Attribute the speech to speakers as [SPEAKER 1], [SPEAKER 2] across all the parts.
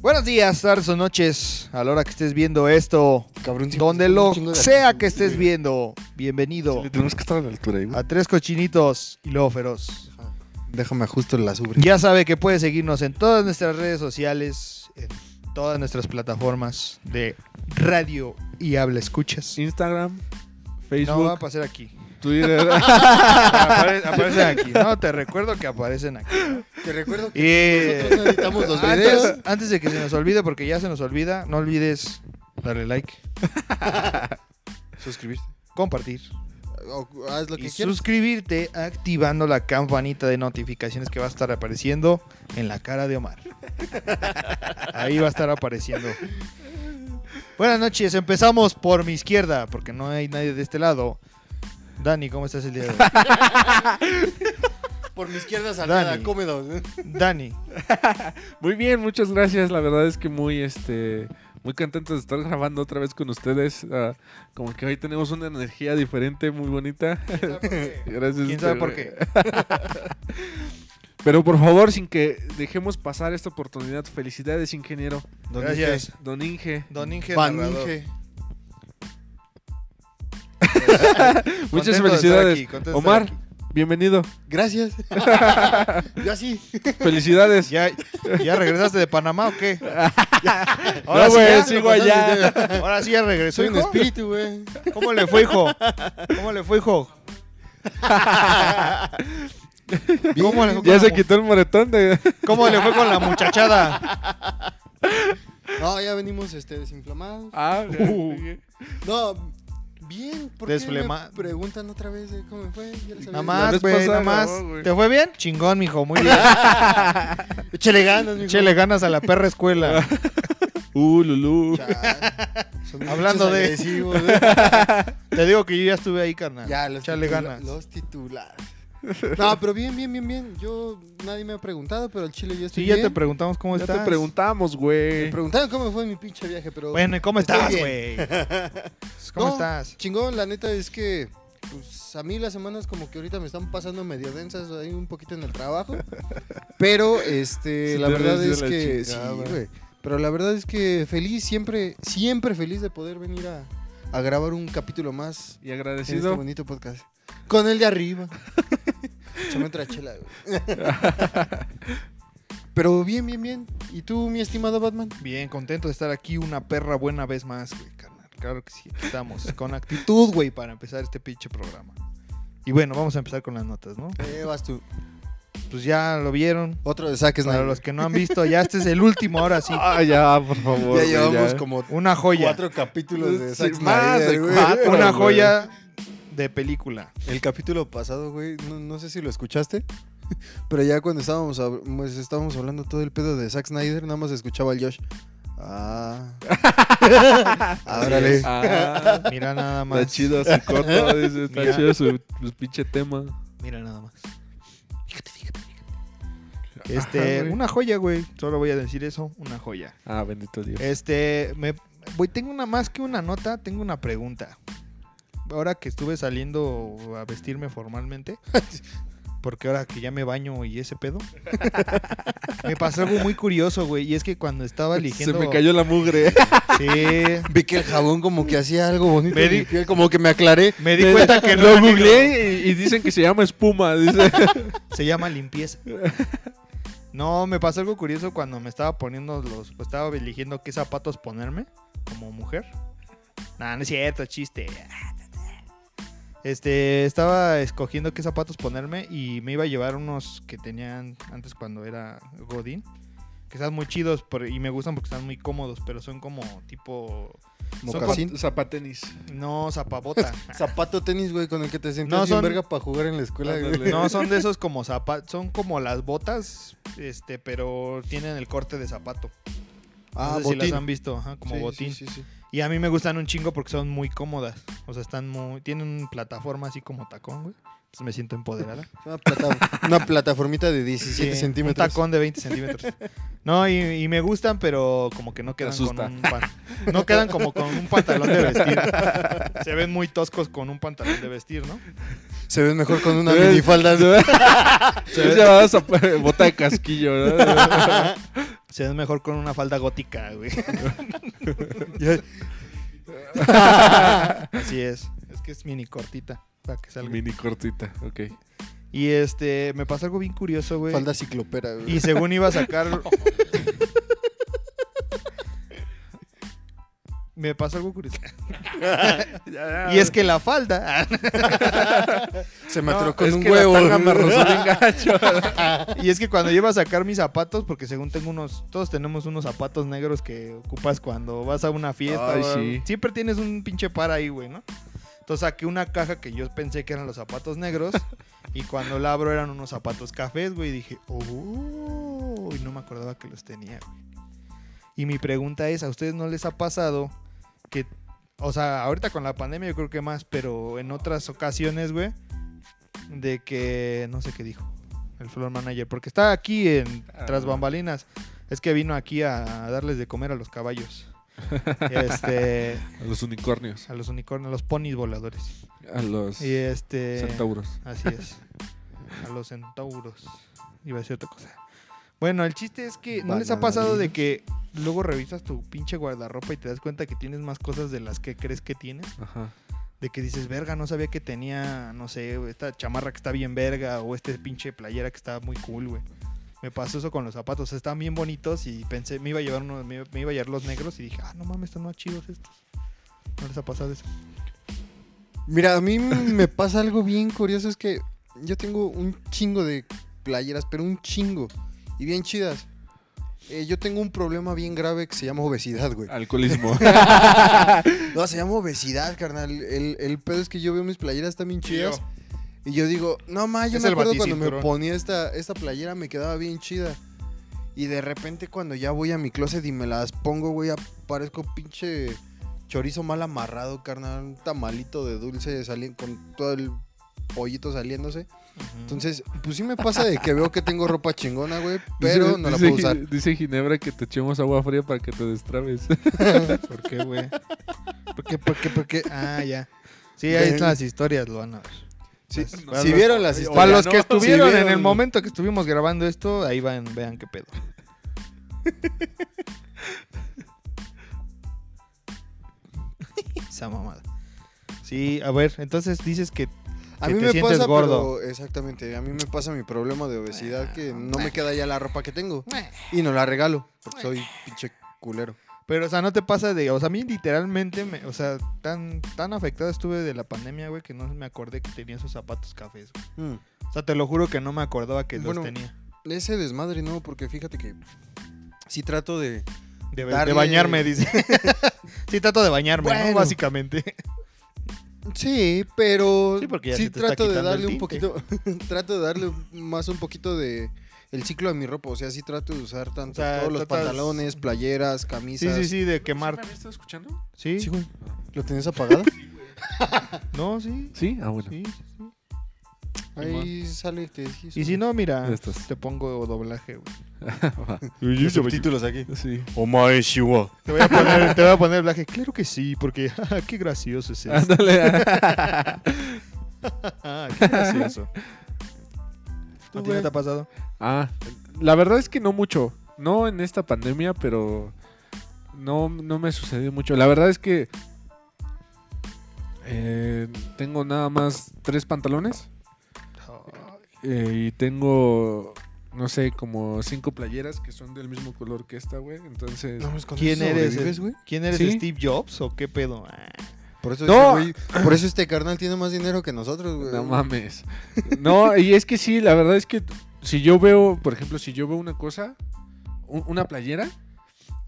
[SPEAKER 1] Buenos días, tardes o noches, a la hora que estés viendo esto,
[SPEAKER 2] Cabrón, sí,
[SPEAKER 1] donde
[SPEAKER 2] un
[SPEAKER 1] lo
[SPEAKER 2] chingo de
[SPEAKER 1] sea
[SPEAKER 2] actitud,
[SPEAKER 1] que estés
[SPEAKER 2] güey.
[SPEAKER 1] viendo, bienvenido
[SPEAKER 2] Le tenemos que estar a la altura ahí, güey.
[SPEAKER 1] a Tres Cochinitos y Lobo Feroz.
[SPEAKER 2] Déjame ajusto la sobre.
[SPEAKER 1] Ya sabe que puede seguirnos en todas nuestras redes sociales, en todas nuestras plataformas de radio y habla escuchas.
[SPEAKER 3] Instagram,
[SPEAKER 1] No va a
[SPEAKER 3] Facebook,
[SPEAKER 1] pasar aquí.
[SPEAKER 3] Twitter.
[SPEAKER 1] Apare- aparecen aquí. No, te recuerdo que aparecen aquí.
[SPEAKER 2] Te recuerdo
[SPEAKER 1] Y eh,
[SPEAKER 2] editamos los videos.
[SPEAKER 1] antes, antes de que se nos olvide, porque ya se nos olvida, no olvides darle like,
[SPEAKER 2] Suscribirte.
[SPEAKER 1] compartir.
[SPEAKER 2] O- haz lo que
[SPEAKER 1] y
[SPEAKER 2] quieras.
[SPEAKER 1] suscribirte activando la campanita de notificaciones que va a estar apareciendo en la cara de Omar. Ahí va a estar apareciendo. Buenas noches, empezamos por mi izquierda, porque no hay nadie de este lado. Dani, ¿cómo estás el día de hoy?
[SPEAKER 2] Por mi izquierda salada,
[SPEAKER 1] Dani.
[SPEAKER 2] cómedo.
[SPEAKER 1] Dani,
[SPEAKER 3] Muy bien, muchas gracias. La verdad es que muy, este, muy contento de estar grabando otra vez con ustedes. Ah, como que hoy tenemos una energía diferente, muy bonita. Gracias.
[SPEAKER 1] ¿quién sabe
[SPEAKER 3] este,
[SPEAKER 1] por qué?
[SPEAKER 3] Pero por favor, sin que dejemos pasar esta oportunidad, felicidades, ingeniero.
[SPEAKER 1] Gracias.
[SPEAKER 3] Don Inge.
[SPEAKER 1] Don Inge.
[SPEAKER 2] Van
[SPEAKER 1] narrador.
[SPEAKER 2] Inge.
[SPEAKER 3] Muchas
[SPEAKER 1] Contento de estar
[SPEAKER 3] felicidades.
[SPEAKER 1] aquí, contento de estar
[SPEAKER 3] Omar,
[SPEAKER 1] aquí.
[SPEAKER 3] bienvenido.
[SPEAKER 2] Gracias. Yo así.
[SPEAKER 3] Felicidades.
[SPEAKER 1] ¿Ya, ¿Ya regresaste de Panamá o qué?
[SPEAKER 3] No, güey,
[SPEAKER 1] ya-
[SPEAKER 3] sigo allá.
[SPEAKER 1] Ahora sí ya regresó,
[SPEAKER 2] Soy un
[SPEAKER 1] hijo.
[SPEAKER 2] espíritu, güey.
[SPEAKER 1] ¿Cómo le fue, hijo? ¿Cómo le fue, hijo? ¿Cómo le fue con
[SPEAKER 3] Ya
[SPEAKER 1] la
[SPEAKER 3] se
[SPEAKER 1] mu-
[SPEAKER 3] quitó el moretón de...
[SPEAKER 1] ¿Cómo le fue con la muchachada?
[SPEAKER 2] No, ya venimos este, desinflamados.
[SPEAKER 3] Ah, ok.
[SPEAKER 2] No, bien. ¿Por
[SPEAKER 1] Desflema-
[SPEAKER 2] qué me preguntan otra vez de cómo me fue? Ya les
[SPEAKER 1] Nada
[SPEAKER 2] había
[SPEAKER 1] más,
[SPEAKER 3] vez
[SPEAKER 1] güey,
[SPEAKER 3] pasada
[SPEAKER 1] nada más.
[SPEAKER 3] grabó, güey.
[SPEAKER 1] ¿Te fue bien? Chingón, mijo, muy bien.
[SPEAKER 2] dicho. Échale ganas, mijo.
[SPEAKER 1] Che, le ganas a la perra escuela.
[SPEAKER 3] Uh, Lulú.
[SPEAKER 2] Chale. Son muchos
[SPEAKER 1] Hablando de-
[SPEAKER 2] agresivos, ¿eh?
[SPEAKER 1] Te digo que yo ya estuve ahí, carnal.
[SPEAKER 2] Ya, los
[SPEAKER 1] Chale
[SPEAKER 2] titula-
[SPEAKER 1] ganas.
[SPEAKER 2] Los titulares. No, pero bien, bien, bien, bien. Yo, nadie me ha preguntado, pero el chile yo estoy
[SPEAKER 1] Sí, ya
[SPEAKER 2] bien.
[SPEAKER 1] te preguntamos cómo
[SPEAKER 3] Ya
[SPEAKER 1] estás.
[SPEAKER 3] te preguntamos, güey.
[SPEAKER 2] Me preguntaron cómo fue mi pinche viaje, pero...
[SPEAKER 1] Bueno, ¿y cómo
[SPEAKER 2] Estoy
[SPEAKER 1] estás,
[SPEAKER 2] bien.
[SPEAKER 1] güey? ¿Cómo
[SPEAKER 2] No,
[SPEAKER 1] estás?
[SPEAKER 2] Chingón, la neta es que... Pues a mí las semanas como que ahorita me están pasando medio densas, hay un poquito en el trabajo. Pero, este,
[SPEAKER 3] Sí,
[SPEAKER 2] la
[SPEAKER 3] te
[SPEAKER 2] verdad
[SPEAKER 3] ves de
[SPEAKER 2] es
[SPEAKER 3] la
[SPEAKER 2] que...
[SPEAKER 3] chingada.
[SPEAKER 2] sí, güey. Pero la verdad es que feliz, siempre, siempre feliz de poder venir a, a grabar un capítulo más
[SPEAKER 3] Y
[SPEAKER 2] en este
[SPEAKER 3] agradecido.
[SPEAKER 2] bonito podcast. Con el de arriba. Se me entra chela, güey. Pero bien, bien, bien. ¿Y tú, mi estimado Batman?
[SPEAKER 1] Bien, contento de estar aquí una perra buena vez más, güey, carnal. Claro que sí, aquí estamos con actitud, güey, para empezar este pinche programa. Y bueno, vamos a empezar con las notas, ¿no?
[SPEAKER 2] Eh, vas tú.
[SPEAKER 1] Pues ya lo vieron.
[SPEAKER 2] Otro de saques,
[SPEAKER 1] Para los que no han visto, ya este es el último, ahora sí.
[SPEAKER 3] Ah, ya, por favor.
[SPEAKER 2] Ya
[SPEAKER 3] güey,
[SPEAKER 2] llevamos
[SPEAKER 3] ya.
[SPEAKER 2] como
[SPEAKER 1] Una joya. Ah,
[SPEAKER 2] cuatro capítulos de
[SPEAKER 3] Sí,
[SPEAKER 2] Zack
[SPEAKER 3] más
[SPEAKER 2] Snyder,
[SPEAKER 3] de
[SPEAKER 2] güey.
[SPEAKER 3] cuatro.
[SPEAKER 1] Una
[SPEAKER 3] güey.
[SPEAKER 1] joya de película.
[SPEAKER 2] El capítulo pasado, güey, no, no sé si lo escuchaste, pero ya cuando estábamos, hab- pues, estábamos hablando todo el pedo de Zack Snyder, nada más escuchaba al Josh. Ah. Árale.
[SPEAKER 3] Ah,
[SPEAKER 1] Mira nada más.
[SPEAKER 3] está chido su coto, dice, está
[SPEAKER 1] Mira.
[SPEAKER 3] chido su, su pinche tema.
[SPEAKER 1] Mira nada más. Fíjate, fíjate, fíjate.
[SPEAKER 3] Ajá,
[SPEAKER 1] Este,
[SPEAKER 3] güey.
[SPEAKER 1] una joya, güey. Solo voy a decir eso, una joya.
[SPEAKER 3] Ah, bendito Dios.
[SPEAKER 1] Este, me, güey, tengo una más que una nota, tengo una pregunta. Ahora que estuve saliendo a vestirme formalmente, porque ahora que ya me baño y ese pedo, me pasó algo muy curioso, güey. Y es que cuando estaba eligiendo.
[SPEAKER 3] Se me cayó la mugre.
[SPEAKER 1] Sí.
[SPEAKER 2] Vi que el jabón como que hacía algo bonito
[SPEAKER 1] Me
[SPEAKER 2] en
[SPEAKER 1] di-
[SPEAKER 2] mi piel, como que me aclaré.
[SPEAKER 1] Me di cuenta que no
[SPEAKER 3] Lo
[SPEAKER 1] era negro.
[SPEAKER 3] googleé y, y dicen que se llama espuma. Dice.
[SPEAKER 1] Se llama limpieza. No, me pasó algo curioso cuando me estaba poniendo los. pues, Estaba eligiendo qué zapatos ponerme como mujer. Nah, no es cierto, chiste. Este, estaba escogiendo qué zapatos ponerme y me iba a llevar unos que tenían antes cuando era Godín. Que están muy chidos por- y me gustan porque están muy cómodos, pero son como tipo.
[SPEAKER 2] Mocasín.
[SPEAKER 3] Zapatenis.
[SPEAKER 1] No, zapabota.
[SPEAKER 2] Zapato tenis, güey, con el que te sentías
[SPEAKER 1] No,
[SPEAKER 2] sin
[SPEAKER 1] son-
[SPEAKER 2] verga para jugar en la escuela, güey.
[SPEAKER 3] Ándale.
[SPEAKER 1] No, son de esos como zapatos, son como las botas, este, pero tienen el corte de zapato.
[SPEAKER 2] Ah,
[SPEAKER 1] no sé
[SPEAKER 2] botín.
[SPEAKER 1] si las han visto, ajá, como
[SPEAKER 2] Sí, sí,
[SPEAKER 1] botín.
[SPEAKER 2] sí, sí.
[SPEAKER 1] Y a mí me gustan un chingo porque son muy cómodas. O sea, están muy, tienen plataforma así como tacón, güey. Entonces me siento empoderada.
[SPEAKER 2] Una, plata- una plataformita de 17
[SPEAKER 1] Sí, Un
[SPEAKER 2] centímetros.
[SPEAKER 1] tacón de 20 centímetros. No, y, y me gustan, pero como que no
[SPEAKER 3] Te
[SPEAKER 1] quedan con
[SPEAKER 3] asusta.
[SPEAKER 1] un pan- No quedan como con un pantalón de vestir. Se ven muy toscos con un pantalón de vestir, ¿no?
[SPEAKER 2] Se ven mejor con una
[SPEAKER 3] ¿Ves?
[SPEAKER 2] minifalda.
[SPEAKER 3] Se llamaba zap- bota de casquillo. ¿no?
[SPEAKER 1] Se ven mejor con una falda gótica, güey. Así es. Es que es mini cortita. Para que salga.
[SPEAKER 3] Mini cortita, ok.
[SPEAKER 1] Y este, me pasó algo bien curioso, güey.
[SPEAKER 2] Falda ciclopera, güey.
[SPEAKER 1] Y según iba a sacar. me pasó algo curioso.
[SPEAKER 3] Ah,
[SPEAKER 1] Y es que la falda.
[SPEAKER 2] Se me
[SPEAKER 1] No,
[SPEAKER 2] atrocó
[SPEAKER 3] es
[SPEAKER 2] en un
[SPEAKER 3] que la
[SPEAKER 2] huevo.
[SPEAKER 3] tanga
[SPEAKER 2] güey.
[SPEAKER 3] me rozó bien gacho.
[SPEAKER 1] y es que cuando yo iba a sacar mis zapatos, porque según tengo unos, todos tenemos unos zapatos negros que ocupas cuando vas a una fiesta.
[SPEAKER 3] Ay,
[SPEAKER 1] o-
[SPEAKER 3] sí.
[SPEAKER 1] Siempre tienes un pinche par ahí, güey, ¿no? Entonces saqué una caja que yo pensé que eran los zapatos negros. y cuando la abro eran unos zapatos cafés, güey. Y dije, oh, y no me acordaba que los tenía, güey. Y mi pregunta es, ¿a ustedes no les ha pasado que, o sea, ahorita con la pandemia yo creo que más, pero en otras ocasiones, güey, de que, no sé qué dijo el floor manager, porque está aquí en
[SPEAKER 3] Ah.
[SPEAKER 1] Tras Bambalinas, es que vino aquí a, a darles de comer a los caballos, este,
[SPEAKER 3] A los unicornios.
[SPEAKER 1] a los unicornios, a los ponis voladores.
[SPEAKER 3] A los
[SPEAKER 1] Y este...
[SPEAKER 3] centauros.
[SPEAKER 1] Así es. A los centauros. Iba a decir otra cosa. Bueno, el chiste es que ¿no les ha pasado de que luego revisas tu pinche guardarropa y te das cuenta que tienes más cosas de las que crees que tienes?
[SPEAKER 3] Ajá.
[SPEAKER 1] De que dices, verga, no sabía que tenía, no sé, esta chamarra que está bien verga o este pinche playera que está muy cool, güey. Me pasó eso con los zapatos, están bien bonitos y pensé, me iba a llevar uno, me me iba a llevar los negros y dije, ah, no mames, están más chidos estos. ¿No les ha pasado eso?
[SPEAKER 2] Mira, a mí me pasa algo bien curioso, es que yo tengo un chingo de playeras, pero un chingo, y bien chidas. Eh, yo tengo un problema bien grave que se llama obesidad,
[SPEAKER 3] Ah.
[SPEAKER 2] güey.
[SPEAKER 3] Alcoholismo.
[SPEAKER 2] No, se llama obesidad, carnal. El, el pedo es que yo veo mis playeras también chidas. Y yo digo, no ma, yo
[SPEAKER 1] Es
[SPEAKER 2] me
[SPEAKER 1] el
[SPEAKER 2] acuerdo cuando me
[SPEAKER 1] baticinturón.
[SPEAKER 2] ponía esta, esta playera, me quedaba bien chida. Y de repente cuando ya voy a mi closet y me las pongo, güey, aparezco pinche chorizo mal amarrado, carnal. Un tamalito de dulce sali- con todo el pollito saliéndose. Entonces, pues sí me pasa de que veo que tengo ropa chingona, güey, pero
[SPEAKER 3] Dice-
[SPEAKER 2] no la
[SPEAKER 3] dice
[SPEAKER 2] puedo
[SPEAKER 3] Gi-
[SPEAKER 2] usar.
[SPEAKER 3] Dice Ginebra que te echemos agua fría para que te destrabes.
[SPEAKER 1] ¿Por qué, güey? ¿Por qué, por qué, por qué? Ah, ya. Sí, ahí están las historias, lo van a ver.
[SPEAKER 2] Sí,
[SPEAKER 1] Pues,
[SPEAKER 2] si
[SPEAKER 3] para los-
[SPEAKER 2] vieron las
[SPEAKER 3] oye,
[SPEAKER 2] historias.
[SPEAKER 1] Para los
[SPEAKER 3] no,
[SPEAKER 1] que
[SPEAKER 3] si
[SPEAKER 1] estuvieron ¿eh? en el
[SPEAKER 2] vieron-
[SPEAKER 1] momento que estuvimos grabando esto, ahí van, vean qué pedo. Esa mamada. Sí, a ver, entonces dices que
[SPEAKER 2] A
[SPEAKER 1] que
[SPEAKER 2] mí
[SPEAKER 1] te
[SPEAKER 2] me
[SPEAKER 1] sientes
[SPEAKER 2] pasa,
[SPEAKER 1] gordo.
[SPEAKER 2] pero- exactamente, a mí me pasa mi problema de obesidad que no me
[SPEAKER 1] Bueno.
[SPEAKER 2] queda ya la ropa que tengo
[SPEAKER 1] Bueno.
[SPEAKER 2] y no la regalo porque soy pinche culero.
[SPEAKER 1] Pero, o sea, no te pasa de. O sea, a mí literalmente, me- o sea, tan, tan afectado estuve de la pandemia, güey, que no me acordé que tenía esos zapatos cafés. güey.
[SPEAKER 2] Mm.
[SPEAKER 1] O sea, te lo juro que no me acordaba que
[SPEAKER 2] Bueno,
[SPEAKER 1] los tenía.
[SPEAKER 2] Ese desmadre no, porque fíjate que si trato de
[SPEAKER 1] De, de
[SPEAKER 2] darle-
[SPEAKER 1] bañarme, dice. sí, trato de bañarme, ¿no?
[SPEAKER 2] Bueno.
[SPEAKER 1] Básicamente.
[SPEAKER 2] Sí, pero
[SPEAKER 1] Sí, porque ya
[SPEAKER 2] sí
[SPEAKER 1] se te está
[SPEAKER 2] trato de
[SPEAKER 1] quitando
[SPEAKER 2] darle
[SPEAKER 1] el
[SPEAKER 2] un
[SPEAKER 1] tinte.
[SPEAKER 2] poquito trato de darle más un poquito de el ciclo a mi ropa, o sea, sí trato de usar tanto
[SPEAKER 1] sea,
[SPEAKER 2] todos los
[SPEAKER 1] tratas-
[SPEAKER 2] pantalones, playeras,
[SPEAKER 1] Sí,
[SPEAKER 2] camisas.
[SPEAKER 1] sí, sí, de quemar.
[SPEAKER 3] habías estado escuchando?
[SPEAKER 1] Sí,
[SPEAKER 2] Sí, güey. ¿Lo tenías apagado?
[SPEAKER 1] no, sí.
[SPEAKER 3] Sí, ah, bueno.
[SPEAKER 1] sí, sí, sí.
[SPEAKER 2] Ahí sale y te dije,
[SPEAKER 1] Y si no, mira,
[SPEAKER 3] Ya estás.
[SPEAKER 1] te pongo doblaje, güey.
[SPEAKER 3] Va.
[SPEAKER 2] los subtítulos aquí.
[SPEAKER 3] sí.
[SPEAKER 2] Omae Shiwa.
[SPEAKER 1] Te voy a poner, te voy a poner doblaje. Claro que sí, porque ah, qué gracioso es eso.
[SPEAKER 3] Ándale.
[SPEAKER 1] Ah, qué gracioso.
[SPEAKER 3] Tú,
[SPEAKER 1] ¿A ti
[SPEAKER 3] güey.
[SPEAKER 1] no te ha pasado?
[SPEAKER 3] Ah, la verdad es que no mucho. No en esta pandemia, pero no, no me sucedió mucho. La verdad es que eh, tengo nada más tres pantalones eh, y tengo, no sé, como cinco playeras que son del mismo color que esta, güey. Entonces,
[SPEAKER 2] No, pues, ¿con
[SPEAKER 1] ¿Quién
[SPEAKER 2] eso sobrevives,
[SPEAKER 1] eres?
[SPEAKER 2] güey?
[SPEAKER 1] ¿Quién eres
[SPEAKER 3] Sí.
[SPEAKER 1] Steve Jobs o qué pedo? Ah.
[SPEAKER 2] Por eso,
[SPEAKER 3] No.
[SPEAKER 2] ese güey- por eso este carnal tiene más dinero que nosotros, güey.
[SPEAKER 3] no mames. No, y es que sí, la verdad es que si yo veo, por ejemplo, si yo veo una cosa, un- una playera,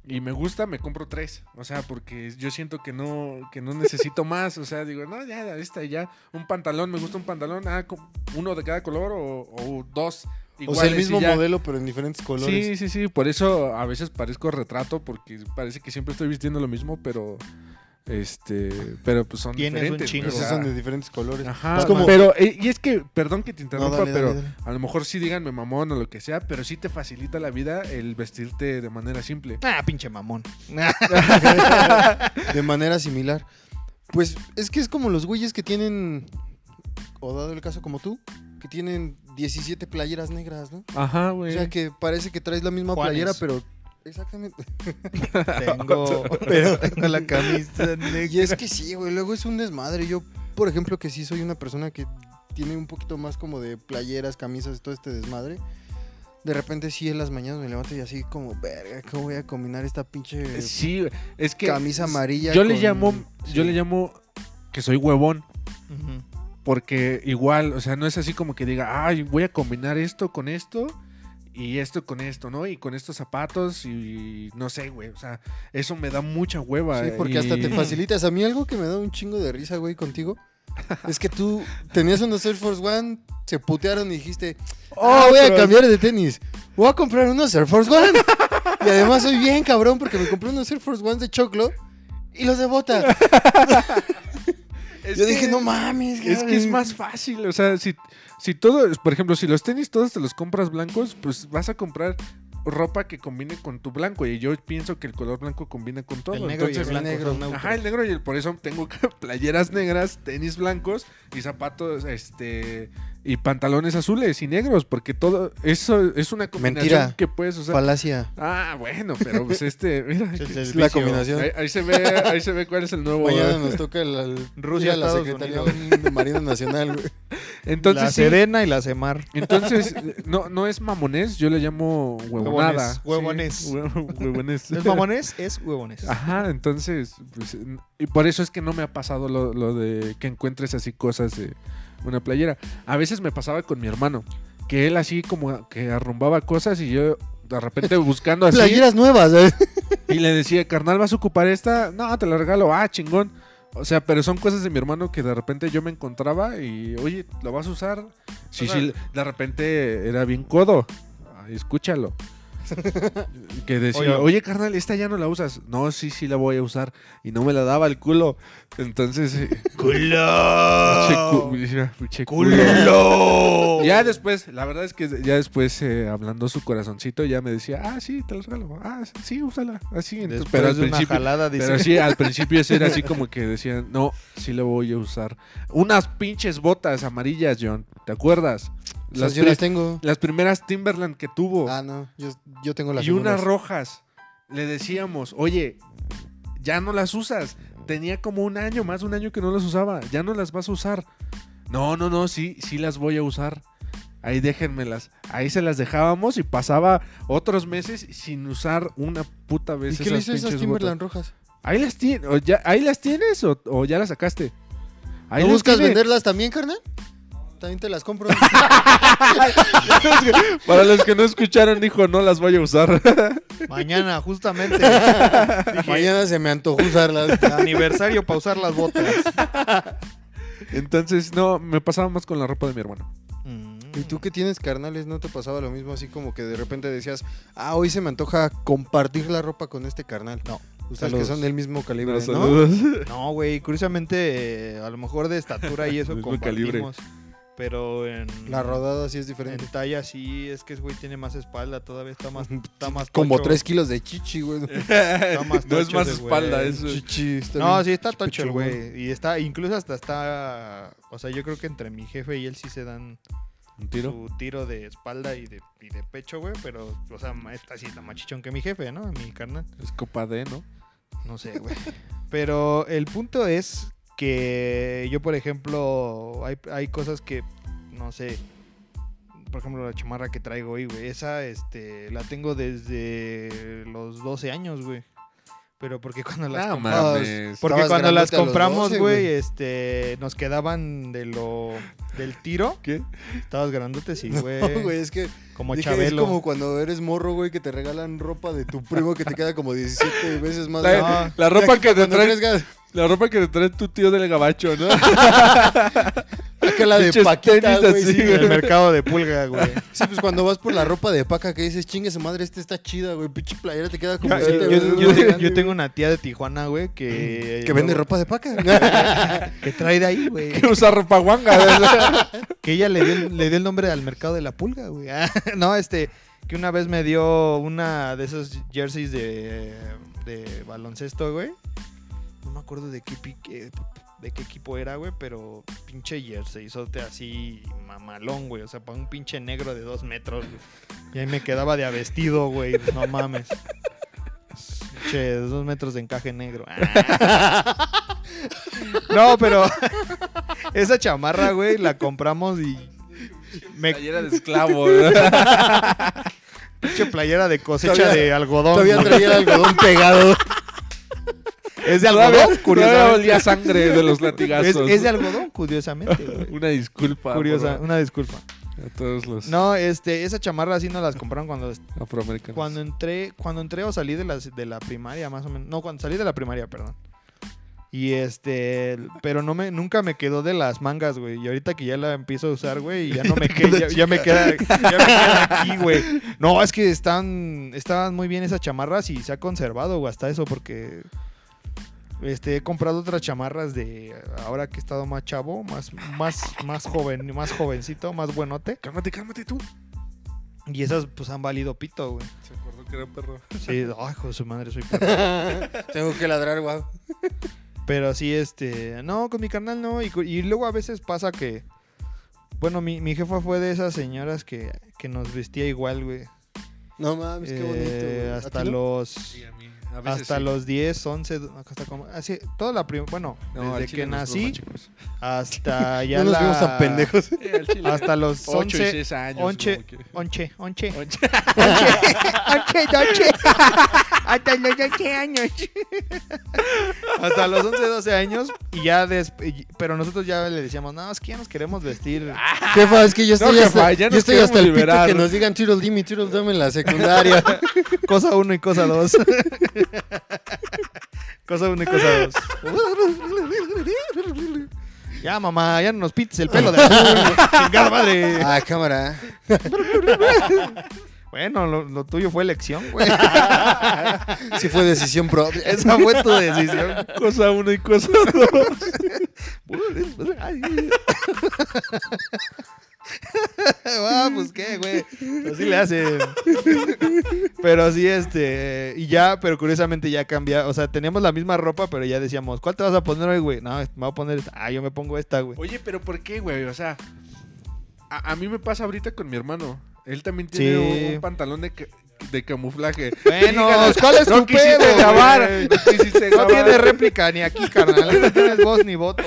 [SPEAKER 3] y me gusta, me compro tres. O sea, porque yo siento que no, que no necesito más. O sea, digo, no, ya, ya, esta, ya. Un pantalón, me gusta un pantalón, ah, co- uno de cada color o, o dos.
[SPEAKER 2] O sea, el
[SPEAKER 3] iguales y
[SPEAKER 2] mismo
[SPEAKER 3] ya.
[SPEAKER 2] modelo, pero en diferentes colores.
[SPEAKER 3] Sí, sí, sí. Por eso a veces parezco retrato, porque parece que siempre estoy vistiendo lo mismo, pero. Este. Pero pues son
[SPEAKER 1] Tienes un
[SPEAKER 3] diferentes.
[SPEAKER 1] chingo.
[SPEAKER 2] Pero
[SPEAKER 3] o sea,
[SPEAKER 2] esos son de diferentes colores.
[SPEAKER 3] Ajá,
[SPEAKER 2] Es como-
[SPEAKER 3] pero, eh, y es que, perdón que te interrumpa,
[SPEAKER 2] dale, dale,
[SPEAKER 3] pero
[SPEAKER 2] dale.
[SPEAKER 3] a lo mejor sí díganme mamón o lo que sea, pero sí te facilita la vida el vestirte de manera simple.
[SPEAKER 1] Ah, pinche mamón.
[SPEAKER 3] Ah.
[SPEAKER 2] De manera similar. Pues es que es como los güeyes que tienen, o dado el caso como tú, que tienen 17 playeras negras, ¿no?
[SPEAKER 3] Ajá,
[SPEAKER 2] O
[SPEAKER 3] güey.
[SPEAKER 2] sea, que parece que traes la misma
[SPEAKER 1] Juanes.
[SPEAKER 2] playera, pero Exactamente.
[SPEAKER 1] Tengo, tengo la camisa negra.
[SPEAKER 2] Y es que sí, güey, luego es un desmadre. Yo, por ejemplo, que sí soy una persona que tiene un poquito más como de playeras, camisas, todo este desmadre. De repente sí en las mañanas me levanto y así como, verga, ¿cómo voy a combinar esta pinche
[SPEAKER 3] Sí, güey, es que.
[SPEAKER 2] camisa amarilla?
[SPEAKER 3] Yo le
[SPEAKER 2] con-
[SPEAKER 3] llamo. Yo
[SPEAKER 2] Sí.
[SPEAKER 3] le llamo que soy huevón.
[SPEAKER 1] Ujú.
[SPEAKER 3] Porque igual, o sea, no es así como que diga, ay, voy a combinar esto con esto y esto con esto, ¿no? Y con estos zapatos y no sé, güey. O sea, eso me da mucha hueva.
[SPEAKER 2] Sí, porque hasta
[SPEAKER 3] y-
[SPEAKER 2] te facilitas. A mí algo que me da un chingo de risa, güey, contigo. Es que tú tenías unos Air Force One, se putearon y dijiste, oh, voy a
[SPEAKER 1] Otros.
[SPEAKER 2] cambiar de tenis. Voy a comprar unos Air Force One. y además soy bien cabrón porque me compré unos Air Force Ones de choclo y los de bota.
[SPEAKER 3] Es
[SPEAKER 2] Yo
[SPEAKER 3] que-
[SPEAKER 2] dije, no mames.
[SPEAKER 3] Es que es
[SPEAKER 2] güey".
[SPEAKER 3] más fácil, o sea, si, si todos, por ejemplo, si los tenis todos te los compras blancos, pues vas a comprar ropa que combine con tu blanco. Y yo pienso que el color blanco combina con todo.
[SPEAKER 1] El negro y el
[SPEAKER 3] entonces-
[SPEAKER 1] blanco
[SPEAKER 2] negro.
[SPEAKER 1] son neutros.
[SPEAKER 3] Ajá, el negro y el por eso tengo playeras negras, tenis blancos y zapatos este y pantalones azules y negros, porque todo eso es una combinación
[SPEAKER 2] Mentira.
[SPEAKER 3] que puedes usar.
[SPEAKER 2] Falacia.
[SPEAKER 3] ah, bueno, pero pues este, mira,
[SPEAKER 1] Es
[SPEAKER 3] que-
[SPEAKER 1] el
[SPEAKER 2] La
[SPEAKER 1] vicio.
[SPEAKER 2] combinación.
[SPEAKER 3] ahí, ahí se ve, ahí se ve cuál es el nuevo.
[SPEAKER 2] Mañana nos toca la, la-
[SPEAKER 1] Rusia,
[SPEAKER 2] la
[SPEAKER 1] Estados
[SPEAKER 2] Secretaría
[SPEAKER 1] Unidos.
[SPEAKER 2] de Marina Nacional, güey.
[SPEAKER 3] Entonces
[SPEAKER 1] la
[SPEAKER 3] sí,
[SPEAKER 1] Serena y la Semar.
[SPEAKER 3] Entonces, eh, no, no es mamonés, yo le llamo huevonada. Sí,
[SPEAKER 1] Huevones.
[SPEAKER 3] hue- huevones.
[SPEAKER 1] No es mamones, es huevones.
[SPEAKER 3] Ajá, entonces, pues, n- y por eso es que no me ha pasado lo, lo de que encuentres así cosas de una playera. A veces me pasaba con mi hermano, que él así como que arrumbaba cosas y yo de repente buscando así
[SPEAKER 2] Playeras nuevas, ¿eh?
[SPEAKER 3] y le decía, carnal, ¿vas a ocupar esta? No, te la regalo, ah, chingón. O sea, pero son cosas de mi hermano que de repente yo me encontraba y, oye, ¿lo vas a usar? Sí,
[SPEAKER 1] O sea-
[SPEAKER 3] sí, de repente era bien codo. Ay, escúchalo. que decía,
[SPEAKER 1] Oye.
[SPEAKER 3] oye. carnal, esta ya no la usas. No, sí, sí la voy a usar. Y no me la daba el culo. Entonces, eh,
[SPEAKER 1] Oh.
[SPEAKER 3] che cu- mira, che culo.
[SPEAKER 1] ¡Culo!
[SPEAKER 3] Ya después, la verdad es que ya después eh, hablando su corazoncito, ya me decía, ah, sí, te la regalo. Ah, sí, úsala. Así, entonces,
[SPEAKER 1] Después
[SPEAKER 3] pero al
[SPEAKER 1] de una
[SPEAKER 3] principio,
[SPEAKER 1] jalada dice,
[SPEAKER 3] pero sí, al principio sí era así como que decían, no, sí lo voy a usar. Unas pinches botas amarillas, John, ¿te acuerdas? Las,
[SPEAKER 2] Las yo las
[SPEAKER 3] pri-
[SPEAKER 2] tengo.
[SPEAKER 3] las primeras Timberland que tuvo
[SPEAKER 2] Ah, no. Yo, yo tengo las
[SPEAKER 3] y unas
[SPEAKER 2] segundas.
[SPEAKER 3] rojas. Le decíamos, oye, ya no las usas. Tenía como un año, más de un año que no las usaba. Ya no las vas a usar. No, no, no, sí, sí las voy a usar. Ahí déjenmelas. Ahí se las dejábamos y pasaba otros meses sin usar una puta
[SPEAKER 2] ¿Y
[SPEAKER 3] vez
[SPEAKER 2] qué le hizo esas
[SPEAKER 3] pinches botas.
[SPEAKER 2] Timberland rojas?
[SPEAKER 3] Ahí las, tien- o ya, ahí las tienes o, o ya las sacaste. Ahí
[SPEAKER 2] ¿No
[SPEAKER 3] las
[SPEAKER 2] buscas
[SPEAKER 3] tiene.
[SPEAKER 2] venderlas también, carnal? También te las compro.
[SPEAKER 3] Para los que no escucharon, dijo, no las voy a usar.
[SPEAKER 1] Mañana, justamente.
[SPEAKER 2] Mañana se me antojó usarlas.
[SPEAKER 1] aniversario para usar las botas.
[SPEAKER 3] Entonces, no, me pasaba más con la ropa de mi hermano.
[SPEAKER 1] Mm,
[SPEAKER 2] ¿Y tú que tienes carnales? ¿No te pasaba lo mismo así como que de repente decías, ah, hoy se me antoja compartir la ropa con este carnal?
[SPEAKER 1] No.
[SPEAKER 2] Ustedes
[SPEAKER 1] Saludos.
[SPEAKER 2] que son del mismo calibre,
[SPEAKER 3] Los
[SPEAKER 2] ¿no?
[SPEAKER 3] saludos.
[SPEAKER 1] No, güey, curiosamente, eh, a lo mejor de estatura y eso
[SPEAKER 3] Mismo calibre.
[SPEAKER 1] compartimos. Pero en...
[SPEAKER 2] La rodada sí es diferente.
[SPEAKER 1] En talla sí, es que ese güey tiene más espalda, todavía está más... Está más
[SPEAKER 2] Como
[SPEAKER 1] tocho.
[SPEAKER 2] 3 kilos de chichi, güey.
[SPEAKER 1] más
[SPEAKER 3] no es
[SPEAKER 1] tocho
[SPEAKER 3] más
[SPEAKER 1] ese
[SPEAKER 3] espalda,
[SPEAKER 1] güey.
[SPEAKER 3] eso.
[SPEAKER 2] Chichi. está
[SPEAKER 1] No,
[SPEAKER 2] bien.
[SPEAKER 1] sí está tocho el
[SPEAKER 2] chipichudo.
[SPEAKER 1] güey. Y está, incluso hasta está... O sea, yo creo que entre mi jefe y él sí se dan
[SPEAKER 3] Un tiro.
[SPEAKER 1] su tiro de espalda y de, y de pecho, güey. Pero, o sea, ma- está así, está más chichón que mi jefe, ¿no? Mi carnal.
[SPEAKER 3] Es copa D, ¿no?
[SPEAKER 1] No sé, güey. Pero el punto es que yo, por ejemplo, hay, hay cosas que, no sé, por ejemplo, la chamarra que traigo hoy, güey, esa este, la tengo desde los 12 años, güey. Pero porque cuando las
[SPEAKER 3] Ah,
[SPEAKER 1] compramos,
[SPEAKER 3] mames.
[SPEAKER 2] por-
[SPEAKER 1] porque
[SPEAKER 2] Estabas
[SPEAKER 1] cuando las
[SPEAKER 2] grandote a los
[SPEAKER 1] compramos,
[SPEAKER 2] 12,
[SPEAKER 1] güey,
[SPEAKER 2] güey.
[SPEAKER 1] este, nos quedaban de lo del tiro.
[SPEAKER 3] ¿Qué?
[SPEAKER 1] Estabas grandote, sí,
[SPEAKER 2] No, güey,
[SPEAKER 1] güey.
[SPEAKER 2] es que
[SPEAKER 1] como
[SPEAKER 2] dije, es
[SPEAKER 1] Chabelo.
[SPEAKER 2] como cuando eres morro, güey, que te regalan ropa de tu primo que te queda como 17 veces más.
[SPEAKER 3] La,
[SPEAKER 2] grande.
[SPEAKER 3] la ropa que te
[SPEAKER 2] Cuando
[SPEAKER 3] trae,
[SPEAKER 2] crees
[SPEAKER 3] la ropa que te trae tu tío del gabacho, ¿no?
[SPEAKER 2] que la de
[SPEAKER 3] Pinches
[SPEAKER 2] Paquita,
[SPEAKER 3] tenis
[SPEAKER 2] güey.
[SPEAKER 3] así,
[SPEAKER 2] sí,
[SPEAKER 3] güey.
[SPEAKER 1] En el mercado de pulga, güey.
[SPEAKER 2] Sí, pues cuando vas por la ropa de paca que dices, chingue su madre, esta está chida, güey. Pinche playera te queda como.
[SPEAKER 1] Yo,
[SPEAKER 2] siete
[SPEAKER 1] eh, yo-
[SPEAKER 2] veces
[SPEAKER 1] yo
[SPEAKER 2] más
[SPEAKER 1] te-
[SPEAKER 2] grande,
[SPEAKER 1] yo tengo una tía de Tijuana, güey, que...
[SPEAKER 2] güey. Que vende
[SPEAKER 1] luego-
[SPEAKER 2] ropa de paca.
[SPEAKER 1] Que trae de ahí, güey.
[SPEAKER 3] que usa ropa guanga.
[SPEAKER 1] Que ella le dio, el- le dio el nombre al mercado de la pulga, güey. Ah, no, este... Que una vez me dio una de esos jerseys de, de baloncesto, güey. No me acuerdo de qué, pi- qué- de qué equipo era, güey, pero pinche jersey. Sote así mamalón, güey. O sea, para un pinche negro de dos metros, güey. Y ahí me quedaba de a vestido, güey. No mames. Che, dos metros de encaje negro. Ah. No, pero esa chamarra, güey, la compramos y. Me
[SPEAKER 4] Playera de esclavo.
[SPEAKER 1] pinche playera de cosecha
[SPEAKER 2] Todavía-
[SPEAKER 1] de algodón.
[SPEAKER 2] Todavía
[SPEAKER 1] güey.
[SPEAKER 2] traía el algodón pegado.
[SPEAKER 1] Es de algodón,
[SPEAKER 4] Todavía todavía
[SPEAKER 1] curiosamente.
[SPEAKER 4] olía sangre de los
[SPEAKER 1] Es,
[SPEAKER 4] latigazos.
[SPEAKER 1] es de algodón, curiosamente, güey.
[SPEAKER 4] Una disculpa.
[SPEAKER 1] Curiosa,
[SPEAKER 4] por-
[SPEAKER 1] una disculpa.
[SPEAKER 4] A todos los
[SPEAKER 1] No, este, esa chamarra así nos las compraron cuando,
[SPEAKER 4] afroamericanos.
[SPEAKER 1] cuando entré, cuando entré o salí de la, de la primaria, más o menos. No, cuando salí de la primaria, perdón. Y este, pero no me, nunca me quedó de las mangas, güey. Y ahorita que ya la empiezo a usar, güey, ya no me queda, ya, ya me queda, ya me queda aquí, güey. No, es que están, estaban muy bien esas chamarras y se ha conservado, güey, hasta eso, porque este, he comprado otras chamarras de ahora que he estado más chavo, más, más, más joven, más jovencito, más buenote.
[SPEAKER 3] Cálmate, cálmate tú.
[SPEAKER 1] Y esas pues han valido pito, güey.
[SPEAKER 3] Se acordó que era un perro.
[SPEAKER 1] Sí, ay, hijo de su madre, soy perro.
[SPEAKER 2] Tengo que ladrar, guau.
[SPEAKER 1] Pero sí, este, no, con mi carnal no. Y, cu- y luego a veces pasa que, bueno, mi, mi jefa fue de esas señoras que, que nos vestía igual, güey.
[SPEAKER 2] No mames, qué bonito.
[SPEAKER 1] Eh,
[SPEAKER 2] güey. ¿A
[SPEAKER 1] hasta
[SPEAKER 2] ti no?
[SPEAKER 1] los...
[SPEAKER 3] Sí, a mí. A veces
[SPEAKER 1] Hasta
[SPEAKER 3] sí.
[SPEAKER 1] los 10, 11, do- hasta como... Así, toda la prim- Bueno,
[SPEAKER 4] No, al
[SPEAKER 1] desde
[SPEAKER 4] chile
[SPEAKER 1] que
[SPEAKER 4] nos
[SPEAKER 1] nací
[SPEAKER 4] fuimos chicos.
[SPEAKER 1] hasta ya
[SPEAKER 2] No nos
[SPEAKER 1] la-
[SPEAKER 2] vimos tan pendejos.
[SPEAKER 4] Eh, al chile.
[SPEAKER 1] Hasta los
[SPEAKER 4] Ocho y
[SPEAKER 1] 11...
[SPEAKER 4] seis años.
[SPEAKER 1] once-
[SPEAKER 4] como que-
[SPEAKER 1] Onche, onche.
[SPEAKER 4] Once.
[SPEAKER 1] Onche, onche. Hasta los 11 años. Hasta los 11, 12 años. Y ya después. Pero nosotros ya le decíamos, no, es que ya nos queremos vestir.
[SPEAKER 2] Jefa, es que yo estoy
[SPEAKER 4] jefa,
[SPEAKER 2] hasta,
[SPEAKER 4] ya
[SPEAKER 2] yo
[SPEAKER 4] nos
[SPEAKER 2] estoy hasta
[SPEAKER 4] queremos
[SPEAKER 2] el pito
[SPEAKER 4] liberar.
[SPEAKER 2] que nos digan Tiro Dimi, Tiro Dame en la secundaria.
[SPEAKER 1] Cosa 1 y cosa 2. cosa 1 y cosa 2. Ya, mamá, ya no nos pites el pelo de azul. Chingada madre.
[SPEAKER 2] ah, cámara.
[SPEAKER 1] Bueno, lo, lo tuyo fue elección, güey.
[SPEAKER 2] Sí fue decisión propia.
[SPEAKER 1] Esa fue tu decisión.
[SPEAKER 4] Cosa uno y cosa
[SPEAKER 1] Ah, pues qué, güey. Así le hacen. Pero sí, este. Y ya, pero curiosamente ya cambia. O sea, teníamos la misma ropa, pero ya decíamos, ¿cuál te vas a poner hoy, güey? No, me voy a poner esta. Ah, yo me pongo esta, güey.
[SPEAKER 3] Oye, pero ¿por qué, güey? O sea, a, a mí me pasa ahorita con mi hermano. Él también
[SPEAKER 1] Sí.
[SPEAKER 3] tiene un, un pantalón de, ca- de camuflaje.
[SPEAKER 1] Bueno,
[SPEAKER 3] Díganos,
[SPEAKER 1] ¿cuál es
[SPEAKER 3] no
[SPEAKER 1] tu
[SPEAKER 3] quisiste
[SPEAKER 1] pedo,
[SPEAKER 3] grabar.
[SPEAKER 1] güey?
[SPEAKER 3] No quisiste
[SPEAKER 1] No
[SPEAKER 3] grabar.
[SPEAKER 1] tiene réplica ni aquí, carnal. No tienes voz ni voto.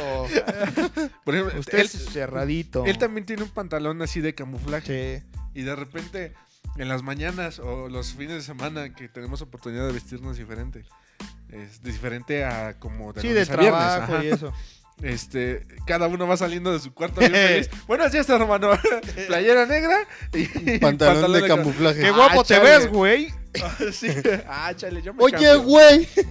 [SPEAKER 3] Por ejemplo,
[SPEAKER 1] Usted
[SPEAKER 3] él,
[SPEAKER 1] es cerradito.
[SPEAKER 3] él también tiene un pantalón así de camuflaje.
[SPEAKER 1] Sí.
[SPEAKER 3] Y de repente, en las mañanas o los fines de semana que tenemos oportunidad de vestirnos diferente. Es diferente a como de
[SPEAKER 1] Sí, de
[SPEAKER 3] lunes a viernes,
[SPEAKER 1] trabajo
[SPEAKER 3] ajá.
[SPEAKER 1] y eso.
[SPEAKER 3] Este, cada uno va saliendo de su cuarto bien feliz. Buenos días, hermano. Playera negra y
[SPEAKER 2] Pantalón, de,
[SPEAKER 3] cam-
[SPEAKER 2] camuflaje.
[SPEAKER 1] Qué guapo te
[SPEAKER 3] chale.
[SPEAKER 1] ves, güey.
[SPEAKER 3] Sí. Ah, chale, yo me
[SPEAKER 2] Oye,
[SPEAKER 3] cambio.
[SPEAKER 2] güey.
[SPEAKER 1] Sí.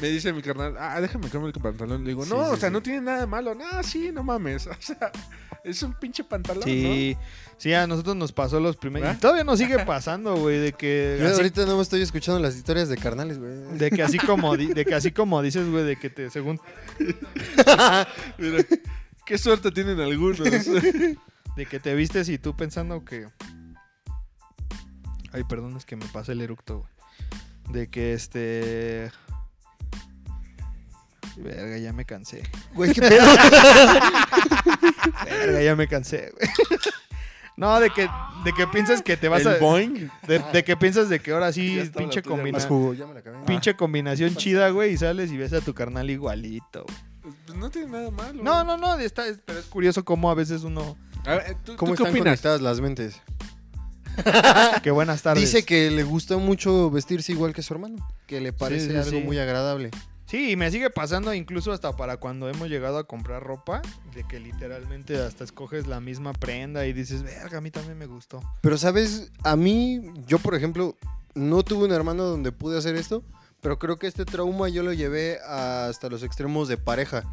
[SPEAKER 3] Me dice mi carnal, ah, déjame cambiar el pantalón. Le digo,
[SPEAKER 1] Sí,
[SPEAKER 3] no,
[SPEAKER 1] sí,
[SPEAKER 3] o sea,
[SPEAKER 1] sí.
[SPEAKER 3] no tiene nada de malo. No, sí, no mames. O sea, es un pinche pantalón,
[SPEAKER 1] Sí, sí, a nosotros nos pasó los primeros.
[SPEAKER 3] ¿Ah?
[SPEAKER 1] Y todavía nos sigue pasando, güey, de que.
[SPEAKER 2] Yo
[SPEAKER 1] así-
[SPEAKER 2] ahorita no me estoy escuchando las historias de carnales, güey.
[SPEAKER 1] De que así como, di- de que así como dices, güey, de que te, según,
[SPEAKER 3] ¿no? Mira, qué suerte tienen algunos.
[SPEAKER 1] de que te vistes y tú pensando que. Ay, perdón, es que me pasé el eructo, güey. De que este. Verga, ya me cansé.
[SPEAKER 2] Güey, qué pedo.
[SPEAKER 1] Verga, ya me cansé, güey. No, de que, de que piensas que te vas a.
[SPEAKER 4] El Boeing.
[SPEAKER 1] De, de que piensas de que ahora sí,
[SPEAKER 4] Ya estaba
[SPEAKER 1] pinche
[SPEAKER 4] la tuya,
[SPEAKER 1] combina-
[SPEAKER 3] Ah,
[SPEAKER 2] Más jugo, ya me la acabé.
[SPEAKER 1] pinche combinación chida, güey, y sales y ves a tu carnal igualito, güey.
[SPEAKER 3] Pues no tiene nada de malo.
[SPEAKER 1] No, no, no, está, es- pero es curioso cómo a veces uno.
[SPEAKER 3] A ver, eh, ¿tú,
[SPEAKER 2] Ah, ¿Cómo
[SPEAKER 3] tú qué
[SPEAKER 2] están
[SPEAKER 3] opinas?
[SPEAKER 2] conectadas las mentes?
[SPEAKER 1] Qué buenas tardes.
[SPEAKER 2] Dice que le gusta mucho vestirse igual que su hermano. Que le parece
[SPEAKER 1] sí,
[SPEAKER 2] algo
[SPEAKER 1] sí.
[SPEAKER 2] muy agradable.
[SPEAKER 1] Sí, y me sigue pasando incluso hasta para cuando hemos llegado a comprar ropa, de que literalmente hasta escoges la misma prenda y dices, verga, a mí también me gustó.
[SPEAKER 2] Pero, ¿sabes? A mí, yo por ejemplo, no tuve un hermano donde pude hacer esto, pero creo que este trauma yo lo llevé hasta los extremos de pareja.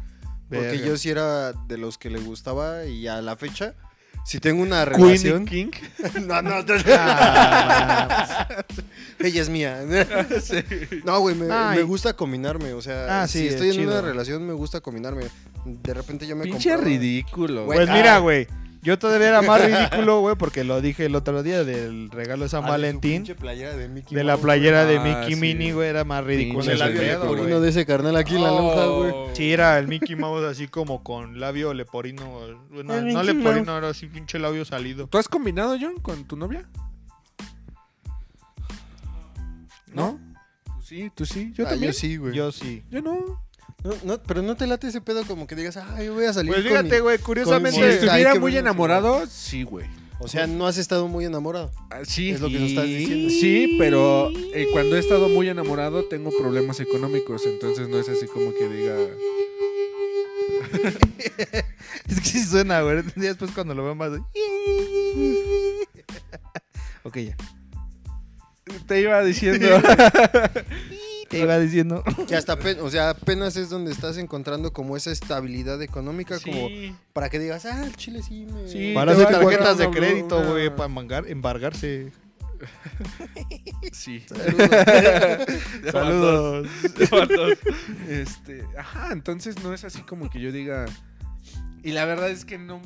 [SPEAKER 2] Porque
[SPEAKER 1] Verga.
[SPEAKER 2] yo sí era de los que le gustaba y a la fecha, si tengo una
[SPEAKER 3] Queen y
[SPEAKER 2] relación...
[SPEAKER 3] King.
[SPEAKER 2] no, no, no,
[SPEAKER 1] Ah,
[SPEAKER 2] ella es mía.
[SPEAKER 3] Sí.
[SPEAKER 2] No, güey, me,
[SPEAKER 1] Ay.
[SPEAKER 2] me gusta combinarme. O sea,
[SPEAKER 1] Ah, sí,
[SPEAKER 2] si
[SPEAKER 1] es
[SPEAKER 2] estoy en
[SPEAKER 1] chido.
[SPEAKER 2] una relación, me gusta combinarme. De repente yo me
[SPEAKER 4] Pinche
[SPEAKER 2] compraba-
[SPEAKER 4] ridículo.
[SPEAKER 2] Güey,
[SPEAKER 1] pues
[SPEAKER 2] ah.
[SPEAKER 1] mira, güey. Yo todavía era más ridículo, güey, porque lo dije el otro día del regalo de San
[SPEAKER 2] Ah, de su
[SPEAKER 1] Valentín.
[SPEAKER 2] pinche playera de Mickey
[SPEAKER 1] De la
[SPEAKER 2] Mouse,
[SPEAKER 1] playera de
[SPEAKER 4] Ah,
[SPEAKER 1] Mickey
[SPEAKER 4] sí.
[SPEAKER 1] Mini, güey, era más ridículo.
[SPEAKER 4] Pinche
[SPEAKER 1] el
[SPEAKER 2] labio
[SPEAKER 1] pedo,
[SPEAKER 4] leporino
[SPEAKER 1] güey.
[SPEAKER 2] Uno de ese carnal aquí en la
[SPEAKER 3] Oh.
[SPEAKER 2] lonja, güey.
[SPEAKER 1] Sí, era el Mickey Mouse así como con labio leporino. bueno,
[SPEAKER 2] El
[SPEAKER 1] no
[SPEAKER 2] Mickey
[SPEAKER 1] leporino, era así pinche labio salido.
[SPEAKER 3] ¿Tú has combinado, John, con tu novia? ¿No? Pues sí, tú sí, yo
[SPEAKER 2] Ah,
[SPEAKER 3] también.
[SPEAKER 2] Yo sí, güey.
[SPEAKER 1] Yo sí.
[SPEAKER 3] Yo no.
[SPEAKER 2] No, no, pero no te late ese pedo como que digas, ah, yo voy a salir
[SPEAKER 1] Pues
[SPEAKER 2] con mi-
[SPEAKER 1] fíjate, güey,
[SPEAKER 3] Si
[SPEAKER 2] Sí,
[SPEAKER 1] curiosamente.
[SPEAKER 2] está-
[SPEAKER 3] estuviera
[SPEAKER 2] ay, qué
[SPEAKER 3] muy
[SPEAKER 2] bueno,
[SPEAKER 3] enamorado, sí, güey.
[SPEAKER 2] O sea, no has estado muy enamorado.
[SPEAKER 3] Ah, Sí.
[SPEAKER 2] Es lo que nos estás diciendo.
[SPEAKER 3] Sí, pero eh, cuando he estado muy enamorado tengo problemas económicos, entonces no es así como que diga...
[SPEAKER 1] Es que sí suena, güey. Ya Después cuando lo veo más. de- ok, ya.
[SPEAKER 3] Te iba diciendo...
[SPEAKER 1] Te iba diciendo.
[SPEAKER 2] Que hasta apen- o sea, apenas es donde estás encontrando como esa estabilidad económica, como para que digas, ah, el chile sí me.
[SPEAKER 3] Sí.
[SPEAKER 1] Para
[SPEAKER 3] te
[SPEAKER 1] hacer
[SPEAKER 3] va a encontrar
[SPEAKER 1] tarjetas de
[SPEAKER 3] una
[SPEAKER 1] crédito,
[SPEAKER 3] broma.
[SPEAKER 1] güey. Para embargar- embargarse.
[SPEAKER 3] sí.
[SPEAKER 1] Saludos.
[SPEAKER 3] Este, ajá, entonces no es así como que yo diga. Y la verdad es que no.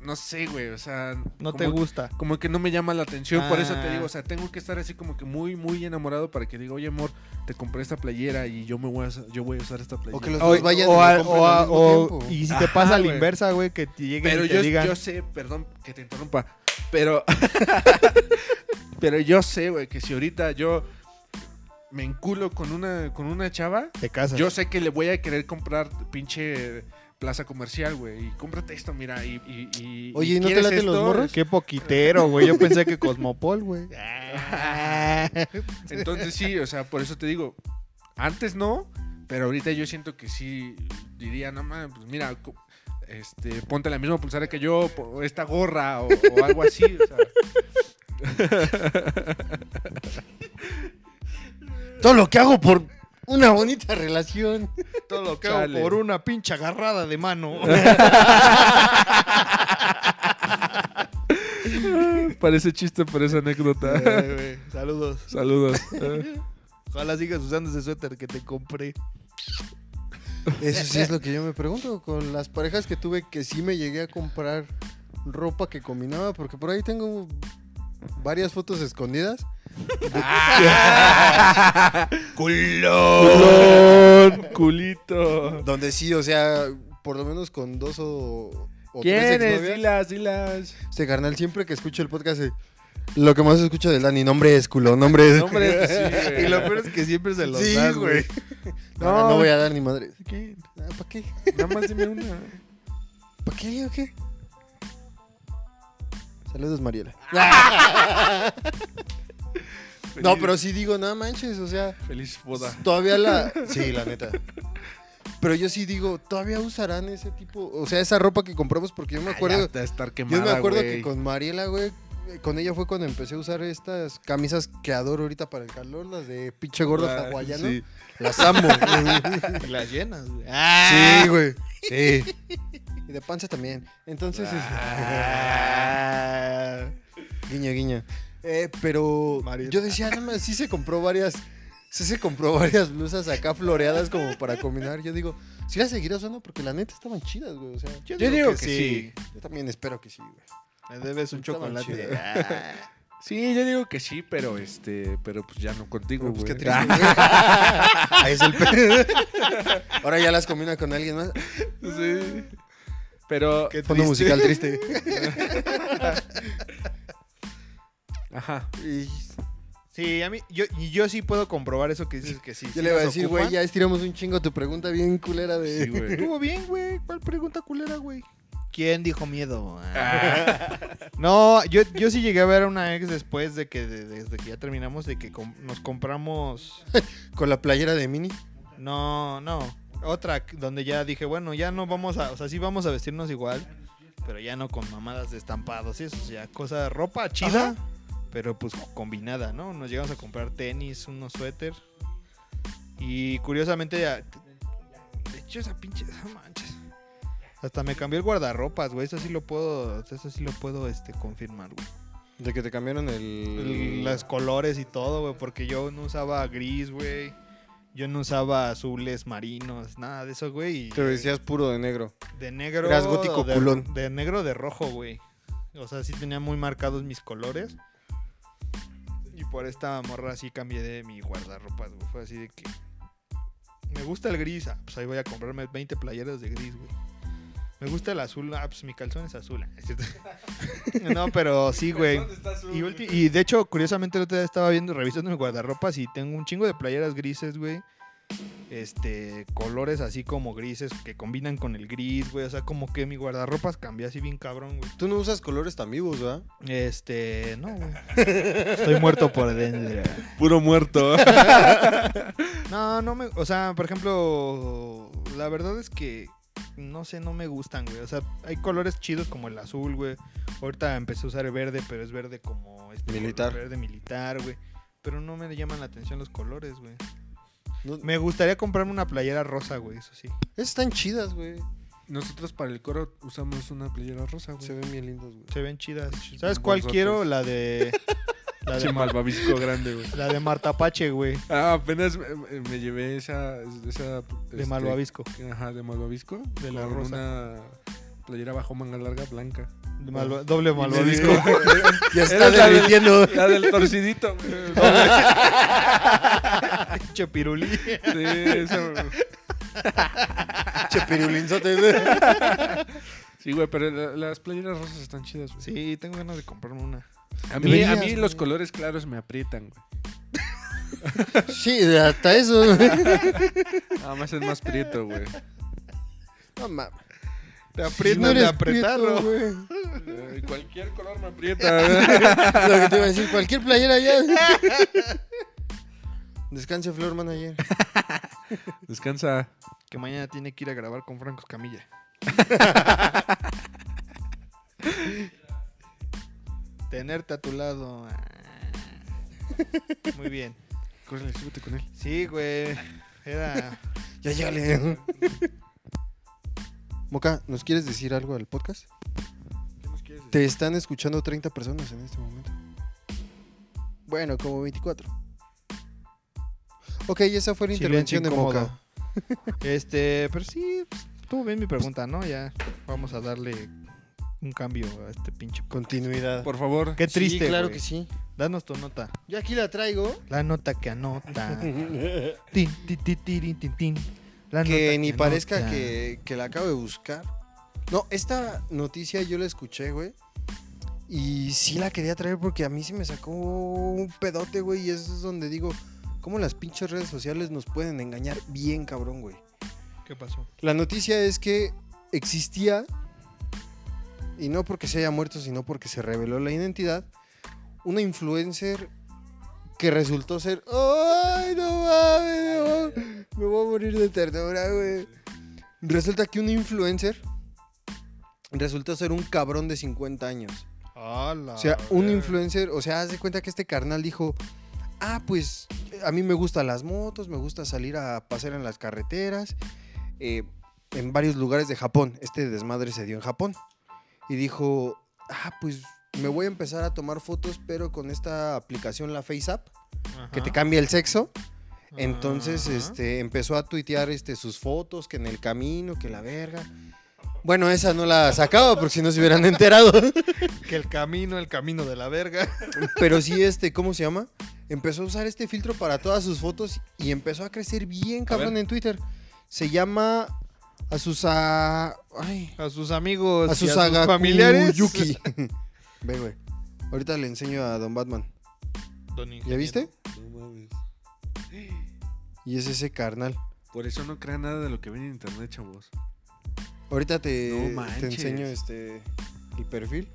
[SPEAKER 3] No sé, güey, o sea.
[SPEAKER 1] No
[SPEAKER 3] como-
[SPEAKER 1] te gusta.
[SPEAKER 3] Como que no me llama la atención, por eso te
[SPEAKER 1] Ah.
[SPEAKER 3] digo, o sea, tengo que estar así como que muy, muy enamorado para que diga, oye, amor, te compré esta playera y yo me voy a, us- yo voy a usar esta playera.
[SPEAKER 2] O que los
[SPEAKER 1] O,
[SPEAKER 2] dos vayan
[SPEAKER 1] o
[SPEAKER 2] y
[SPEAKER 1] a-
[SPEAKER 2] lo compren
[SPEAKER 1] o
[SPEAKER 2] al
[SPEAKER 1] a-
[SPEAKER 2] mismo
[SPEAKER 1] o-
[SPEAKER 2] tiempo.
[SPEAKER 1] y si te
[SPEAKER 3] Ajá,
[SPEAKER 1] pasa la
[SPEAKER 3] güey.
[SPEAKER 1] inversa, güey, que te lleguen
[SPEAKER 3] Pero
[SPEAKER 1] y te
[SPEAKER 3] yo,
[SPEAKER 1] digan.
[SPEAKER 3] yo sé, perdón que te interrumpa, pero. pero yo sé, güey, que si ahorita yo me enculo con una, con una chava,
[SPEAKER 1] Te casas.
[SPEAKER 3] Yo sé que le voy a querer comprar pinche plaza comercial, güey. Y cómprate esto, mira. Y, y, y-
[SPEAKER 2] Oye, ¿y no te
[SPEAKER 3] quieres
[SPEAKER 2] late los morros?
[SPEAKER 1] Qué poquitero, güey. Yo pensé que Cosmopol, güey.
[SPEAKER 3] Ah. Entonces sí, o sea, por eso te digo, antes no, pero ahorita yo siento que sí diría, no mames, pues mira, co- este, ponte la misma pulsera que yo, po- esta gorra o, o algo así. o sea.
[SPEAKER 2] Todo lo que hago por una bonita relación.
[SPEAKER 1] Todo lo que
[SPEAKER 3] hago por
[SPEAKER 1] una pinche agarrada de mano.
[SPEAKER 4] Parece chiste, pero es anécdota.
[SPEAKER 1] Eh, Saludos.
[SPEAKER 4] Saludos. Eh,
[SPEAKER 1] Ojalá sigas usando ese suéter que te compré.
[SPEAKER 2] Eso sí es lo que yo me pregunto. Con las parejas que tuve, que sí me llegué a comprar ropa que combinaba, porque por ahí tengo varias fotos escondidas.
[SPEAKER 4] Culón, culito.
[SPEAKER 2] Donde sí, o sea, por lo menos con dos o, o tres
[SPEAKER 3] ¿Quiénes?
[SPEAKER 2] exnovias.
[SPEAKER 3] Dilas, dilas.
[SPEAKER 2] Este carnal siempre que escucho el podcast, eh, lo que más escucho del Dani, nombre es culo, nombre es...
[SPEAKER 3] No, hombre, pues sí, güey.
[SPEAKER 1] Y lo peor es que siempre se los
[SPEAKER 2] Sí,
[SPEAKER 1] das,
[SPEAKER 2] güey.
[SPEAKER 1] güey.
[SPEAKER 2] No, no, no voy a dar ni madre.
[SPEAKER 3] ¿Qué?
[SPEAKER 2] ¿Para qué?
[SPEAKER 3] Nada más dime una.
[SPEAKER 2] ¿Para qué o qué? Saludos, Mariela. No, pero sí digo, no manches, o sea,
[SPEAKER 4] Feliz boda.
[SPEAKER 2] todavía la... Sí, la neta. Pero yo sí digo, todavía usarán ese tipo, o sea, esa ropa que compramos, porque yo me
[SPEAKER 3] Ah, Ya
[SPEAKER 2] acuerdo...
[SPEAKER 3] está estar
[SPEAKER 2] Yo me
[SPEAKER 3] quemada,
[SPEAKER 2] acuerdo
[SPEAKER 3] güey.
[SPEAKER 2] que con Mariela, güey, eh, con ella fue cuando empecé a usar estas camisas que adoro ahorita para el calor, las de pinche gordo
[SPEAKER 4] Ah,
[SPEAKER 2] hawaiano.
[SPEAKER 4] sí.
[SPEAKER 2] Las amo.
[SPEAKER 1] Y las llenas, güey.
[SPEAKER 2] Ah. sí, güey. Sí. Ah, Y de panza también. Entonces, este, es-
[SPEAKER 3] Ah.
[SPEAKER 2] guiño, guiño. Eh, pero
[SPEAKER 1] Mariela.
[SPEAKER 2] yo decía, nada más, sí se compró varias. Sí se compró varias blusas acá floreadas como para combinar. Yo digo, sí las seguiré usando porque la neta estaban chidas, güey. O sea,
[SPEAKER 1] Yo
[SPEAKER 3] Yo digo que sí.
[SPEAKER 2] yo también espero que sí, güey.
[SPEAKER 1] Me debes un
[SPEAKER 2] Estaban
[SPEAKER 1] chocolate. Ah.
[SPEAKER 2] chidas.
[SPEAKER 3] Sí, yo digo que sí, pero este, pero pues ya no contigo,
[SPEAKER 2] Pero, pues,
[SPEAKER 3] güey.
[SPEAKER 2] qué triste, güey. Ahí es el pe- Ahora ya las combina con alguien más.
[SPEAKER 3] Ah, Sí. Pero
[SPEAKER 1] Qué
[SPEAKER 2] Fondo
[SPEAKER 1] triste.
[SPEAKER 2] musical triste.
[SPEAKER 3] ajá.
[SPEAKER 2] Y
[SPEAKER 1] Sí, a mí, yo, y yo sí puedo comprobar eso que dices que sí.
[SPEAKER 2] yo
[SPEAKER 1] sí
[SPEAKER 2] le iba a
[SPEAKER 1] las
[SPEAKER 2] decir,
[SPEAKER 1] ocupan.
[SPEAKER 2] güey, ya estiramos un chingo tu pregunta bien culera de.
[SPEAKER 3] Sí, güey.
[SPEAKER 1] Estuvo bien, güey. ¿Cuál pregunta culera, güey? ¿Quién dijo miedo? No, yo, yo sí llegué a ver a una ex después de que, de- desde que ya terminamos, de que com- nos compramos...
[SPEAKER 2] Con la playera de Mini.
[SPEAKER 1] No, no. Otra c- donde ya dije, bueno, ya no vamos a... O sea, sí vamos a vestirnos igual, pero ya no con mamadas de estampados y eso. O sea, cosa, ropa chida, pero pues combinada, ¿no? Nos llegamos a comprar tenis, unos suéter. Y curiosamente, ya- de hecho, esa pinche... No manches. Hasta me cambió el guardarropas, güey. Eso sí lo puedo... Eso sí lo puedo este, confirmar, güey.
[SPEAKER 2] De que te cambiaron el.
[SPEAKER 1] El- los colores y todo, güey, porque yo no usaba gris, güey. Yo no usaba azules marinos, nada de eso, güey. y
[SPEAKER 2] Te decías puro de negro.
[SPEAKER 1] de negro.
[SPEAKER 2] eras gótico
[SPEAKER 1] o de,
[SPEAKER 2] culón.
[SPEAKER 1] De negro de rojo, güey. O sea, sí tenía muy marcados mis colores. Y por esta morra sí cambié de mi guardarropas, güey. Fue así de que. Me gusta el gris. ah, pues ahí voy a comprarme 20 playeras de gris, güey. Me gusta el azul. Ah, pues mi calzón es azul. ah, es cierto. no, pero sí, güey. Y, ulti- y de hecho, curiosamente, el otro día estaba viendo, revisando mi guardarropa y tengo un chingo de playeras grises, güey. Este, colores así como grises que combinan con el gris, güey. O sea, como que mi guardarropas cambió así bien cabrón, güey.
[SPEAKER 2] Tú no usas colores tan vivos, ¿verdad?
[SPEAKER 1] Este, no, güey. Estoy muerto por dentro.
[SPEAKER 4] Puro muerto.
[SPEAKER 1] No, no me. O sea, por ejemplo, la verdad es que. No sé, no me gustan, güey. O sea, hay colores chidos como el azul, güey. Ahorita empecé a usar el verde, pero es verde como. Este
[SPEAKER 2] Militar.
[SPEAKER 1] Verde militar, güey. Pero no me llaman la atención los colores, güey.
[SPEAKER 2] No-
[SPEAKER 1] Me gustaría comprarme una playera rosa, güey, eso sí.
[SPEAKER 2] Esas están chidas, güey.
[SPEAKER 3] Nosotros para el coro usamos una playera rosa, güey.
[SPEAKER 2] Se ven bien lindas, güey.
[SPEAKER 1] Se ven chidas. ¿Sabes cuál
[SPEAKER 3] bolsotes.
[SPEAKER 1] quiero? La de. La de,
[SPEAKER 3] Pinche
[SPEAKER 1] Mar-
[SPEAKER 3] malvavisco grande, güey.
[SPEAKER 1] la de Marta Pache, güey.
[SPEAKER 3] Ah, apenas me, me- me llevé esa. esa
[SPEAKER 1] De
[SPEAKER 3] este,
[SPEAKER 1] Malvavisco.
[SPEAKER 3] Ajá, de malvavisco.
[SPEAKER 1] De la
[SPEAKER 3] con
[SPEAKER 1] rosa.
[SPEAKER 3] una playera bajo manga larga blanca.
[SPEAKER 1] De Malva- doble
[SPEAKER 3] me
[SPEAKER 1] Malvavisco.
[SPEAKER 3] Era
[SPEAKER 2] Ya está
[SPEAKER 3] la del-
[SPEAKER 2] derritiendo.
[SPEAKER 3] La del torcidito, güey.
[SPEAKER 1] Pinche pirulí.
[SPEAKER 3] Sí, esa, güey.
[SPEAKER 2] Che, pirulinzote, güey.
[SPEAKER 3] Sí, güey, pero la- las playeras rosas están chidas, güey.
[SPEAKER 1] Sí, tengo ganas de comprarme una.
[SPEAKER 3] A mí,
[SPEAKER 2] Deberías,
[SPEAKER 3] a mí
[SPEAKER 2] güey.
[SPEAKER 3] los colores claros me aprietan, güey.
[SPEAKER 2] Sí, hasta eso. güey.
[SPEAKER 3] Nada más es Ah, más prieto, güey.
[SPEAKER 2] No mames.
[SPEAKER 1] Te
[SPEAKER 2] Si no
[SPEAKER 1] aprietan de
[SPEAKER 2] eres
[SPEAKER 1] apretarlo.
[SPEAKER 2] prieto, güey.
[SPEAKER 3] Eh, Cualquier color me aprieta.
[SPEAKER 2] Lo que te iba a decir, cualquier playera ya. Descanse, Flor Manager.
[SPEAKER 3] Descansa.
[SPEAKER 1] Que mañana tiene que ir a grabar con Franco Camilla. Tenerte a tu lado. ah. Muy bien.
[SPEAKER 3] Córrele, súbete con él.
[SPEAKER 1] Sí, güey. Era.
[SPEAKER 2] Ya, llégale. Moca, ¿nos quieres decir algo al podcast?
[SPEAKER 3] ¿Qué nos quieres decir?
[SPEAKER 2] Te están escuchando 30 personas en este momento. Bueno, como 24. Ok, esa fue la
[SPEAKER 1] Silencio
[SPEAKER 2] intervención de
[SPEAKER 1] incómodo.
[SPEAKER 2] Moca.
[SPEAKER 1] Este, pero sí, pues, estuvo bien mi pregunta, ¿no? Ya vamos a darle un cambio a este pinche. po-
[SPEAKER 2] Continuidad.
[SPEAKER 3] Por favor.
[SPEAKER 1] Qué triste.
[SPEAKER 2] Sí, claro
[SPEAKER 1] güey.
[SPEAKER 2] que sí.
[SPEAKER 1] Danos tu nota.
[SPEAKER 2] Yo aquí la traigo.
[SPEAKER 1] La nota que anota. Tin, ti, ti, tirin, tin, tin. La nota
[SPEAKER 2] que ni parezca
[SPEAKER 1] anota.
[SPEAKER 2] que, que la acabo de buscar. No, esta noticia yo la escuché, güey. Y sí la quería traer porque a mí sí me sacó un pedote, güey. Y eso es donde digo, cómo las pinches redes sociales nos pueden engañar bien cabrón, güey.
[SPEAKER 1] ¿Qué pasó?
[SPEAKER 2] La noticia es que existía, y no porque se haya muerto, sino porque se reveló la identidad, una influencer que resultó ser... ¡Ay, no mames! Me voy, me voy a morir de ternura, güey. Resulta que un influencer resultó ser un cabrón de 50 años. O
[SPEAKER 1] Ah,
[SPEAKER 2] sea, un influencer, o sea, haz de cuenta que este carnal dijo, ah, pues a mí me gustan las motos, me gusta salir a pasear en las carreteras, eh, en varios lugares de Japón. Este desmadre se dio en Japón. Y dijo, ah, pues me voy a empezar a tomar fotos, pero con esta aplicación, la FaceApp, que te cambia el sexo. Entonces,
[SPEAKER 1] Ajá.
[SPEAKER 2] este, empezó a tuitear este, sus fotos, que en el camino, que la verga. Bueno, esa no la sacaba porque si no se hubieran enterado.
[SPEAKER 1] Que el camino, el camino de la verga.
[SPEAKER 2] Pero sí, este, ¿cómo se llama? Empezó a usar este filtro para todas sus fotos y empezó a crecer bien cabrón en Twitter. Se llama a sus a... Ay,
[SPEAKER 1] A sus amigos,
[SPEAKER 2] a sus,
[SPEAKER 1] Pues, y a sus familiares.
[SPEAKER 2] familiares. Yuki. Ve, güey. Ahorita le enseño a Don Batman.
[SPEAKER 1] Don
[SPEAKER 2] ¿Ya
[SPEAKER 1] Ingeniero.
[SPEAKER 2] viste?
[SPEAKER 3] No mames.
[SPEAKER 2] Y es ese carnal.
[SPEAKER 3] Por eso no crean nada de lo que ven en internet, chavos.
[SPEAKER 2] Ahorita te,
[SPEAKER 3] No
[SPEAKER 2] te
[SPEAKER 3] manches.
[SPEAKER 2] enseño este el perfil.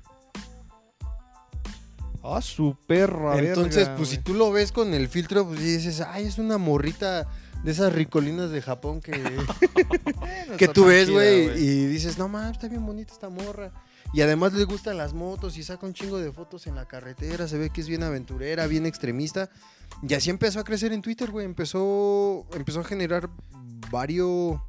[SPEAKER 1] Ah, su perra.
[SPEAKER 2] Entonces, pues si tú lo ves con el filtro, pues y dices, ay, es una morrita de esas ricolinas de Japón que... que tú ves, güey, y dices, no mames, está bien bonita esta morra. Y además le gustan las motos y saca un chingo de fotos en la carretera, se ve que es bien aventurera, bien extremista. Y así empezó a crecer en Twitter, güey, empezó, empezó a generar varios,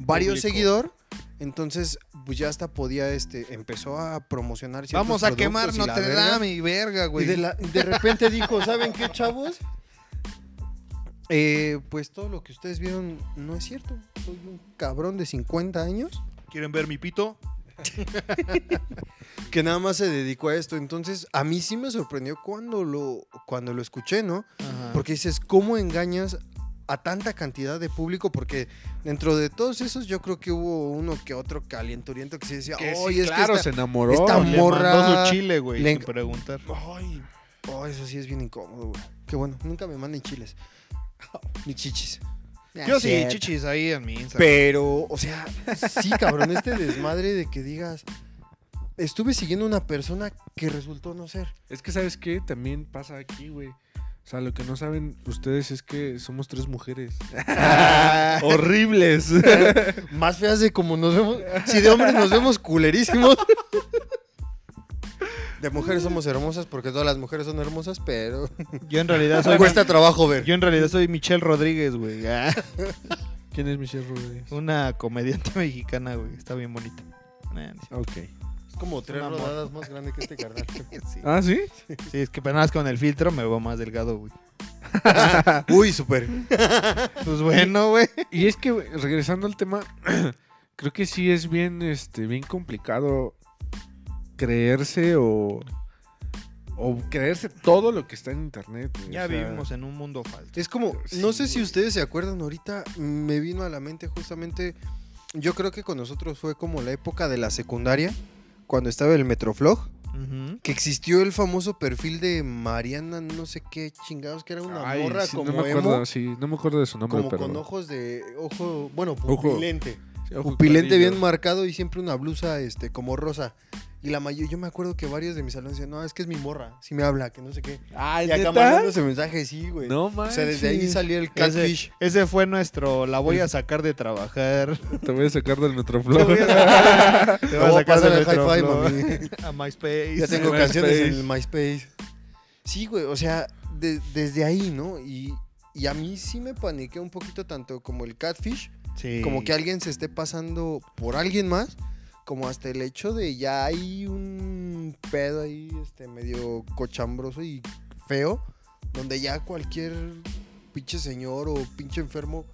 [SPEAKER 2] varios
[SPEAKER 1] Público.
[SPEAKER 2] seguidor. Entonces, pues ya hasta podía, este, empezó a promocionar. ciertos
[SPEAKER 1] Vamos a quemar
[SPEAKER 2] productos y la
[SPEAKER 1] Notre
[SPEAKER 2] verga.
[SPEAKER 1] Dame y verga,
[SPEAKER 2] Y
[SPEAKER 1] güey.
[SPEAKER 2] de, la- de repente dijo, ¿saben qué, chavos? Eh, pues todo lo que ustedes vieron no es cierto. Soy un cabrón de 50 años
[SPEAKER 1] ¿Quieren ver mi pito?
[SPEAKER 2] que nada más se dedicó a esto. Entonces, a mí sí me sorprendió cuando lo, cuando lo escuché, ¿no?
[SPEAKER 1] Ajá.
[SPEAKER 2] Porque dices, ¿cómo engañas a tanta cantidad de público, porque dentro de todos esos yo creo que hubo uno que otro calienturiento que se decía,
[SPEAKER 3] Que sí,
[SPEAKER 2] oye, es
[SPEAKER 3] claro,
[SPEAKER 2] que esta-
[SPEAKER 3] se enamoró.
[SPEAKER 2] esta
[SPEAKER 1] Le
[SPEAKER 2] morra-
[SPEAKER 1] mandó su chile, güey,
[SPEAKER 2] le-
[SPEAKER 1] sin preguntar.
[SPEAKER 2] Ay, oh, eso sí es bien incómodo, güey. Qué bueno, nunca me manden chiles. Ni chichis.
[SPEAKER 1] Yo
[SPEAKER 2] Ah,
[SPEAKER 1] sí,
[SPEAKER 2] cierto.
[SPEAKER 1] chichis ahí en mi Instagram.
[SPEAKER 2] Pero, o sea, sí, cabrón, este desmadre de que digas, estuve siguiendo una persona que resultó no ser.
[SPEAKER 3] Es que, ¿sabes qué? También pasa aquí, güey. O sea, lo que no saben ustedes es que somos tres mujeres.
[SPEAKER 1] Ah,
[SPEAKER 3] Horribles.
[SPEAKER 2] Más feas de como nos vemos. Si de hombres nos vemos culerísimos. De mujeres somos hermosas porque todas las mujeres son hermosas, pero
[SPEAKER 1] Yo en realidad soy...
[SPEAKER 2] cuesta trabajo ver.
[SPEAKER 1] Yo en realidad soy Michelle Rodríguez, güey. Ah,
[SPEAKER 3] ¿Quién es Michelle Rodríguez?
[SPEAKER 1] Una comediante mexicana, güey. Está bien bonita. Nah, no es
[SPEAKER 3] Ok.
[SPEAKER 2] Es como tres
[SPEAKER 1] un amor.
[SPEAKER 2] rodadas más grande que este carnal.
[SPEAKER 1] cierto. Sí.
[SPEAKER 3] ¿Ah, sí?
[SPEAKER 1] Sí, es que apenas con el filtro me veo más delgado, güey.
[SPEAKER 2] Uy, súper.
[SPEAKER 1] Pues bueno, güey.
[SPEAKER 3] Y es que, güey, regresando al tema, creo que sí es bien, este, bien complicado creerse o, o creerse todo lo que está en internet. güey.
[SPEAKER 1] Ya
[SPEAKER 3] O sea,
[SPEAKER 1] vivimos en un mundo falso.
[SPEAKER 2] Es como,
[SPEAKER 3] Sí,
[SPEAKER 2] no sé si
[SPEAKER 3] güey.
[SPEAKER 2] ustedes se acuerdan ahorita, me vino a la mente justamente, yo creo que con nosotros fue como la época de la secundaria, cuando estaba el Metroflog,
[SPEAKER 1] Ujú.
[SPEAKER 2] que existió el famoso perfil de Mariana, no sé qué chingados, que era una
[SPEAKER 3] ay,
[SPEAKER 2] morra
[SPEAKER 3] sí,
[SPEAKER 2] como
[SPEAKER 3] no me
[SPEAKER 2] emo,
[SPEAKER 3] acuerdo, sí, no me acuerdo de su nombre,
[SPEAKER 2] como
[SPEAKER 3] pero...
[SPEAKER 2] con ojos de, ojo, bueno, pupilente,
[SPEAKER 3] sí, ojo
[SPEAKER 2] pupilente
[SPEAKER 3] clarillo.
[SPEAKER 2] bien marcado y siempre una blusa, este, como rosa. Y la mayor, yo me acuerdo que varios de mis salones decían, no, es que es mi morra, si me habla, que no sé qué.
[SPEAKER 3] Ay,
[SPEAKER 2] Y acá
[SPEAKER 3] ¿neta?
[SPEAKER 2] mandándose mensajes, sí, güey.
[SPEAKER 3] No,
[SPEAKER 2] o
[SPEAKER 3] manches.
[SPEAKER 2] sea, desde ahí salía el catfish.
[SPEAKER 1] Ese, ese fue nuestro. La voy a sacar de trabajar.
[SPEAKER 3] Te voy a sacar del
[SPEAKER 1] Te voy
[SPEAKER 3] Metroflog.
[SPEAKER 1] a sacar, te voy a
[SPEAKER 2] No,
[SPEAKER 1] sacar
[SPEAKER 2] pásame
[SPEAKER 1] del
[SPEAKER 2] el hi-fi,
[SPEAKER 1] Metroflog.
[SPEAKER 2] mami.
[SPEAKER 1] A MySpace.
[SPEAKER 2] Ya tengo
[SPEAKER 3] MySpace.
[SPEAKER 2] canciones en MySpace. Sí, güey, o sea, de- desde ahí, ¿no? Y, y a mí sí me paniqué un poquito tanto como el catfish,
[SPEAKER 1] Sí.
[SPEAKER 2] como que alguien se esté pasando por alguien más, como hasta el hecho de ya hay un pedo ahí este medio cochambroso y feo, donde ya cualquier pinche señor o pinche enfermo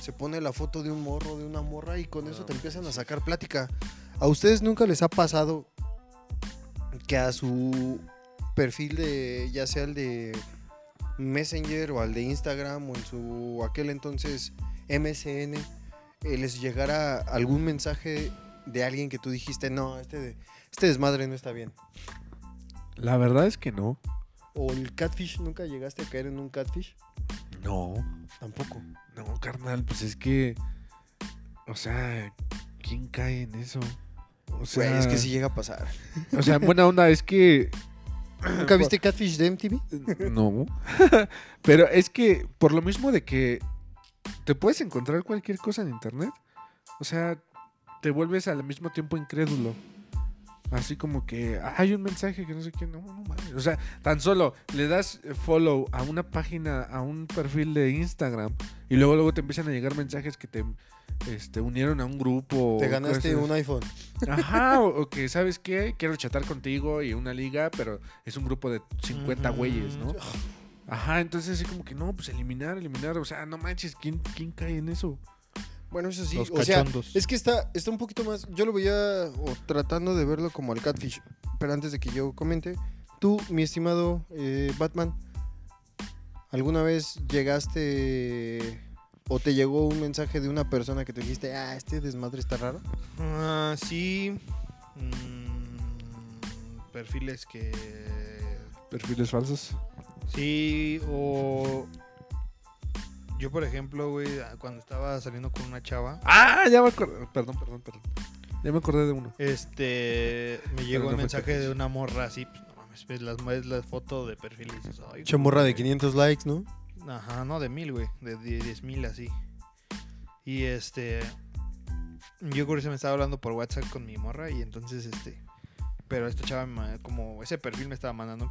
[SPEAKER 2] se pone la foto de un morro, de una morra y con eso te empiezan a sacar plática. ¿A ustedes nunca les ha pasado que a su perfil de ya sea el de Messenger o al de Instagram o en su aquel entonces MSN eh, les llegara algún mensaje de alguien que tú dijiste, no, este, de- este desmadre no está bien?
[SPEAKER 3] La verdad es que no.
[SPEAKER 2] ¿O el catfish? ¿Nunca llegaste a caer en un catfish?
[SPEAKER 3] No.
[SPEAKER 2] Tampoco.
[SPEAKER 3] No, carnal, pues es que. O sea, ¿quién cae en eso? O sea,
[SPEAKER 2] Güey, es que sí llega a pasar.
[SPEAKER 3] O sea, buena onda, es que.
[SPEAKER 2] ¿Nunca viste catfish de MTV?
[SPEAKER 3] No. Pero es que, por lo mismo de que te puedes encontrar cualquier cosa en internet, o sea, te vuelves al mismo tiempo incrédulo. Así como que "Ah, hay un mensaje que no sé qué, no, no mames. O sea, tan solo le das eh, follow a una página, a un perfil de Instagram, y luego luego te empiezan a llegar mensajes que te este, unieron a un grupo.
[SPEAKER 2] Te ganaste
[SPEAKER 3] cosas.
[SPEAKER 2] un iPhone.
[SPEAKER 3] Ajá, o, o que, ¿sabes qué? Quiero chatar contigo y una liga, pero es un grupo de 50
[SPEAKER 1] Ujú.
[SPEAKER 3] güeyes, ¿no? Ajá, entonces así como que no, pues eliminar, eliminar, o sea, no manches, ¿quién, quién cae en eso?
[SPEAKER 2] Bueno, eso sí,
[SPEAKER 1] Los
[SPEAKER 2] o sea,
[SPEAKER 1] cachondos.
[SPEAKER 2] es que está, está un poquito más. Yo lo veía o tratando de verlo como el catfish. Pero antes de que yo comente, tú, mi estimado eh, Batman, ¿alguna vez llegaste o te llegó un mensaje de una persona que te dijiste, ah, este desmadre está raro?
[SPEAKER 1] Ah, sí. Mm, perfiles que
[SPEAKER 3] Perfiles falsos.
[SPEAKER 1] Sí, o. Yo, por ejemplo, güey, cuando estaba saliendo con una chava,
[SPEAKER 3] Ah, ya me acordé, perdón, perdón, perdón. Ya me acordé de uno.
[SPEAKER 1] este. Me
[SPEAKER 3] no
[SPEAKER 1] llegó
[SPEAKER 3] fue
[SPEAKER 1] el mensaje
[SPEAKER 3] catfish.
[SPEAKER 1] de una morra así, pues no mames, ves las, ves las fotos de perfil y dices, ay.
[SPEAKER 2] Chamorra de
[SPEAKER 1] güey.
[SPEAKER 2] 500 likes, ¿no?
[SPEAKER 1] Ajá, no, de mil, güey, de die- diez mil así. Y este. Yo curioso me estaba hablando por WhatsApp con mi morra y entonces este. Pero esta chava, me ma- como ese perfil me estaba mandando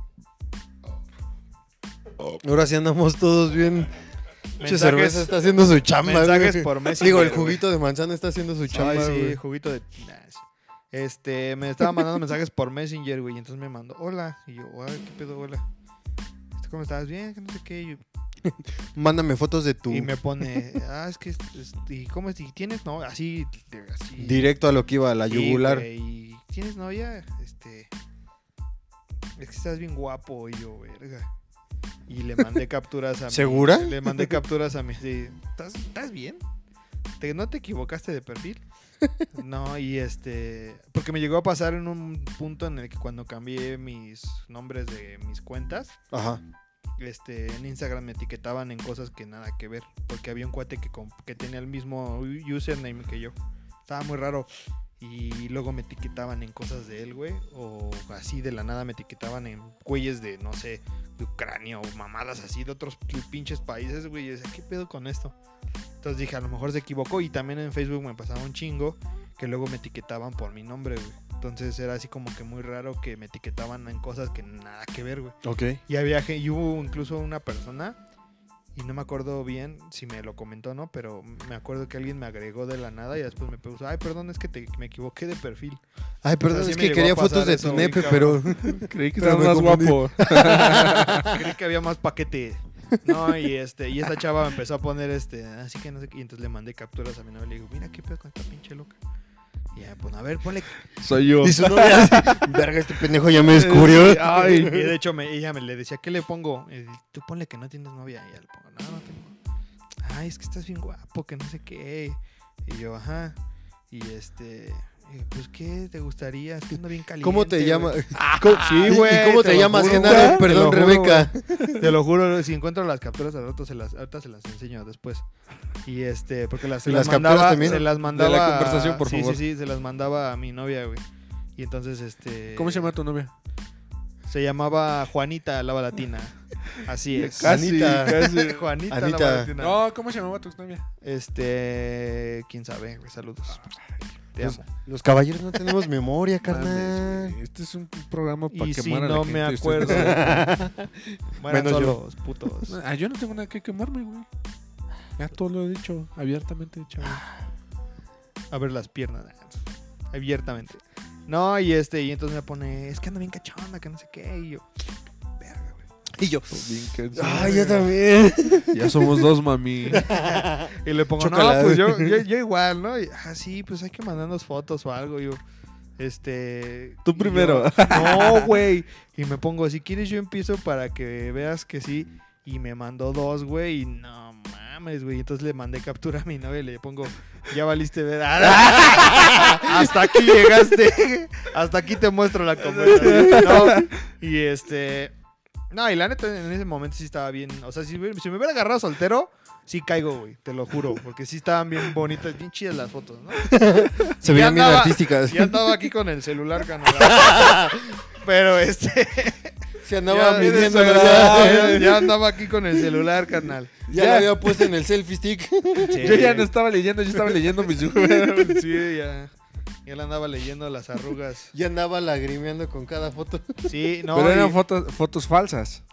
[SPEAKER 2] Ahora sí andamos todos bien. Mucha cerveza
[SPEAKER 1] mensajes,
[SPEAKER 2] está haciendo su chamba.
[SPEAKER 1] mensajes
[SPEAKER 2] güey.
[SPEAKER 1] por mes.
[SPEAKER 2] Digo, el juguito de manzana está haciendo su chamba.
[SPEAKER 1] Ay, sí,
[SPEAKER 2] güey.
[SPEAKER 1] juguito de. nah, sí. Este, me estaba mandando mensajes por Messenger, güey. Y entonces me mandó, hola. Y yo, ay, qué pedo, hola. Este, ¿Cómo estás? Bien, que no sé qué. Y,
[SPEAKER 2] Mándame fotos de tu.
[SPEAKER 1] y me pone, ah, es que. es- es- ¿Y cómo es? ¿Y tienes? No, así. de- así
[SPEAKER 2] Directo a lo que iba, a la
[SPEAKER 1] Sí,
[SPEAKER 2] yugular.
[SPEAKER 1] güey, ¿Y tienes novia? Este. Es que estás bien guapo, y yo, verga. Y le mandé capturas a mi-
[SPEAKER 2] ¿Segura?
[SPEAKER 1] Le mandé capturas a mi. sí, ¿Estás, estás bien? ¿Te- ¿No te equivocaste de perfil? No, y este. Porque me llegó a pasar en un punto en el que cuando cambié mis nombres de mis cuentas,
[SPEAKER 2] Ajá.
[SPEAKER 1] este, en Instagram me etiquetaban en cosas que nada que ver. Porque había un cuate que, comp- que tenía el mismo u- username que yo. Estaba muy raro. Y luego me etiquetaban en cosas de él, güey. O así de la nada me etiquetaban en güeyes de, no sé, de Ucrania o mamadas así de otros pinches países, güey. Y yo decía, ¿qué pedo con esto? Entonces dije, a lo mejor se equivocó. Y también en Facebook me pasaba un chingo que luego me etiquetaban por mi nombre, güey. Entonces era así como que muy raro que me etiquetaban en cosas que nada que ver, güey.
[SPEAKER 2] Ok.
[SPEAKER 1] Y había gen- y hubo incluso una persona, y no me acuerdo bien si me lo comentó o no, pero me acuerdo que alguien me agregó de la nada y después me puso, ay, perdón, es que te- me equivoqué de perfil.
[SPEAKER 2] Ay, perdón,
[SPEAKER 1] O sea, sí
[SPEAKER 2] es
[SPEAKER 1] me
[SPEAKER 2] que
[SPEAKER 1] llegó a
[SPEAKER 2] quería
[SPEAKER 1] pasar
[SPEAKER 2] fotos de
[SPEAKER 1] eso,
[SPEAKER 2] tu
[SPEAKER 1] güey,
[SPEAKER 2] nepe, pero.
[SPEAKER 1] cabrón.
[SPEAKER 4] Creí que
[SPEAKER 2] Pero
[SPEAKER 4] estaba
[SPEAKER 2] me
[SPEAKER 4] más
[SPEAKER 2] confundí.
[SPEAKER 4] guapo.
[SPEAKER 1] Creí que había más paquete. No, y este, y esta chava empezó a poner este, así que no sé qué, y entonces le mandé capturas a mi novia y le digo, mira qué pedo con esta pinche loca. Y ya, pues a ver, ponle.
[SPEAKER 4] Soy yo.
[SPEAKER 2] Y su novia así, Verga, este pendejo ya me descubrió.
[SPEAKER 1] Ay, y de hecho me, ella me le decía, ¿qué le pongo? Y tú ponle que no tienes novia. Y ya le pongo, no, no tengo. Ay, es que estás bien guapo, que no sé qué. Y yo, ajá. Y este, y, pues, ¿qué te gustaría? Es que ando bien caliente.
[SPEAKER 2] ¿Cómo te
[SPEAKER 1] güey.
[SPEAKER 2] llamas? ¿Cómo-
[SPEAKER 1] sí,
[SPEAKER 2] ¿Y-
[SPEAKER 1] güey,
[SPEAKER 2] ¿Y cómo
[SPEAKER 1] te
[SPEAKER 2] te,
[SPEAKER 1] lo
[SPEAKER 2] llamas,
[SPEAKER 1] juro,
[SPEAKER 2] Genaro?
[SPEAKER 1] güey, te lo
[SPEAKER 2] Perdón,
[SPEAKER 1] juro,
[SPEAKER 2] Rebeca.
[SPEAKER 1] Te lo juro, si encuentro las capturas al rato, se las, ahorita se las enseño después. Y este, porque las, se
[SPEAKER 2] ¿Y
[SPEAKER 1] las,
[SPEAKER 2] las capturas
[SPEAKER 1] mandaba,
[SPEAKER 2] también?
[SPEAKER 1] se las mandaba.
[SPEAKER 4] la conversación, por
[SPEAKER 1] sí,
[SPEAKER 4] favor.
[SPEAKER 1] Sí, sí, se las mandaba a mi novia, güey. Y entonces, este.
[SPEAKER 3] ¿Cómo se llama tu novia?
[SPEAKER 1] Se llamaba Juanita Lava Latina. Así es.
[SPEAKER 4] Casi,
[SPEAKER 2] Anita.
[SPEAKER 4] casi.
[SPEAKER 1] Juanita
[SPEAKER 2] Anita.
[SPEAKER 1] Lava Latina.
[SPEAKER 3] No, ¿cómo se llamaba tu novia?
[SPEAKER 1] Este, quién sabe, güey, saludos. Te
[SPEAKER 2] Los,
[SPEAKER 1] amo.
[SPEAKER 2] los caballeros no tenemos memoria, carnal.
[SPEAKER 3] Este es un programa para
[SPEAKER 1] Y
[SPEAKER 3] quemar
[SPEAKER 1] si
[SPEAKER 3] a la
[SPEAKER 1] no
[SPEAKER 3] gente,
[SPEAKER 1] me
[SPEAKER 3] ustedes
[SPEAKER 1] acuerdo,
[SPEAKER 3] no-
[SPEAKER 1] mueran
[SPEAKER 2] Menos yo.
[SPEAKER 1] solos, putos.
[SPEAKER 3] Ah, yo no tengo nada que quemarme, güey. Ya todo lo he dicho, abiertamente, chaval.
[SPEAKER 1] A ver las piernas. Abiertamente. No, y este, y entonces me pone, es que ando bien cachonda, que no sé qué. Y yo, verga, güey.
[SPEAKER 2] Y yo.
[SPEAKER 4] Bien cansado.
[SPEAKER 2] Ay, yo también.
[SPEAKER 4] Ya somos dos, mami.
[SPEAKER 1] Y le pongo,
[SPEAKER 2] Chócala.
[SPEAKER 1] no, pues yo, yo, yo igual, ¿no? Y, ah, sí, pues hay que mandarnos fotos o algo. Y yo, este.
[SPEAKER 4] Tú
[SPEAKER 1] y
[SPEAKER 4] primero.
[SPEAKER 1] yo, no, güey. Y me pongo, si quieres, yo empiezo para que veas que sí. Y me mandó dos, güey. Y no mames, güey. Entonces le mandé captura a mi novia y le pongo, ya valiste ver. Hasta aquí llegaste. Hasta aquí te muestro la conversación. ¿no? Y este. No, y la neta en ese momento sí estaba bien. O sea, si, hubiera- si me hubiera agarrado soltero, sí caigo, güey. Te lo juro. Porque sí estaban bien bonitas, bien chidas las fotos, ¿no?
[SPEAKER 2] Se veían bien
[SPEAKER 1] andaba-
[SPEAKER 2] artísticas.
[SPEAKER 1] Ya andaba aquí con el celular canalado. Pero este.
[SPEAKER 2] Se
[SPEAKER 1] ya,
[SPEAKER 2] andaba midiendo,
[SPEAKER 1] ya-
[SPEAKER 2] ¿verdad?
[SPEAKER 1] ya- ya andaba aquí con el celular, carnal.
[SPEAKER 2] Ya la había puesto en el selfie stick.
[SPEAKER 1] Eh.
[SPEAKER 4] Yo ya no estaba leyendo, yo estaba leyendo mis
[SPEAKER 1] Sí, ya. Ya le andaba leyendo las arrugas.
[SPEAKER 2] Ya andaba lagrimeando con cada foto.
[SPEAKER 1] Sí, no.
[SPEAKER 3] Pero eran
[SPEAKER 1] y-
[SPEAKER 3] fotos, fotos falsas.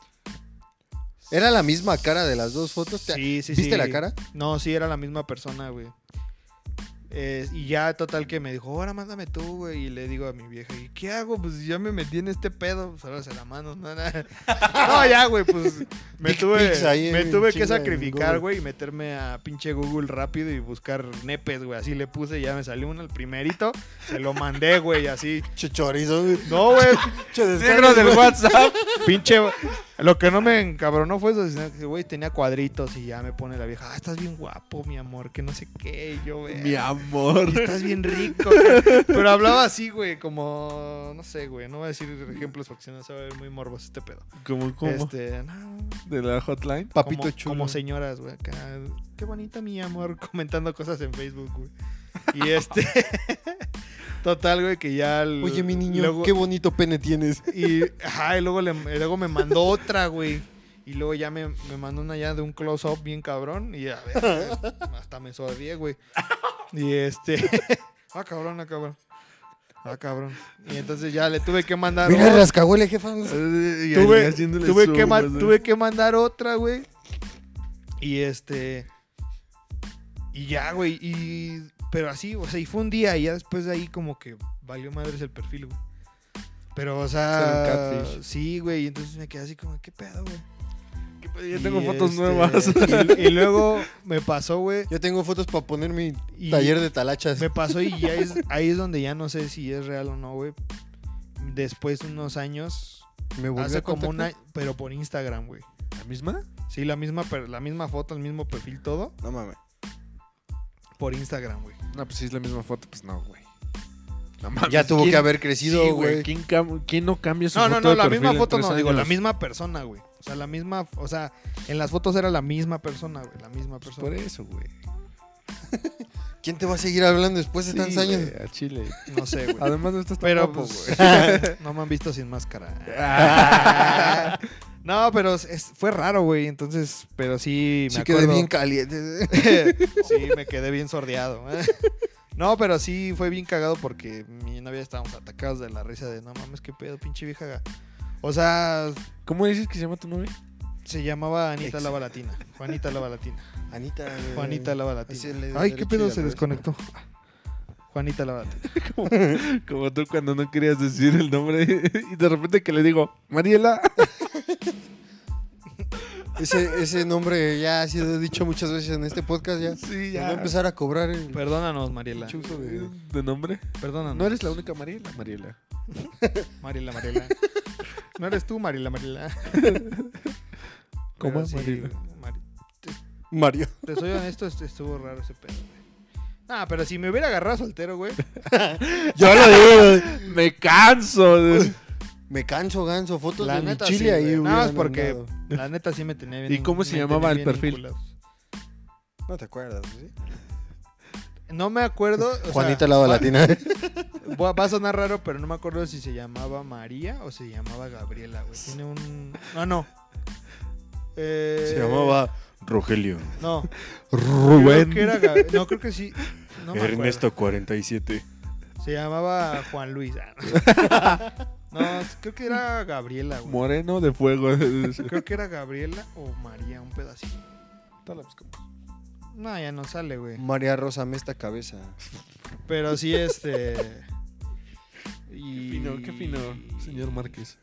[SPEAKER 2] Era la misma cara de las dos fotos. ¿Te-
[SPEAKER 1] Sí, sí,
[SPEAKER 2] ¿Viste
[SPEAKER 1] sí.
[SPEAKER 2] la cara?
[SPEAKER 1] No, sí, era la misma persona, güey. Eh, y ya total que me dijo, ahora mándame tú, güey. Y le digo a mi vieja, ¿y qué hago? Pues ya me metí en este pedo. Pues ahora se la mano. No, no. No, ya, güey, pues me
[SPEAKER 2] Dick
[SPEAKER 1] tuve,
[SPEAKER 2] pics ahí
[SPEAKER 1] me
[SPEAKER 2] en
[SPEAKER 1] tuve que
[SPEAKER 2] chinga en
[SPEAKER 1] sacrificar,
[SPEAKER 2] Google.
[SPEAKER 1] güey, y meterme a pinche Google rápido y buscar nepes, güey. Así le puse, ya me salió uno, el primerito. Se lo mandé, güey, así.
[SPEAKER 2] Chichorizo. güey.
[SPEAKER 1] No, güey,
[SPEAKER 2] Che, descarga,
[SPEAKER 4] negros del WhatsApp.
[SPEAKER 1] Pinche. Lo que no me encabronó fue eso, sino que, güey, tenía cuadritos y ya me pone la vieja, ah, estás bien guapo, mi amor, que no sé qué, y yo,
[SPEAKER 4] Mi
[SPEAKER 1] güey.
[SPEAKER 4] amor.
[SPEAKER 1] Estás bien rico. güey. Pero hablaba así, güey, como. No sé, güey. No voy a decir ejemplos porque si no se va a ver muy morboso este pedo.
[SPEAKER 4] ¿Cómo, cómo?
[SPEAKER 1] Este, no.
[SPEAKER 4] De la hotline.
[SPEAKER 2] Papito
[SPEAKER 1] como,
[SPEAKER 2] chulo.
[SPEAKER 1] Como señoras, güey. acá, Qué bonita mi amor. Comentando cosas en Facebook, güey. Y este. Total, güey, que ya. el-
[SPEAKER 2] Oye, mi niño,
[SPEAKER 1] luego-
[SPEAKER 2] qué bonito pene tienes.
[SPEAKER 1] y, ajá, y luego, le- y luego me mandó otra, güey. Y luego ya me, me mandó una ya de un close-up bien cabrón. Y a ver, hasta me sonríe, güey. Y este. ah, cabrón, ah, cabrón. Ah, cabrón. Y entonces ya le tuve que mandar.
[SPEAKER 2] Mira,
[SPEAKER 1] otra.
[SPEAKER 2] rascahuele, jefa.
[SPEAKER 3] Eh,
[SPEAKER 1] tuve, tuve que ma- tuve que mandar otra, güey. Y este. Y ya, güey. Y. Pero así, o sea, y fue un día y ya después de ahí como que valió madres el perfil, güey. Pero, o
[SPEAKER 4] Era
[SPEAKER 1] sea,
[SPEAKER 4] un catfish.
[SPEAKER 1] sí, güey, y entonces me quedé así como, ¿qué pedo, güey?
[SPEAKER 4] Ya
[SPEAKER 1] Y,
[SPEAKER 4] tengo fotos
[SPEAKER 1] este,
[SPEAKER 4] nuevas.
[SPEAKER 1] Y, y luego me pasó, güey,
[SPEAKER 2] Yo tengo fotos para poner mi
[SPEAKER 1] Y-
[SPEAKER 2] taller de talachas.
[SPEAKER 1] me pasó y ya es, ahí es donde ya no sé si es real o no, güey. Después de unos años,
[SPEAKER 2] Me volvió
[SPEAKER 1] hace
[SPEAKER 2] a
[SPEAKER 1] como un
[SPEAKER 2] contactar.
[SPEAKER 1] año, pero por Instagram, güey.
[SPEAKER 3] ¿La misma?
[SPEAKER 1] Sí, la misma, per- la misma foto, el mismo perfil, todo.
[SPEAKER 2] No mames.
[SPEAKER 1] Por Instagram, güey.
[SPEAKER 3] No, pues si es la misma foto, pues no, güey. No
[SPEAKER 2] Ya
[SPEAKER 3] mames,
[SPEAKER 2] tuvo
[SPEAKER 3] ¿quién-
[SPEAKER 2] que haber
[SPEAKER 3] sí,
[SPEAKER 2] crecido, güey.
[SPEAKER 3] ¿Quién, cam- quién no cambia su
[SPEAKER 1] No,
[SPEAKER 3] foto
[SPEAKER 1] no, no,
[SPEAKER 3] de
[SPEAKER 1] la
[SPEAKER 3] perfil
[SPEAKER 1] misma
[SPEAKER 3] en
[SPEAKER 1] foto no,
[SPEAKER 3] tres
[SPEAKER 1] digo, la
[SPEAKER 3] años?
[SPEAKER 1] misma persona, güey. O sea, la misma, o sea, en las fotos era la misma persona, güey, la misma
[SPEAKER 3] Pues
[SPEAKER 1] persona.
[SPEAKER 3] por eso, güey.
[SPEAKER 2] ¿Quién te va a seguir hablando después de
[SPEAKER 3] Sí,
[SPEAKER 2] tantos años?
[SPEAKER 3] güey, A Chile.
[SPEAKER 1] No sé, güey.
[SPEAKER 3] Además no estás tan
[SPEAKER 1] Pero
[SPEAKER 3] guapo,
[SPEAKER 1] pues,
[SPEAKER 3] güey. Ah.
[SPEAKER 1] no me han visto sin máscara. no, pero es- es- fue raro, güey. Entonces, pero sí me
[SPEAKER 2] Sí quedé
[SPEAKER 1] acuerdo.
[SPEAKER 2] bien caliente.
[SPEAKER 1] sí, me quedé bien sordeado. ¿eh? No, pero sí fue bien cagado porque mi novia estábamos atacados de la risa de no mames, qué pedo, pinche vieja. O sea,
[SPEAKER 3] ¿Cómo dices que se llama tu novia?
[SPEAKER 1] se llamaba Anita
[SPEAKER 2] Ex.
[SPEAKER 1] la Balatina. Juanita la Balatina.
[SPEAKER 2] Anita. güey.
[SPEAKER 1] Juanita la
[SPEAKER 2] Así
[SPEAKER 1] Balatina.
[SPEAKER 2] le-
[SPEAKER 1] Ay,
[SPEAKER 2] derecho
[SPEAKER 1] qué
[SPEAKER 2] y
[SPEAKER 1] pedo
[SPEAKER 2] al
[SPEAKER 1] se
[SPEAKER 2] revés.
[SPEAKER 1] desconectó. Juanita la Balatina.
[SPEAKER 4] Como tú cuando no querías decir el nombre y de repente que le digo, Mariela.
[SPEAKER 2] Ese, ese nombre ya ha sido dicho muchas veces en este podcast. Ya.
[SPEAKER 4] Sí,
[SPEAKER 2] Nos Va a
[SPEAKER 4] ya.
[SPEAKER 2] empezar a cobrar el
[SPEAKER 1] Perdónanos, Mariela.
[SPEAKER 2] pinche uso de.
[SPEAKER 4] ¿De nombre?
[SPEAKER 1] Perdónanos.
[SPEAKER 3] No eres la única Mariela, Mariela.
[SPEAKER 1] Mariela, Mariela. No eres tú, Mariela, Mariela.
[SPEAKER 3] ¿Cómo
[SPEAKER 1] Pero
[SPEAKER 3] es
[SPEAKER 1] sí,
[SPEAKER 3] Mariela?
[SPEAKER 1] Mari-
[SPEAKER 2] Mario.
[SPEAKER 1] Te soy honesto, est- estuvo raro ese pedo, güey. Ah, pero si me hubiera agarrado soltero, güey.
[SPEAKER 4] Yo lo digo. Me canso. de-
[SPEAKER 2] Me canso, ganso. Fotos
[SPEAKER 1] La
[SPEAKER 2] de mi
[SPEAKER 1] neta,
[SPEAKER 2] chile
[SPEAKER 1] sí,
[SPEAKER 2] ahí,
[SPEAKER 1] güey. No,
[SPEAKER 2] hubieran
[SPEAKER 1] es porque-
[SPEAKER 2] andado.
[SPEAKER 1] La neta sí me tenía bien.
[SPEAKER 3] ¿Y cómo se
[SPEAKER 1] me tenía
[SPEAKER 3] llamaba el
[SPEAKER 1] bien
[SPEAKER 3] perfil?
[SPEAKER 1] vinculados.
[SPEAKER 2] No te acuerdas, ¿sí?
[SPEAKER 1] No me acuerdo. o
[SPEAKER 2] Juanita
[SPEAKER 1] sea,
[SPEAKER 2] la balatina.
[SPEAKER 1] Va, va a sonar raro, pero no me acuerdo si se llamaba María o se llamaba Gabriela, güey. Tiene un. No, no. Eh,
[SPEAKER 2] Se llamaba Rogelio.
[SPEAKER 1] No. Creo
[SPEAKER 4] Rubén.
[SPEAKER 1] que era Gab- No, creo que sí. No me acuerdo.
[SPEAKER 2] Ernesto 47.
[SPEAKER 1] Se llamaba Juan Luis. Ah, No, No, creo que era Gabriela, güey.
[SPEAKER 4] Moreno de fuego.
[SPEAKER 1] Creo que era Gabriela o María, un pedacito.
[SPEAKER 3] Tala, pues, ¿cómo?
[SPEAKER 1] No, ya no sale, güey.
[SPEAKER 2] María Rosa Mesta Cabeza.
[SPEAKER 1] Pero sí, este. Y...
[SPEAKER 3] Qué fino, qué fino, señor Márquez.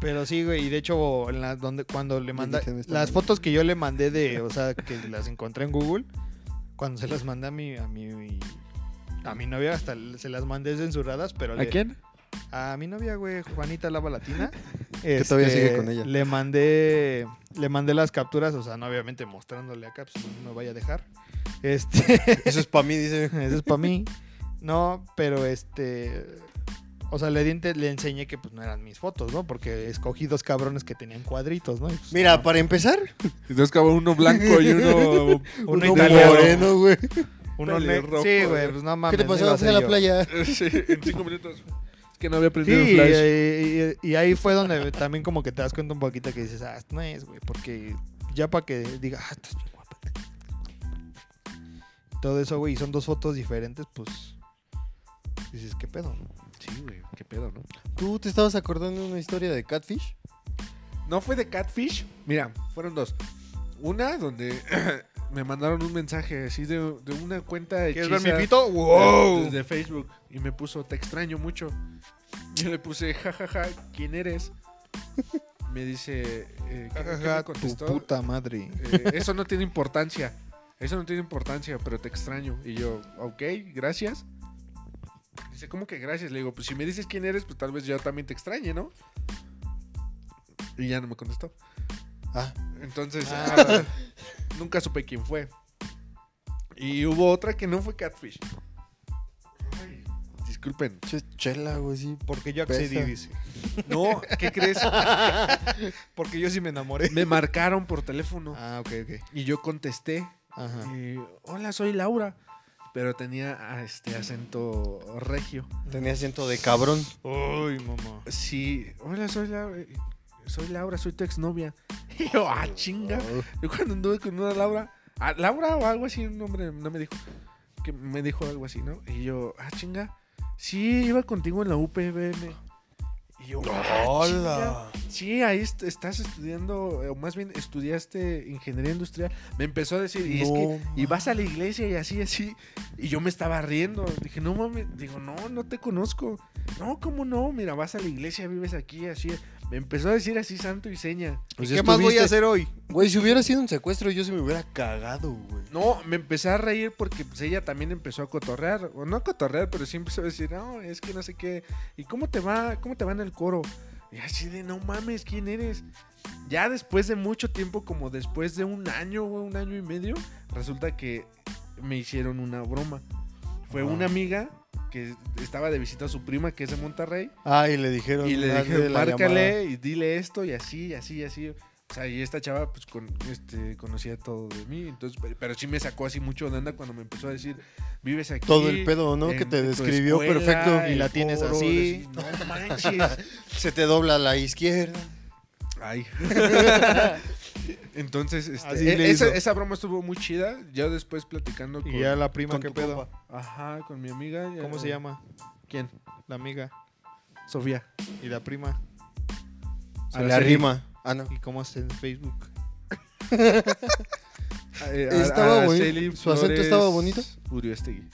[SPEAKER 1] Pero sí, güey, y de hecho, en la- donde, cuando le mandé.
[SPEAKER 2] Dijiste, "Me está
[SPEAKER 1] Las
[SPEAKER 2] mandando".
[SPEAKER 1] fotos que yo le mandé de. O sea, que las encontré en Google. Cuando se las mandé a mi. A mi, a mi novia, hasta se las mandé censuradas, pero.
[SPEAKER 3] ¿A
[SPEAKER 1] le-
[SPEAKER 3] quién?
[SPEAKER 1] A mi novia, güey, Juanita Lava Latina.
[SPEAKER 2] Que todavía sigue con ella.
[SPEAKER 1] Le mandé. Le mandé las capturas, o sea, no obviamente mostrándole acá, pues no me vaya a dejar. Este.
[SPEAKER 2] Eso es para mí, dice.
[SPEAKER 1] Eso es para mí. No, pero este. O sea, le, di ente- le enseñé que pues no eran mis fotos, ¿no? Porque escogí dos cabrones que tenían cuadritos, ¿no? Y, pues,
[SPEAKER 2] Mira,
[SPEAKER 1] no.
[SPEAKER 2] para empezar,
[SPEAKER 3] Dos cabrones, uno blanco y uno
[SPEAKER 1] uno,
[SPEAKER 2] uno
[SPEAKER 1] italiano,
[SPEAKER 2] moreno, güey.
[SPEAKER 1] uno
[SPEAKER 4] peli
[SPEAKER 1] ne-
[SPEAKER 4] rojo,
[SPEAKER 1] Sí,
[SPEAKER 4] güey.
[SPEAKER 1] güey, pues no mames.
[SPEAKER 2] ¿Qué te
[SPEAKER 1] no
[SPEAKER 2] pasó?
[SPEAKER 1] iba a
[SPEAKER 2] Fui
[SPEAKER 1] ser
[SPEAKER 2] a la
[SPEAKER 1] yo.
[SPEAKER 2] playa.
[SPEAKER 3] Sí, en cinco minutos. Es que no había
[SPEAKER 1] Sí,
[SPEAKER 3] aprendido
[SPEAKER 1] y,
[SPEAKER 4] eh.
[SPEAKER 3] Flash.
[SPEAKER 1] y- y ahí fue donde también como que te das cuenta un poquito que dices, ah, no es, güey, porque ya para que diga, ah, estás bien guapa. Todo eso, güey, y son dos fotos diferentes, pues dices, ¿qué pedo? no?
[SPEAKER 3] Sí, güey, qué pedo, ¿no?
[SPEAKER 2] ¿Tú te estabas acordando de una historia de Catfish?
[SPEAKER 3] No fue de Catfish. Mira, fueron dos. Una donde me mandaron un mensaje así de, de una cuenta
[SPEAKER 1] ¿Quieres
[SPEAKER 3] hechiza
[SPEAKER 1] ver mi pito? ¡Wow!
[SPEAKER 3] de, de Facebook y me puso te extraño mucho. Yo le puse jajaja, ¿quién eres? Me dice eh, ¿qué- qué me
[SPEAKER 1] Jajaja, tu
[SPEAKER 3] contestó?
[SPEAKER 1] puta madre.
[SPEAKER 3] Eh, eso no tiene importancia. Eso no tiene importancia, pero te extraño. Y yo, ok, gracias. Dice, ¿cómo que gracias? Le digo, pues si me dices quién eres, pues tal vez yo también te extrañe, ¿no? Y ya no me contestó.
[SPEAKER 2] Ah.
[SPEAKER 3] Entonces, ah, nunca supe quién fue. Y hubo otra que no fue Catfish. Ay, disculpen.
[SPEAKER 2] Che- Chela, güey, sí.
[SPEAKER 1] Porque yo
[SPEAKER 2] accedí,
[SPEAKER 1] accedí,
[SPEAKER 2] Pesa.
[SPEAKER 1] dice.
[SPEAKER 3] No, ¿qué crees?
[SPEAKER 1] Porque yo sí me enamoré.
[SPEAKER 3] Me marcaron por teléfono
[SPEAKER 1] Ah, ok, ok.
[SPEAKER 3] y yo contesté.
[SPEAKER 1] Ajá.
[SPEAKER 3] Y, Hola, soy Laura. Pero tenía ah, este acento regio.
[SPEAKER 2] Tenía acento de cabrón.
[SPEAKER 1] Uy, mamá.
[SPEAKER 3] Sí, hola, soy Laura. Soy Laura, soy tu exnovia. Y yo, ah, chinga. Yo cuando anduve con una Laura, ah, Laura o algo así, un nombre, no me dijo. Que me dijo algo así, ¿no? Y yo, ah, chinga. Sí, iba contigo en la UPBM. Y yo, ah,
[SPEAKER 2] Hola.
[SPEAKER 3] chinga. Sí, ahí est- estás estudiando, eh, o más bien estudiaste ingeniería industrial. Me empezó a decir, y es
[SPEAKER 2] No
[SPEAKER 3] que y
[SPEAKER 2] mames.
[SPEAKER 3] vas a la iglesia y así, así. Y yo me estaba riendo. Dije, no mames. Digo, no, no te conozco. No, ¿cómo no? Mira, vas a la iglesia, vives aquí, así. Me empezó a decir así santo y seña.
[SPEAKER 2] Pues
[SPEAKER 1] ¿Qué más voy
[SPEAKER 2] estuviste-
[SPEAKER 1] a hacer hoy?
[SPEAKER 2] Güey, si hubiera sido un secuestro, yo se me hubiera cagado, güey.
[SPEAKER 3] No, me empecé a reír porque pues, ella también empezó a cotorrear. O no a cotorrear, pero sí empezó a decir, no, es que no sé qué. ¿Y cómo te va? ¿Cómo te va en el coro? Y así de, no mames, ¿quién eres? Ya después de mucho tiempo, como después de un año, güey, un año y medio, resulta que me hicieron una broma. Fue una amiga que estaba de visita a su prima, que es de Monterrey,
[SPEAKER 2] Ah, y le dijeron.
[SPEAKER 3] y le
[SPEAKER 2] "Dale
[SPEAKER 3] dije,
[SPEAKER 2] la llamada".
[SPEAKER 3] márcale y dile esto y así, y así, y así. O sea, y esta chava, pues, con, este, conocía todo de mí. Entonces, pero, pero sí me sacó así mucho de onda cuando me empezó a decir, vives aquí.
[SPEAKER 2] Todo el pedo, ¿no?
[SPEAKER 3] en
[SPEAKER 2] Que te
[SPEAKER 3] tu
[SPEAKER 2] describió
[SPEAKER 3] escuela,
[SPEAKER 2] perfecto.
[SPEAKER 1] y la
[SPEAKER 3] el
[SPEAKER 1] tienes
[SPEAKER 3] foro",
[SPEAKER 1] así.
[SPEAKER 3] decir, No manches.
[SPEAKER 2] Se te dobla la izquierda.
[SPEAKER 3] Ay. Entonces, este,
[SPEAKER 1] Así
[SPEAKER 3] e-
[SPEAKER 1] le
[SPEAKER 3] esa,
[SPEAKER 1] hizo.
[SPEAKER 3] esa broma estuvo muy chida. Ya después platicando con,
[SPEAKER 1] Y ya la prima,
[SPEAKER 3] con
[SPEAKER 1] ¿qué
[SPEAKER 3] tu
[SPEAKER 1] pedo?
[SPEAKER 3] compa. Ajá, con mi amiga. ya-
[SPEAKER 1] ¿Cómo se llama?
[SPEAKER 3] ¿Quién?
[SPEAKER 1] La amiga
[SPEAKER 3] Sofía.
[SPEAKER 1] y la prima.
[SPEAKER 2] Se le arrima. Ah, no.
[SPEAKER 1] ¿Y cómo es en Facebook?
[SPEAKER 3] Eh,
[SPEAKER 2] Estaba
[SPEAKER 3] Araceli
[SPEAKER 2] bonito. ¿Su acento
[SPEAKER 3] Flores
[SPEAKER 2] estaba bonito?
[SPEAKER 3] Uriostegui.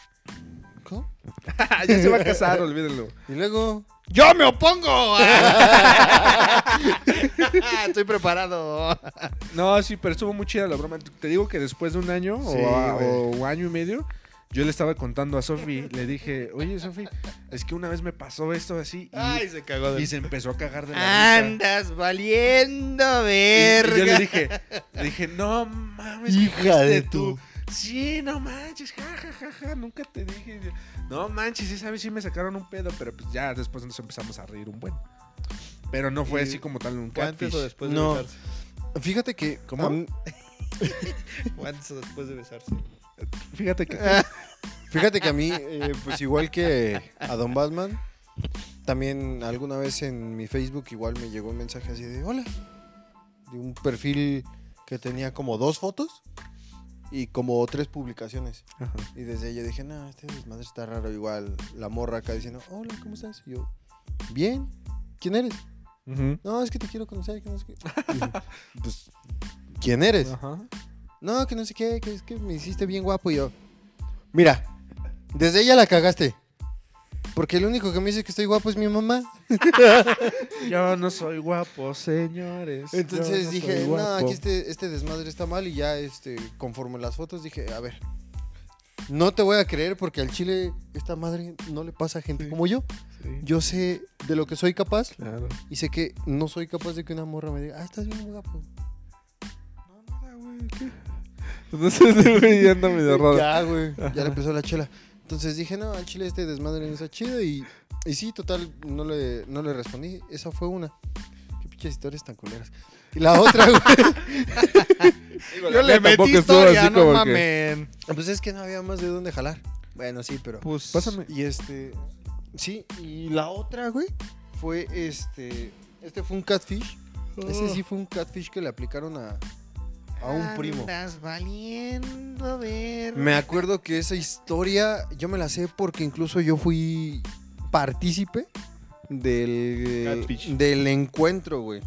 [SPEAKER 2] ¿Cómo?
[SPEAKER 3] ya se va a casar, olvídenlo.
[SPEAKER 2] Y luego.
[SPEAKER 1] ¡Yo me opongo! Estoy preparado.
[SPEAKER 3] No, sí, pero estuvo muy chida la broma. Te digo que después de un año o
[SPEAKER 1] Sí,
[SPEAKER 3] a-
[SPEAKER 1] güey.
[SPEAKER 3] o, año y medio, yo le estaba contando a Sofi. Le dije, oye, Sofi, es que una vez me pasó esto así. Y,
[SPEAKER 1] Ay, se cagó
[SPEAKER 3] y
[SPEAKER 1] de
[SPEAKER 3] se empezó a cagar de la risa.
[SPEAKER 1] Andas valiendo
[SPEAKER 3] Y- y yo le
[SPEAKER 1] verga.
[SPEAKER 3] dije, le dije, no mames, que
[SPEAKER 2] Hija de
[SPEAKER 3] fuiste tú. Sí, no manches, ja, ja, ja, ja, nunca te dije. No manches, esa vez sí me sacaron un pedo, pero pues ya después nos empezamos a reír un buen. Pero no fue
[SPEAKER 1] ¿Y
[SPEAKER 3] así como tal un
[SPEAKER 1] ¿Fue antes
[SPEAKER 3] catfish.
[SPEAKER 1] o después de
[SPEAKER 2] No.
[SPEAKER 1] besarse?
[SPEAKER 2] Fíjate que.
[SPEAKER 3] ¿Cómo?
[SPEAKER 2] a mí-
[SPEAKER 1] ¿Fue antes o después de besarse?
[SPEAKER 3] Fíjate que
[SPEAKER 2] Fíjate que a mí, eh, pues igual que a Don Batman, también alguna vez en mi Facebook igual me llegó un mensaje así de hola. De un perfil que tenía como dos fotos y como tres publicaciones. Y desde ella dije, no, este desmadre está raro. Igual la morra acá diciendo, hola, ¿cómo estás? Y yo, bien, ¿quién eres?
[SPEAKER 3] Ujú.
[SPEAKER 2] No, es que te quiero conocer, que no sé qué. Y yo, pues, ¿quién eres?
[SPEAKER 3] Ajá.
[SPEAKER 2] No, que no sé qué, que es que me hiciste bien guapo y yo. Mira, desde ella la cagaste. Porque el único que me dice que estoy guapo es mi mamá.
[SPEAKER 3] Yo no soy guapo, señores. yo
[SPEAKER 2] Entonces
[SPEAKER 3] no
[SPEAKER 2] dije,
[SPEAKER 3] soy
[SPEAKER 2] no,
[SPEAKER 3] guapo".
[SPEAKER 2] aquí este, este desmadre está mal y ya este, conforme las fotos dije, a ver, no te voy a creer porque al chile esta madre no le pasa a gente como yo.
[SPEAKER 3] Sí,
[SPEAKER 2] Yo sé de lo que soy capaz
[SPEAKER 3] claro.
[SPEAKER 2] y sé que no soy capaz de que una morra me diga, ah, estás bien guapo.
[SPEAKER 3] No, nada, güey, ¿qué?
[SPEAKER 4] No sé, ese güey ya anda medio raro.
[SPEAKER 2] Ya, güey. Ya le empezó la chela. Entonces dije, no, al chile este desmadre no está chido. Y, y sí, total, no le, no le respondí. Esa fue una. Qué pinches historias tan culeras. Y la otra, güey.
[SPEAKER 1] Yo le
[SPEAKER 4] tampoco
[SPEAKER 1] metí
[SPEAKER 4] estuvo
[SPEAKER 1] historia,
[SPEAKER 4] así
[SPEAKER 1] no
[SPEAKER 4] como que-
[SPEAKER 1] mamen.
[SPEAKER 2] Pues es que no había más de dónde jalar. Bueno, sí, pero.
[SPEAKER 1] Pues,
[SPEAKER 4] Pásame.
[SPEAKER 2] Y este. Sí, y la otra, güey, fue este. Este fue un catfish.
[SPEAKER 1] Oh.
[SPEAKER 2] Ese sí fue un catfish que le aplicaron a, a
[SPEAKER 1] Ah,
[SPEAKER 2] un primo.
[SPEAKER 1] Andas valiendo verga.
[SPEAKER 2] Me acuerdo que esa historia yo me la sé porque incluso yo fui partícipe del,
[SPEAKER 1] Catfish.
[SPEAKER 2] del encuentro, güey.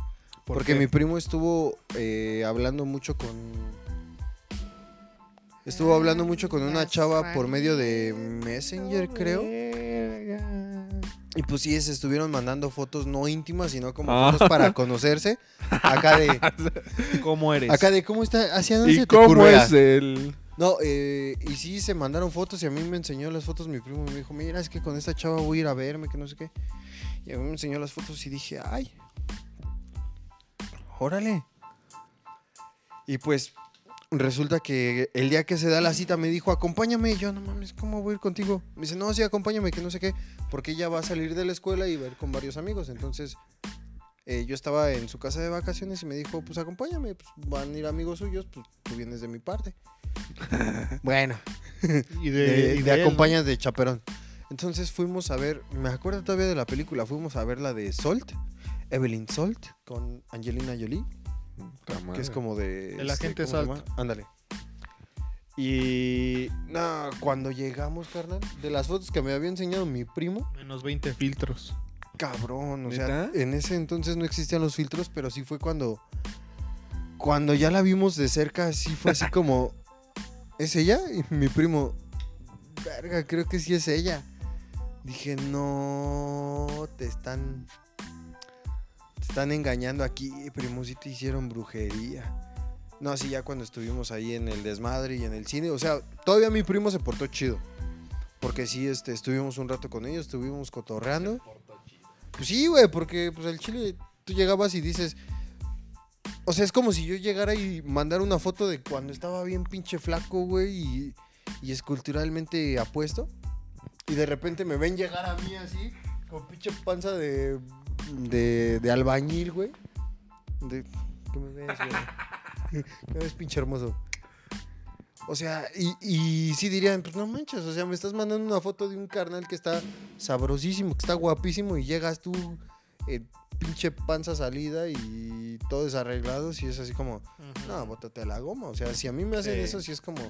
[SPEAKER 1] ¿Por
[SPEAKER 2] porque
[SPEAKER 1] qué?
[SPEAKER 2] mi primo estuvo eh, hablando mucho con... Estuvo hablando mucho con una chava por medio de Messenger, creo. Y pues sí, se estuvieron mandando fotos no íntimas, sino como
[SPEAKER 4] Ah.
[SPEAKER 2] fotos para conocerse. Acá de,
[SPEAKER 1] ¿Cómo eres?
[SPEAKER 2] acá de cómo está, hacia dónde
[SPEAKER 4] ¿Y
[SPEAKER 2] se te
[SPEAKER 4] cómo
[SPEAKER 2] curvea?
[SPEAKER 4] es el...?
[SPEAKER 2] No, eh, y sí se mandaron fotos y a mí me enseñó las fotos mi primo. Me dijo, mira, es que con esta chava voy a ir a verme, que no sé qué. Y a mí me enseñó las fotos y dije, ay, órale. Y pues resulta que el día que se da la cita me dijo, acompáñame. Y yo, no mames, ¿cómo voy a ir contigo? Me dice, no, sí, acompáñame, que no sé qué. Porque ella va a salir de la escuela y va a ir con varios amigos. Entonces eh, yo estaba en su casa de vacaciones y me dijo, pues acompáñame, pues van a ir amigos suyos, pues tú vienes de mi parte. bueno,
[SPEAKER 1] Y
[SPEAKER 2] de,
[SPEAKER 1] de,
[SPEAKER 2] y
[SPEAKER 1] y
[SPEAKER 2] de
[SPEAKER 1] él,
[SPEAKER 2] acompañas de chaperón. Entonces fuimos a ver, me acuerdo todavía de la película, fuimos a ver la de Salt, Evelyn Salt, con Angelina Jolie, que es como de... este,
[SPEAKER 1] El agente
[SPEAKER 2] ¿cómo se
[SPEAKER 1] Salt.
[SPEAKER 2] llama? Ándale. Y... No, cuando llegamos, carnal, de las fotos que me había enseñado mi primo,
[SPEAKER 1] ¿no? Menos 20 filtros.
[SPEAKER 2] cabrón, o sea,
[SPEAKER 3] ¿Neta?
[SPEAKER 2] en ese entonces no existían los filtros, pero sí fue cuando cuando ya la vimos de cerca, sí fue así como ¿es ella? Y mi primo, verga, creo que sí es ella. Dije, "No, te están te están engañando aquí, primo, sí te hicieron brujería." No, sí, ya cuando estuvimos ahí en el desmadre y en el cine, o sea, todavía mi primo se portó chido. Porque sí, este, estuvimos un rato con ellos, estuvimos cotorreando. Pues sí, güey, porque pues al chile tú llegabas y dices, O sea, es como si yo llegara y mandara una foto de cuando estaba bien pinche flaco, güey, y, y esculturalmente apuesto. Y de repente me ven llegar a mí así, con pinche panza de, de, de albañil, güey. De, ¿Qué me ves, güey? ¿Qué me ves, pinche hermoso? O sea, y, y sí dirían, pues no manches, o sea, me estás mandando una foto de un carnal que está sabrosísimo, que está guapísimo, y llegas tú eh, pinche panza salida y todo desarreglado, si es así como, no, bótate a la goma. O sea, si a mí me hacen
[SPEAKER 1] Sí.
[SPEAKER 2] eso, si es como,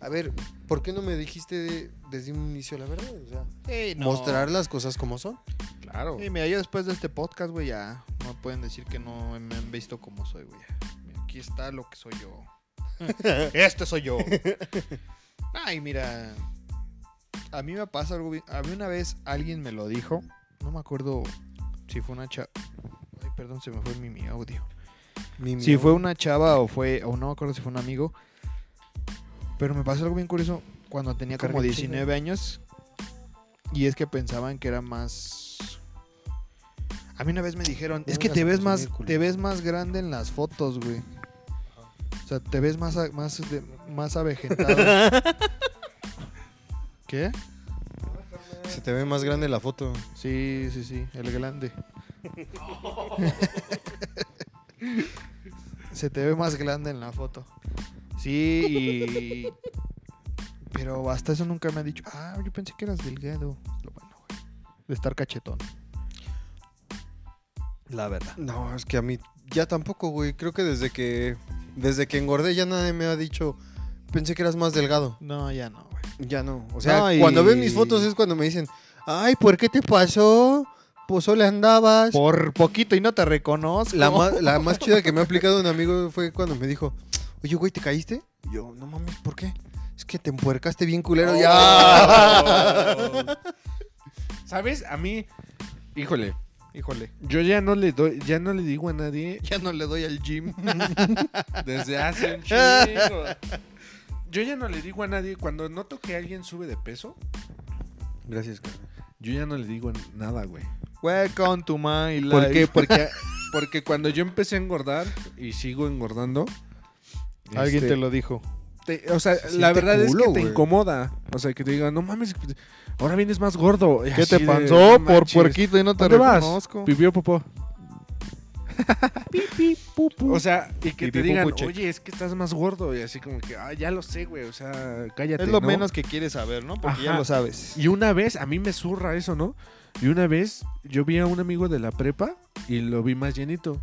[SPEAKER 2] a ver, ¿por qué no me dijiste de- desde un inicio la verdad? O sea,
[SPEAKER 1] Sí, no.
[SPEAKER 2] mostrar las cosas como son.
[SPEAKER 3] Claro.
[SPEAKER 1] Sí, mira, yo después de este podcast, güey, ya no pueden decir que no me han visto como soy, güey. Mira, Aquí está lo que soy yo. este soy yo. Ay, mira. A mí me pasa algo. bien- A mí una vez alguien me lo dijo. No me acuerdo si fue una chava. Ay, perdón, se me fue mi, mi audio.
[SPEAKER 2] Mi-
[SPEAKER 1] Si fue una chava o fue. O no me acuerdo si fue un amigo. Pero me pasó algo bien curioso cuando tenía como
[SPEAKER 2] Correcto.
[SPEAKER 1] 19 años. Y es que pensaban que era más. A mí una vez me dijeron, es que
[SPEAKER 2] Vergas,
[SPEAKER 1] te ves
[SPEAKER 2] pues,
[SPEAKER 1] más,
[SPEAKER 2] ridículo.
[SPEAKER 1] te ves más grande en las fotos, güey. O sea, te ves más, a- más, de- más avejentado. ¿Qué?
[SPEAKER 2] Se te ve más grande la foto.
[SPEAKER 1] Sí, sí, sí, el grande. Se te ve más grande en la foto. Sí, y... Pero hasta eso nunca me han dicho, ah, yo pensé que eras delgado. Lo bueno, güey, De estar cachetón. La verdad.
[SPEAKER 2] No, es que a mí ya tampoco, güey. Creo que desde que desde que engordé ya nadie me ha dicho, pensé que eras más delgado.
[SPEAKER 1] No, ya no, güey.
[SPEAKER 2] Ya no. O sea,
[SPEAKER 1] No, y-
[SPEAKER 2] cuando ven mis fotos es cuando me dicen, ay, ¿por qué te pasó? Pues le andabas.
[SPEAKER 1] Por poquito y no te reconozco.
[SPEAKER 2] La, ma- la más chida que me ha aplicado un amigo fue cuando me dijo, oye, güey, ¿te caíste? Y yo, no mames, ¿por qué? Es que te empuercaste bien culero. ¡Ya!
[SPEAKER 3] Oh. ¿Sabes? A mí, híjole,
[SPEAKER 1] Híjole,
[SPEAKER 3] yo ya no le doy, ya no le digo a nadie
[SPEAKER 1] ya no le doy al gym.
[SPEAKER 3] desde hace un chingo. Yo ya no le digo a nadie, cuando noto que alguien sube de peso,
[SPEAKER 2] Gracias, carnal.
[SPEAKER 3] yo ya no le digo nada, güey.
[SPEAKER 1] Welcome to my life.
[SPEAKER 3] ¿Por qué? Porque, porque cuando yo empecé a engordar y sigo engordando,
[SPEAKER 1] Alguien
[SPEAKER 3] este,
[SPEAKER 1] te lo dijo.
[SPEAKER 3] te- o sea,
[SPEAKER 2] siente
[SPEAKER 3] la verdad es que
[SPEAKER 2] culo,
[SPEAKER 3] te
[SPEAKER 2] güey.
[SPEAKER 3] incomoda. O sea, que te digan, no mames, ahora vienes más gordo.
[SPEAKER 1] ¿Qué te pasó por puerquito y no te
[SPEAKER 3] ¿Dónde vas?
[SPEAKER 1] reconozco?
[SPEAKER 3] Pipió popó. O sea, y que
[SPEAKER 1] Pipí,
[SPEAKER 3] te digan,
[SPEAKER 1] pupu, check.
[SPEAKER 3] oye, es que estás más gordo. Y así como que, ah, ya lo sé, güey. O sea, cállate.
[SPEAKER 1] Es lo
[SPEAKER 3] ¿no?
[SPEAKER 1] menos que quieres saber, ¿no? Porque ya
[SPEAKER 3] Ajá.
[SPEAKER 1] lo sabes.
[SPEAKER 3] Y una vez, a mí me zurra eso, ¿no? Y una vez yo vi a un amigo de la prepa y lo vi más llenito.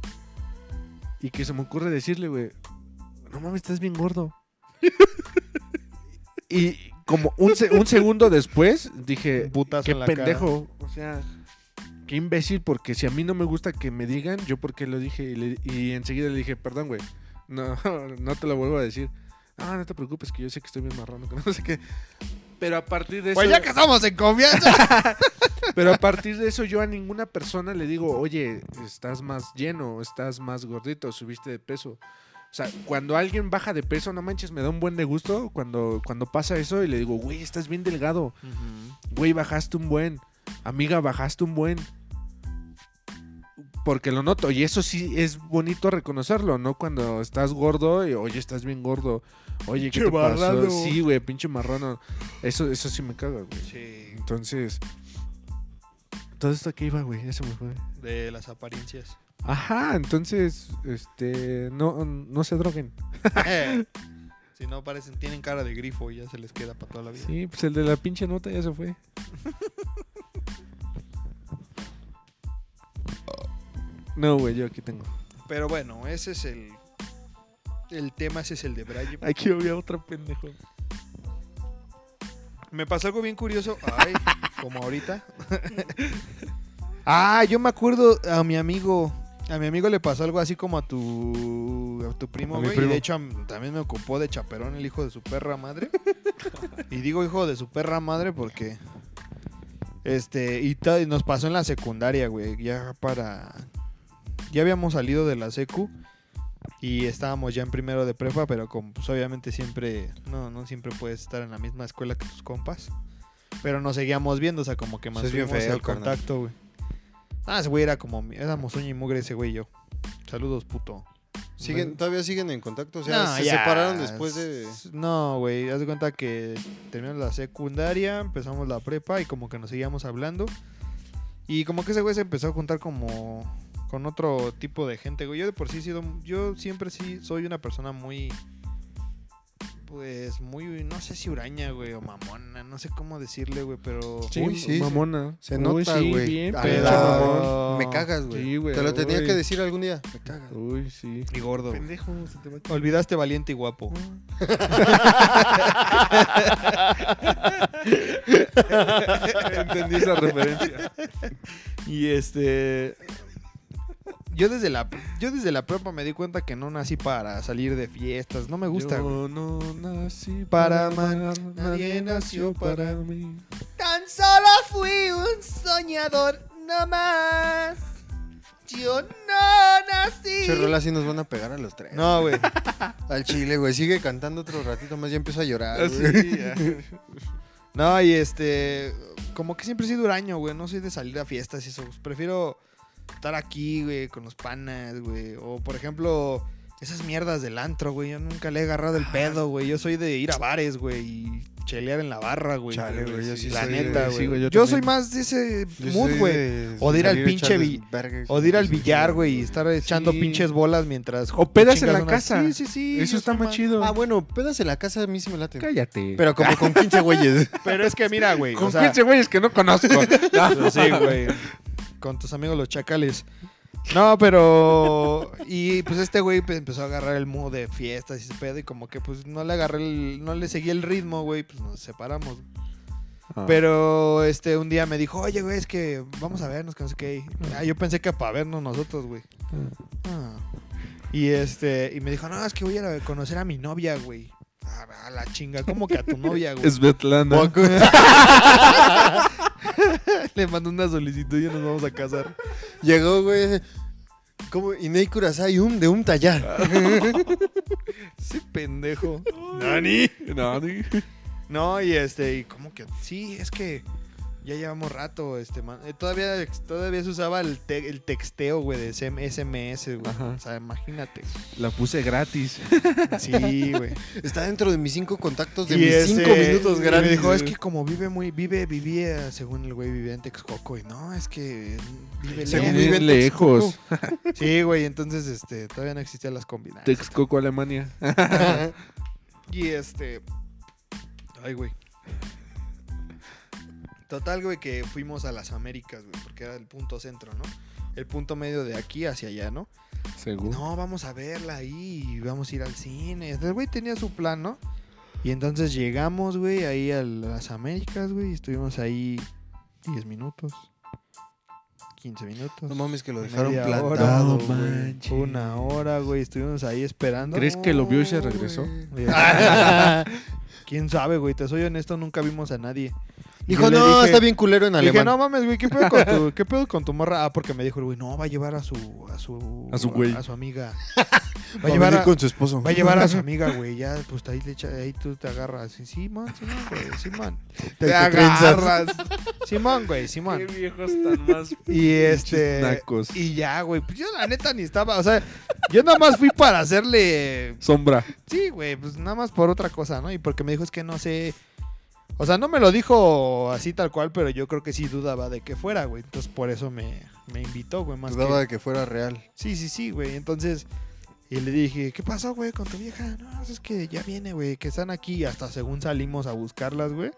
[SPEAKER 3] Y que se me ocurre decirle, güey, no mames, estás bien gordo. y como un, se- un segundo después dije,
[SPEAKER 1] Un putazo
[SPEAKER 3] qué
[SPEAKER 1] en la
[SPEAKER 3] pendejo. O sea, qué imbécil, porque si a mí no me gusta que me digan, yo porque lo dije y, le- y enseguida le dije, perdón, güey, no, no te lo vuelvo a decir. Ah, no te preocupes, que yo sé que estoy bien marrano, que no sé qué. Pero a partir de eso.
[SPEAKER 1] Pues ya que estamos en confianza.
[SPEAKER 3] Pero a partir de eso yo a ninguna persona le digo, oye, estás más lleno, estás más gordito, subiste de peso. O sea, cuando alguien baja de peso, no manches, me da un buen de gusto cuando, cuando pasa eso y le digo, güey, estás bien delgado, güey, bajaste un buen, amiga, bajaste un buen. Porque lo noto y eso sí es bonito reconocerlo, ¿no? Cuando estás gordo y, oye, estás bien gordo, oye, ¿qué
[SPEAKER 1] Pinche
[SPEAKER 3] te pasó?
[SPEAKER 1] marrano.
[SPEAKER 3] Sí, güey, pinche marrano. Eso, eso sí me caga, güey.
[SPEAKER 1] Sí,
[SPEAKER 3] Entonces. Todo esto que iba, güey, ya se me fue.
[SPEAKER 1] de las apariencias.
[SPEAKER 3] Ajá, entonces, este, no, no se droguen.
[SPEAKER 1] si no parecen, tienen cara de grifo y ya se les queda para toda la vida.
[SPEAKER 3] Sí, pues el de la pinche nota ya se fue. No, güey, yo aquí tengo.
[SPEAKER 1] Pero bueno, ese es el. El tema, ese es el de Braille.
[SPEAKER 3] Aquí había otro pendejo.
[SPEAKER 1] Me pasó algo bien curioso. Ay, como ahorita. ah, yo me acuerdo a mi amigo. A mi amigo le pasó algo así como a tu, a tu primo,
[SPEAKER 2] A mi
[SPEAKER 1] güey. y
[SPEAKER 2] primo.
[SPEAKER 1] de hecho, a- también me ocupó de chaperón el hijo de su perra madre. y digo hijo de su perra madre porque. Este, y ta- y nos pasó en la secundaria, güey. Ya para. Ya habíamos salido de la secu. Y estábamos ya en primero de prepa, pero como pues, obviamente siempre, no, no siempre puedes estar en la misma escuela que tus compas. Pero nos seguíamos viendo, o sea, como que
[SPEAKER 2] Eso es bien
[SPEAKER 1] mantuvimos
[SPEAKER 2] feo,
[SPEAKER 1] el
[SPEAKER 2] carnal.
[SPEAKER 1] contacto, güey. Ah, ese güey era como, mi- éramos uña y mugre ese güey y yo. Saludos, puto.
[SPEAKER 2] ¿Siguen, ¿Todavía siguen en contacto? O sea,
[SPEAKER 1] No,
[SPEAKER 2] se
[SPEAKER 1] ya.
[SPEAKER 2] separaron después de...
[SPEAKER 1] No, güey, haz de cuenta que terminamos la secundaria, empezamos la prepa y como que nos seguíamos hablando. Y como que ese güey se empezó a juntar como con otro tipo de gente, güey. Yo de por sí he sido yo siempre sí soy una persona muy pues muy no sé si huraña, güey, o mamona, no sé cómo decirle, güey, pero
[SPEAKER 3] Sí,
[SPEAKER 2] Uy, sí,
[SPEAKER 3] mamona.
[SPEAKER 2] Se
[SPEAKER 3] Uy,
[SPEAKER 2] nota,
[SPEAKER 3] sí,
[SPEAKER 2] güey.
[SPEAKER 3] bien,
[SPEAKER 2] A
[SPEAKER 1] pero-
[SPEAKER 3] pinche
[SPEAKER 2] la-
[SPEAKER 3] mamón.
[SPEAKER 2] Me cagas, güey.
[SPEAKER 3] Sí, güey,
[SPEAKER 2] Te lo tenía
[SPEAKER 3] uy.
[SPEAKER 2] que decir algún día. Me cagas.
[SPEAKER 3] Uy, sí.
[SPEAKER 1] y gordo. güey.
[SPEAKER 4] Pendejo, se te va a quitar.
[SPEAKER 1] Olvidaste valiente y guapo.
[SPEAKER 3] Mm. Entendí esa referencia.
[SPEAKER 1] Y este. Yo desde la yo desde la prepa me di cuenta que no nací para salir de fiestas. No me gusta. güey.
[SPEAKER 3] Yo no nací
[SPEAKER 1] Para
[SPEAKER 3] para
[SPEAKER 1] amar,
[SPEAKER 3] amar,
[SPEAKER 1] nadie
[SPEAKER 3] nadie
[SPEAKER 1] nació
[SPEAKER 3] nació
[SPEAKER 1] para
[SPEAKER 3] para mí.
[SPEAKER 5] Tan solo fui un soñador, no más. Yo no nací.
[SPEAKER 2] Che, rola sí nos van a pegar a los tres.
[SPEAKER 1] No, güey.
[SPEAKER 2] Al chile, güey. Sigue cantando otro ratito más. Ya empiezo a llorar, güey.
[SPEAKER 1] No, y este. Como que siempre he sido huraño, güey. No soy de salir a fiestas y eso. pues, Prefiero estar aquí, güey, con los panas, güey. O por ejemplo, esas mierdas del antro, güey. Yo nunca le he agarrado el pedo, güey. Yo soy de ir a bares, güey, y chelear en la barra, güey.
[SPEAKER 2] Chale, güey, yo sí
[SPEAKER 1] La
[SPEAKER 2] soy
[SPEAKER 1] neta,
[SPEAKER 3] de-
[SPEAKER 1] güey.
[SPEAKER 3] sí, güey,
[SPEAKER 1] yo
[SPEAKER 3] yo
[SPEAKER 1] soy
[SPEAKER 3] también.
[SPEAKER 1] más de ese
[SPEAKER 2] Yo
[SPEAKER 1] mood,
[SPEAKER 2] soy
[SPEAKER 1] güey.
[SPEAKER 2] de
[SPEAKER 1] O de ir al
[SPEAKER 2] salir a
[SPEAKER 1] pinche
[SPEAKER 2] echarles
[SPEAKER 1] bi-
[SPEAKER 2] vergas.
[SPEAKER 1] O de ir al billar, güey, y estar echando
[SPEAKER 3] Sí.
[SPEAKER 1] pinches bolas mientras.
[SPEAKER 3] O pedas en
[SPEAKER 1] chingas
[SPEAKER 3] la casa.
[SPEAKER 1] Sí, sí, sí.
[SPEAKER 3] Eso
[SPEAKER 1] yo
[SPEAKER 3] está
[SPEAKER 1] soy
[SPEAKER 3] más chido.
[SPEAKER 2] Ah, bueno, pedas en la casa a mí sí me late.
[SPEAKER 3] Cállate.
[SPEAKER 2] Pero como con 15 güeyes.
[SPEAKER 1] Pero es que mira, güey.
[SPEAKER 3] Con
[SPEAKER 1] o sea,
[SPEAKER 3] 15 güeyes que no conozco.
[SPEAKER 1] Pues sí, güey. Con tus amigos los chacales. No, pero. Y pues este güey pues, empezó a agarrar el mood de fiestas y ese pedo. Y como que pues no le agarré el- No le seguí el ritmo, güey. Pues nos separamos. Ah. Pero este un día me dijo, oye, güey, es que vamos a vernos, que no sé qué. Ah, yo pensé que para vernos nosotros, güey. Ah. Y este. Y me dijo, no, es que voy a ir a conocer a mi novia, güey. A a la chinga, ¿cómo que a tu novia, güey?
[SPEAKER 4] Svetlana.
[SPEAKER 1] Le mandó una solicitud y nos vamos a casar.
[SPEAKER 2] Llegó, güey. ese- Como Inei Kurasai, um de un tallar.
[SPEAKER 1] Ese pendejo.
[SPEAKER 4] Nani. Nani.
[SPEAKER 1] No, y este, y como que, sí, es que ya llevamos rato, este, man- eh, todavía, todavía se usaba el, te- el texteo, güey, de SM SMS, güey.
[SPEAKER 3] Ajá.
[SPEAKER 1] O sea, imagínate.
[SPEAKER 3] La puse gratis.
[SPEAKER 1] Sí, güey.
[SPEAKER 2] Está dentro de mis cinco contactos de
[SPEAKER 1] Y
[SPEAKER 2] mis
[SPEAKER 1] ese-
[SPEAKER 2] cinco minutos
[SPEAKER 1] y
[SPEAKER 2] gratis.
[SPEAKER 1] Me dijo,
[SPEAKER 2] güey.
[SPEAKER 1] es que como vive muy, vive, vivía, según el güey, vivía en Texcoco, y no, es que vive
[SPEAKER 2] Según
[SPEAKER 1] lejos.
[SPEAKER 2] vive en
[SPEAKER 3] lejos.
[SPEAKER 1] Sí, güey, entonces, este, todavía no existían las combinadas.
[SPEAKER 3] Texcoco, Alemania.
[SPEAKER 1] Y este. Ay, güey. Total, güey, que fuimos a las Américas, güey, porque era el punto centro, ¿no? El punto medio de aquí hacia allá, ¿no?
[SPEAKER 3] Seguro.
[SPEAKER 1] No, vamos a verla ahí y vamos a ir al cine. El güey tenía su plan, ¿no? Y entonces llegamos, güey, ahí a las Américas, güey, y estuvimos ahí 10 minutos, 15 minutos.
[SPEAKER 2] No mames, que lo dejaron
[SPEAKER 1] media hora,
[SPEAKER 2] plantado,
[SPEAKER 3] no
[SPEAKER 2] güey.
[SPEAKER 3] mames. manches.
[SPEAKER 1] Una hora, güey, estuvimos ahí esperando.
[SPEAKER 3] ¿Crees que lo vio y se regresó?
[SPEAKER 1] ¿Quién sabe, güey? Te soy honesto, nunca vimos a nadie.
[SPEAKER 2] Dijo,
[SPEAKER 1] Yo le
[SPEAKER 2] no,
[SPEAKER 1] dije-
[SPEAKER 2] está bien culero en
[SPEAKER 1] Le dije,
[SPEAKER 2] alemán.
[SPEAKER 1] no mames, güey, ¿qué pedo, con tu, ¿qué pedo con tu morra? Ah, porque me dijo el güey, no, va a llevar a su... A su,
[SPEAKER 3] A su güey.
[SPEAKER 1] A, su amiga.
[SPEAKER 2] Va
[SPEAKER 1] Va a, llevar
[SPEAKER 2] venir
[SPEAKER 1] a,
[SPEAKER 2] con su esposo.
[SPEAKER 1] va a llevar a su amiga, güey. Ya, pues ahí, le echa- ahí tú te agarras. Sí, Simón, Simón, güey, Simón.
[SPEAKER 2] Te- te trenzas.
[SPEAKER 1] Simón, güey, Simón.
[SPEAKER 4] Qué viejos tan más.
[SPEAKER 1] Y este...
[SPEAKER 3] Nacos.
[SPEAKER 1] Y ya, güey. Pues yo la neta ni estaba... O sea, yo nada más fui para hacerle...
[SPEAKER 3] Sombra.
[SPEAKER 1] Sí, güey, pues nada más por otra cosa, ¿no? Y porque me dijo es que no sé. O sea, no me lo dijo así tal cual, pero yo creo que sí dudaba de que fuera, güey. Entonces por eso me, me invitó, güey, más
[SPEAKER 2] Dudaba
[SPEAKER 1] que...
[SPEAKER 2] de que fuera real.
[SPEAKER 1] Sí, sí, sí, güey. Entonces, y le dije, ¿qué pasó, güey, con tu vieja? No, pues es que ya viene, güey, que están aquí. Y hasta según salimos a buscarlas, güey.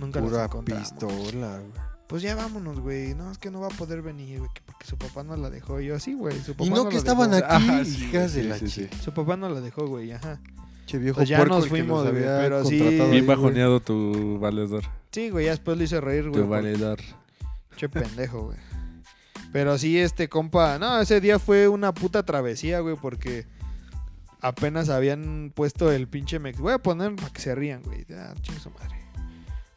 [SPEAKER 1] Nunca las
[SPEAKER 2] Pura
[SPEAKER 1] encontramos.
[SPEAKER 2] pistola, güey.
[SPEAKER 1] Pues ya vámonos, güey. No, es que no va a poder venir, güey, que porque su papá no la dejó. Y yo, sí, güey, su papá
[SPEAKER 2] Y no que
[SPEAKER 1] la
[SPEAKER 2] estaban
[SPEAKER 1] dejó".
[SPEAKER 2] aquí,
[SPEAKER 3] Ah, sí,
[SPEAKER 2] hijas de
[SPEAKER 3] sí,
[SPEAKER 2] la
[SPEAKER 3] sí, sí.
[SPEAKER 2] chica.
[SPEAKER 1] Su papá no la dejó, güey, ajá.
[SPEAKER 2] Che viejo
[SPEAKER 1] Pues ya
[SPEAKER 2] puerco
[SPEAKER 1] nos
[SPEAKER 2] el que
[SPEAKER 1] fuimos,
[SPEAKER 2] los
[SPEAKER 1] güey,
[SPEAKER 2] había
[SPEAKER 1] pero sí-
[SPEAKER 2] contratado
[SPEAKER 1] Bien
[SPEAKER 2] ahí,
[SPEAKER 3] Bien
[SPEAKER 2] güey.
[SPEAKER 3] bajoneado tu valedor.
[SPEAKER 1] Sí, güey, ya después lo hice reír, güey.
[SPEAKER 3] Tu
[SPEAKER 1] porque-
[SPEAKER 3] valedor.
[SPEAKER 1] Che pendejo, güey. Pero sí, este compa, no, ese día fue una puta travesía, güey, porque apenas habían puesto el pinche mex. Voy a poner para que se rían, güey. Ya, chingue su madre.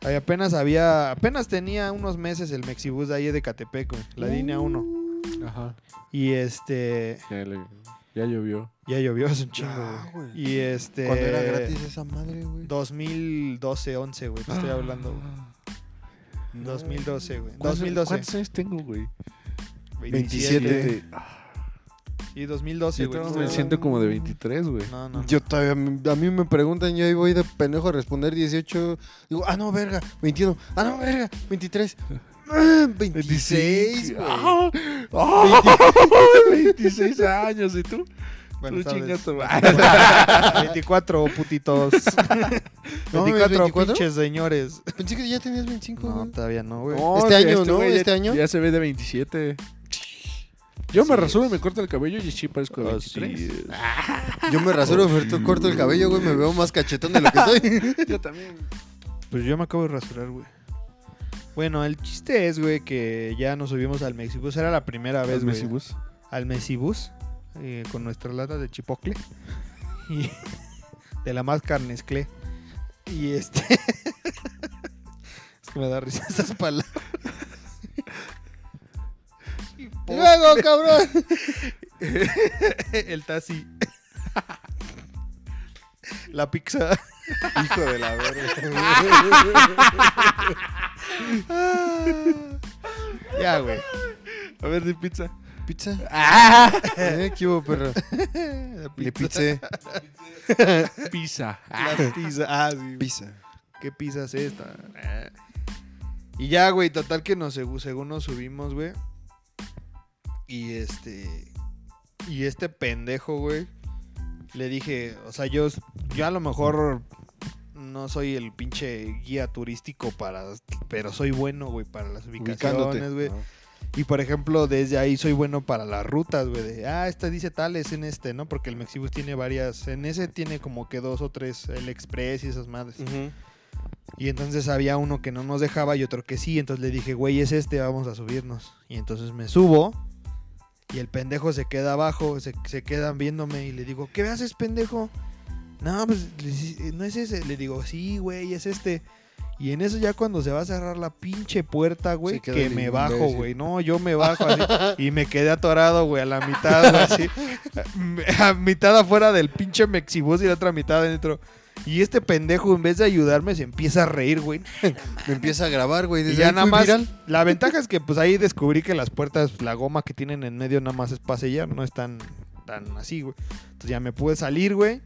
[SPEAKER 1] Ahí apenas había, apenas tenía unos meses el Mexibus de ahí de Catepec, güey, la línea 1.
[SPEAKER 3] Ajá.
[SPEAKER 1] Y este,
[SPEAKER 3] Ya, le- ya llovió.
[SPEAKER 1] ya llovió hace un chingo,
[SPEAKER 2] Ah,
[SPEAKER 1] güey.
[SPEAKER 2] güey.
[SPEAKER 1] Y este.
[SPEAKER 2] Cuando era gratis esa madre, güey.
[SPEAKER 1] 2012, 11, güey, te estoy hablando, güey. 2012, güey.
[SPEAKER 3] ¿Cuántos-
[SPEAKER 1] 2012.
[SPEAKER 3] ¿Cuántos años tengo, güey?
[SPEAKER 1] 27.
[SPEAKER 3] Ah,
[SPEAKER 1] Y 2012,
[SPEAKER 4] Yo
[SPEAKER 1] güey.
[SPEAKER 4] me siento como de 23, güey.
[SPEAKER 1] No, no.
[SPEAKER 2] Yo todavía, a mí me preguntan, yo ahí voy de pendejo a responder 18. Digo, ah, no, verga, 21. Ah, no, verga, 23. Ah, 26, güey.
[SPEAKER 4] ¡Ah! ¡Ah! 26 años, ¿y tú?
[SPEAKER 1] Bueno,
[SPEAKER 4] tú
[SPEAKER 1] sabes. Este
[SPEAKER 4] chingas tu
[SPEAKER 1] 24 putitos.
[SPEAKER 2] No, mames,
[SPEAKER 1] 24
[SPEAKER 2] ¿24?
[SPEAKER 1] pinches señores.
[SPEAKER 2] Pensé que ya tenías 25,
[SPEAKER 1] No,
[SPEAKER 2] güey.
[SPEAKER 1] todavía no, güey.
[SPEAKER 4] No,
[SPEAKER 2] Este año, ¿no?
[SPEAKER 4] güey ya-
[SPEAKER 2] Este año.
[SPEAKER 4] Ya se ve de 27. Yo me
[SPEAKER 2] Así
[SPEAKER 4] rasuro y me corto el cabello y sí parezco de
[SPEAKER 1] Así
[SPEAKER 4] 23.
[SPEAKER 2] Yo me rasuro, me corto el cabello, güey, me veo más cachetón de lo que soy.
[SPEAKER 4] Yo también.
[SPEAKER 1] Pues yo me acabo de rasurar, güey. Bueno, el chiste es, güey, que ya nos subimos al Mexibus. Era la primera vez,
[SPEAKER 4] Pues
[SPEAKER 1] güey. Al Mexibus. eh, con nuestra lata de chipocle. Y de la más carnescle. Y este. es que me da risa esas palabras.
[SPEAKER 2] Y Luego, cabrón.
[SPEAKER 1] el taxi. la pizza.
[SPEAKER 2] Hijo de la verga.
[SPEAKER 1] ya, güey.
[SPEAKER 4] A ver, de pizza.
[SPEAKER 2] Pizza. Eh, ¿Qué hubo, perro?
[SPEAKER 1] Ah. La
[SPEAKER 2] Le
[SPEAKER 1] pizza.
[SPEAKER 2] pizza.
[SPEAKER 4] Pizza.
[SPEAKER 1] La pizza. Ah, sí.
[SPEAKER 2] Pizza.
[SPEAKER 1] ¿Qué pizza es esta? Eh. Y ya, güey, total que nos, segu- según nos subimos, güey. Y este. Y este pendejo, güey. Le dije, o sea, yo, yo a lo mejor no soy el pinche guía turístico para. Pero soy bueno, güey, para las
[SPEAKER 2] Ubicándote.
[SPEAKER 1] ubicaciones, güey.
[SPEAKER 3] Ah.
[SPEAKER 1] Y por ejemplo, desde ahí soy bueno para las rutas, güey. de, ah, esta dice tal, es en este, ¿no? Porque el Mexibus tiene varias. En ese tiene como que dos o tres, el Express y esas madres. Y entonces había uno que no nos dejaba y otro que sí. Entonces le dije, güey, es este, vamos a subirnos. Y entonces me subo y el pendejo se queda abajo, se, se quedan viéndome y le digo, ¿qué haces, pendejo? No, pues le dice, no es ese. Le digo, sí, güey, es este. Y en eso ya cuando se va a cerrar la pinche puerta, güey,
[SPEAKER 2] Se queda
[SPEAKER 1] que
[SPEAKER 2] el
[SPEAKER 1] me bajo,
[SPEAKER 2] imbécil.
[SPEAKER 1] güey. No, yo me bajo así. y me quedé atorado, güey, a la mitad, güey, así. A mitad afuera del pinche Mexibus y la otra mitad adentro. Y este pendejo, en vez de ayudarme, se empieza a reír, güey.
[SPEAKER 2] Me empieza a grabar, güey.
[SPEAKER 1] Y
[SPEAKER 2] Desde
[SPEAKER 1] ya
[SPEAKER 2] ahí
[SPEAKER 1] nada
[SPEAKER 2] fui
[SPEAKER 1] más.
[SPEAKER 2] viral.
[SPEAKER 1] La ventaja es que pues ahí descubrí que las puertas, la goma que tienen en medio nada más es para sellar, no es tan, tan así, güey. Entonces ya me pude salir, güey.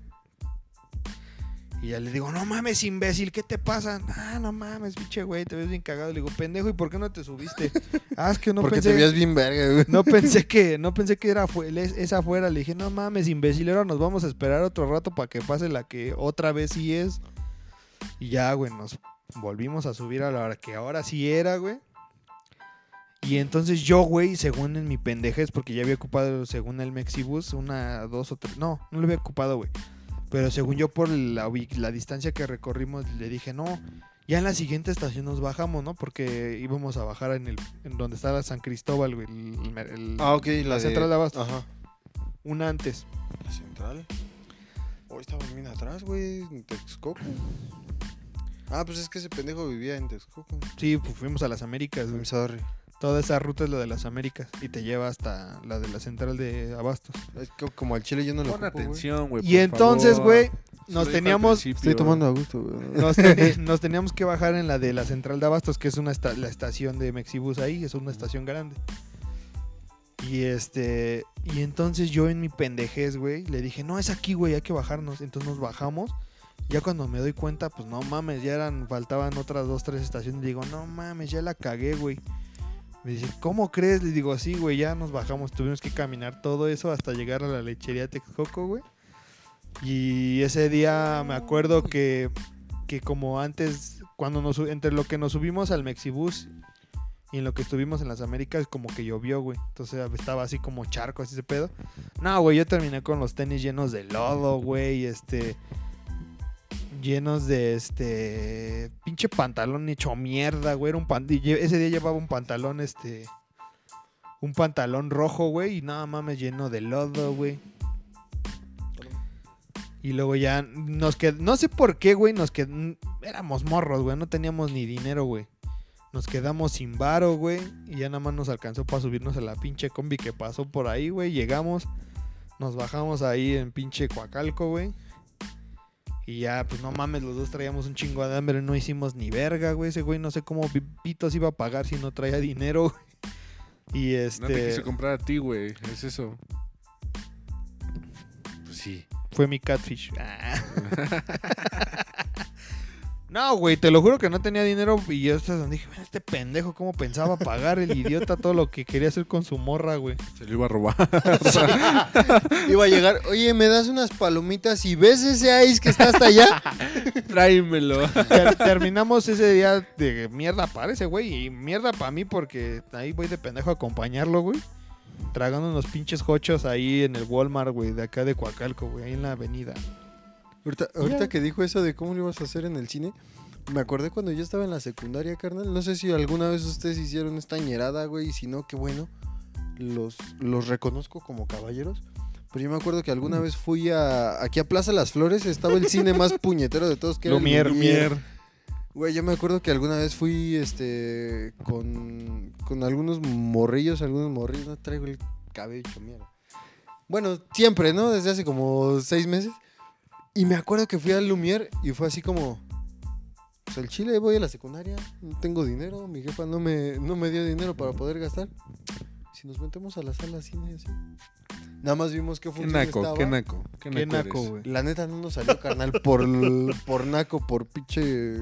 [SPEAKER 1] Y ya le digo, no mames, imbécil, ¿qué te pasa? Ah, no mames, pinche güey, te ves bien cagado. Le digo, pendejo, ¿y por qué no te subiste? ah, es que no
[SPEAKER 2] Porque
[SPEAKER 1] pensé.
[SPEAKER 2] te veías bien verga, güey.
[SPEAKER 1] No pensé que, no pensé que era afu- es es afuera. Le dije, no mames, imbécil, ahora nos vamos a esperar otro rato para que pase la que otra vez sí es. Y ya, güey, nos volvimos a subir a la hora que ahora sí era, güey. Y entonces yo, güey, según en mi pendejez, porque ya había ocupado, según el Mexibus, una, dos o tres. No, no lo había ocupado, güey. Pero según yo, por la, ubi- la distancia que recorrimos, le dije, no, ya en la siguiente estación nos bajamos, ¿no? Porque íbamos a bajar en el en donde estaba San Cristóbal, güey. el- el- el-
[SPEAKER 2] Ah, ok, la,
[SPEAKER 1] de-
[SPEAKER 2] central de abasto. Ajá.
[SPEAKER 1] una antes.
[SPEAKER 2] La central. Hoy estaba bien atrás, güey, en Texcoco. Ah, pues es que ese pendejo vivía en Texcoco.
[SPEAKER 1] Sí, pues fuimos a las Américas, güey.
[SPEAKER 2] I'm sorry.
[SPEAKER 1] Toda esa ruta es la de las Américas y te lleva hasta la de la central de Abastos.
[SPEAKER 2] Es que como al chile yo no lo
[SPEAKER 4] Pon
[SPEAKER 2] ocupo, güey.
[SPEAKER 4] atención, güey.
[SPEAKER 1] y
[SPEAKER 4] por
[SPEAKER 1] entonces,
[SPEAKER 4] favor.
[SPEAKER 1] güey,
[SPEAKER 4] Se lo
[SPEAKER 1] nos
[SPEAKER 4] dije al
[SPEAKER 1] teníamos
[SPEAKER 4] principio.
[SPEAKER 2] Estoy tomando a gusto, güey.
[SPEAKER 1] nos, teni- nos teníamos que bajar en la de la central de Abastos, que es una esta- la estación de Mexibus ahí, es una estación grande. Y este, y entonces yo en mi pendejez, güey, le dije, no, es aquí, güey, hay que bajarnos. Entonces nos bajamos. Ya cuando me doy cuenta, pues no mames, ya eran, faltaban otras dos, tres estaciones. Le digo, no mames, ya la cagué, güey. Me dice, ¿cómo crees? Le digo, sí, güey, ya nos bajamos. Tuvimos que caminar todo eso hasta llegar a la lechería Texcoco, güey. Y ese día me acuerdo que que como antes, cuando nos, su- entre lo que nos subimos al Mexibus y en lo que estuvimos en las Américas, como que llovió, güey. Entonces estaba así como charco, así ese pedo. No, güey, yo terminé con los tenis llenos de lodo, güey, este... Llenos de este. Pinche pantalón hecho mierda, güey. Era un pan- y lle- Ese día llevaba un pantalón, este. Un pantalón rojo, güey. Y nada mames, lleno de lodo, güey. Y luego ya nos quedamos. No sé por qué, güey. Nos quedamos. Éramos morros, güey. No teníamos ni dinero, güey. Nos quedamos sin varo, güey. Y ya nada más nos alcanzó para subirnos a la pinche combi que pasó por ahí, güey. Llegamos. Nos bajamos ahí en pinche Coacalco, güey. Y ya, pues no mames, los dos traíamos un chingo de hambre. No hicimos ni verga, güey. Ese güey no sé cómo pi- pitos iba a pagar si no traía dinero, güey. Y este.
[SPEAKER 3] No te quise comprar a ti, güey. Es eso. Pues sí.
[SPEAKER 1] Fue mi catfish. No, güey, te lo juro que no tenía dinero y yo hasta donde dije, "Mira, este pendejo, ¿cómo pensaba pagar el idiota todo lo que quería hacer con su morra, güey?
[SPEAKER 3] Se lo iba a robar.
[SPEAKER 2] Iba a llegar, oye, ¿me das unas palomitas y ves ese ice que está hasta allá?
[SPEAKER 3] Tráemelo.
[SPEAKER 1] Ter- terminamos ese día de mierda para ese güey y mierda para mí porque ahí voy de pendejo a acompañarlo, güey. Tragando unos pinches jochos ahí en el Walmart, güey, de acá de Coacalco, güey, ahí en la avenida.
[SPEAKER 2] Ahorita, ahorita que dijo eso de cómo lo ibas a hacer en el cine, me acordé cuando yo estaba en la secundaria, carnal. No sé si alguna vez ustedes hicieron esta ñerada, güey, y si no, qué bueno. Los, los reconozco como caballeros. Pero yo me acuerdo que alguna vez fui a, aquí a Plaza Las Flores, estaba el cine más puñetero de todos, que era el
[SPEAKER 1] Lumière.
[SPEAKER 2] Lumière. Güey, yo me acuerdo que alguna vez fui este con, con algunos morrillos, algunos morrillos, no traigo el cabello hecho mierda. Bueno, siempre, ¿no? Desde hace como seis meses. Y me acuerdo que fui al Lumière y fue así como, pues el chile voy a la secundaria, no tengo dinero, mi jefa no me, no me dio dinero para poder gastar. Si nos metemos a la sala cine, así. Nada más vimos que
[SPEAKER 3] Qué
[SPEAKER 2] función
[SPEAKER 3] naco,
[SPEAKER 2] estaba.
[SPEAKER 3] qué naco. Qué naco,
[SPEAKER 1] Qué naco,
[SPEAKER 3] eres.
[SPEAKER 1] güey.
[SPEAKER 2] La neta no nos salió, carnal, por, por naco, por pinche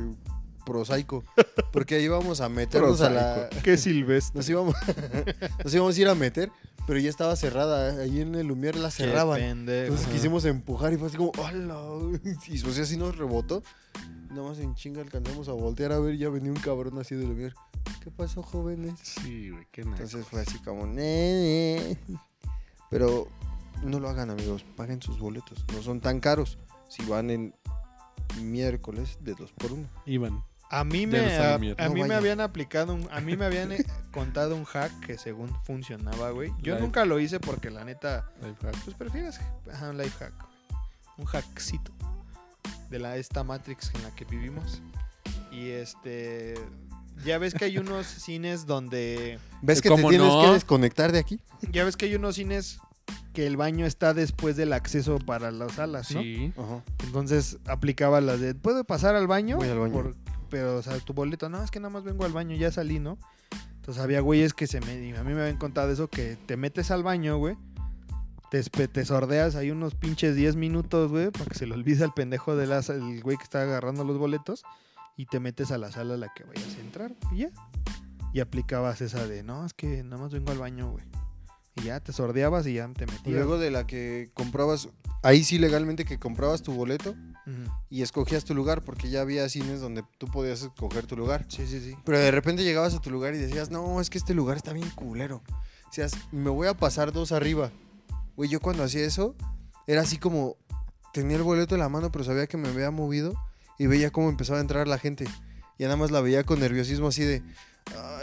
[SPEAKER 2] prosaico. Porque íbamos a meternos a la.
[SPEAKER 1] Qué silvestre.
[SPEAKER 2] Nos íbamos, nos íbamos a ir a meter, pero ya estaba cerrada. eh, Ahí en el Lumière la cerraban.
[SPEAKER 1] Qué pendejo.
[SPEAKER 2] Entonces quisimos empujar y fue así como, ¡hola! Y pues así nos rebotó. Nada más en chinga alcanzamos a voltear a ver y ya venía un cabrón así del Lumière. ¿Qué pasó, jóvenes?
[SPEAKER 3] Sí, güey, qué naco.
[SPEAKER 2] Entonces fue así como, "Nene". Pero no lo hagan, amigos. Paguen sus boletos. No son tan caros. Si van en miércoles de 2 por 1
[SPEAKER 3] Iban.
[SPEAKER 1] A mí
[SPEAKER 3] Ya
[SPEAKER 1] me,
[SPEAKER 3] no sabe
[SPEAKER 1] a,
[SPEAKER 3] mierda.
[SPEAKER 1] a
[SPEAKER 2] No
[SPEAKER 1] mí me
[SPEAKER 2] vaya.
[SPEAKER 1] habían aplicado, un- a mí me habían eh, contado un hack que según funcionaba, güey. Yo
[SPEAKER 3] Life.
[SPEAKER 1] nunca lo hice porque la neta,
[SPEAKER 3] Life hack.
[SPEAKER 1] pues prefieres ajá, un life hack, güey. un hackcito de la esta Matrix en la que vivimos. Y este, ya ves que hay unos cines donde,
[SPEAKER 2] ¿Ves que te
[SPEAKER 3] ¿Cómo
[SPEAKER 2] tienes
[SPEAKER 3] no?
[SPEAKER 2] que desconectar de aquí?
[SPEAKER 1] ya ves que hay unos cines que el baño está después del acceso para las salas, ¿no?
[SPEAKER 3] pues, Sí.
[SPEAKER 2] Ajá.
[SPEAKER 1] Entonces aplicaba las de, ¿puedo pasar al baño?
[SPEAKER 2] Voy al baño.
[SPEAKER 1] pero, o sea, tu boleto, no, es que nada más vengo al baño, ya salí, ¿no? Entonces había güeyes que se me, y a mí me habían contado eso, que te metes al baño, güey, te, espe- te sordeas ahí unos pinches 10 minutos, güey, para que se le olvide al pendejo del el güey que está agarrando los boletos, y te metes a la sala a la que vayas a entrar, y ya. Y aplicabas esa de, no, es que nada más vengo al baño, güey. Y ya te sordeabas y ya te metías.
[SPEAKER 2] Y luego de la que comprabas, ahí sí legalmente que comprabas tu boleto
[SPEAKER 1] Ujú.
[SPEAKER 2] y escogías tu lugar porque ya había cines donde tú podías escoger tu lugar.
[SPEAKER 1] Sí, sí, sí.
[SPEAKER 2] Pero de repente llegabas a tu lugar y decías, no, es que este lugar está bien culero. Decías, me voy a pasar dos arriba. Güey, yo cuando hacía eso, era así como, tenía el boleto en la mano, pero sabía que me había movido y veía cómo empezaba a entrar la gente. Y nada más la veía con nerviosismo así de,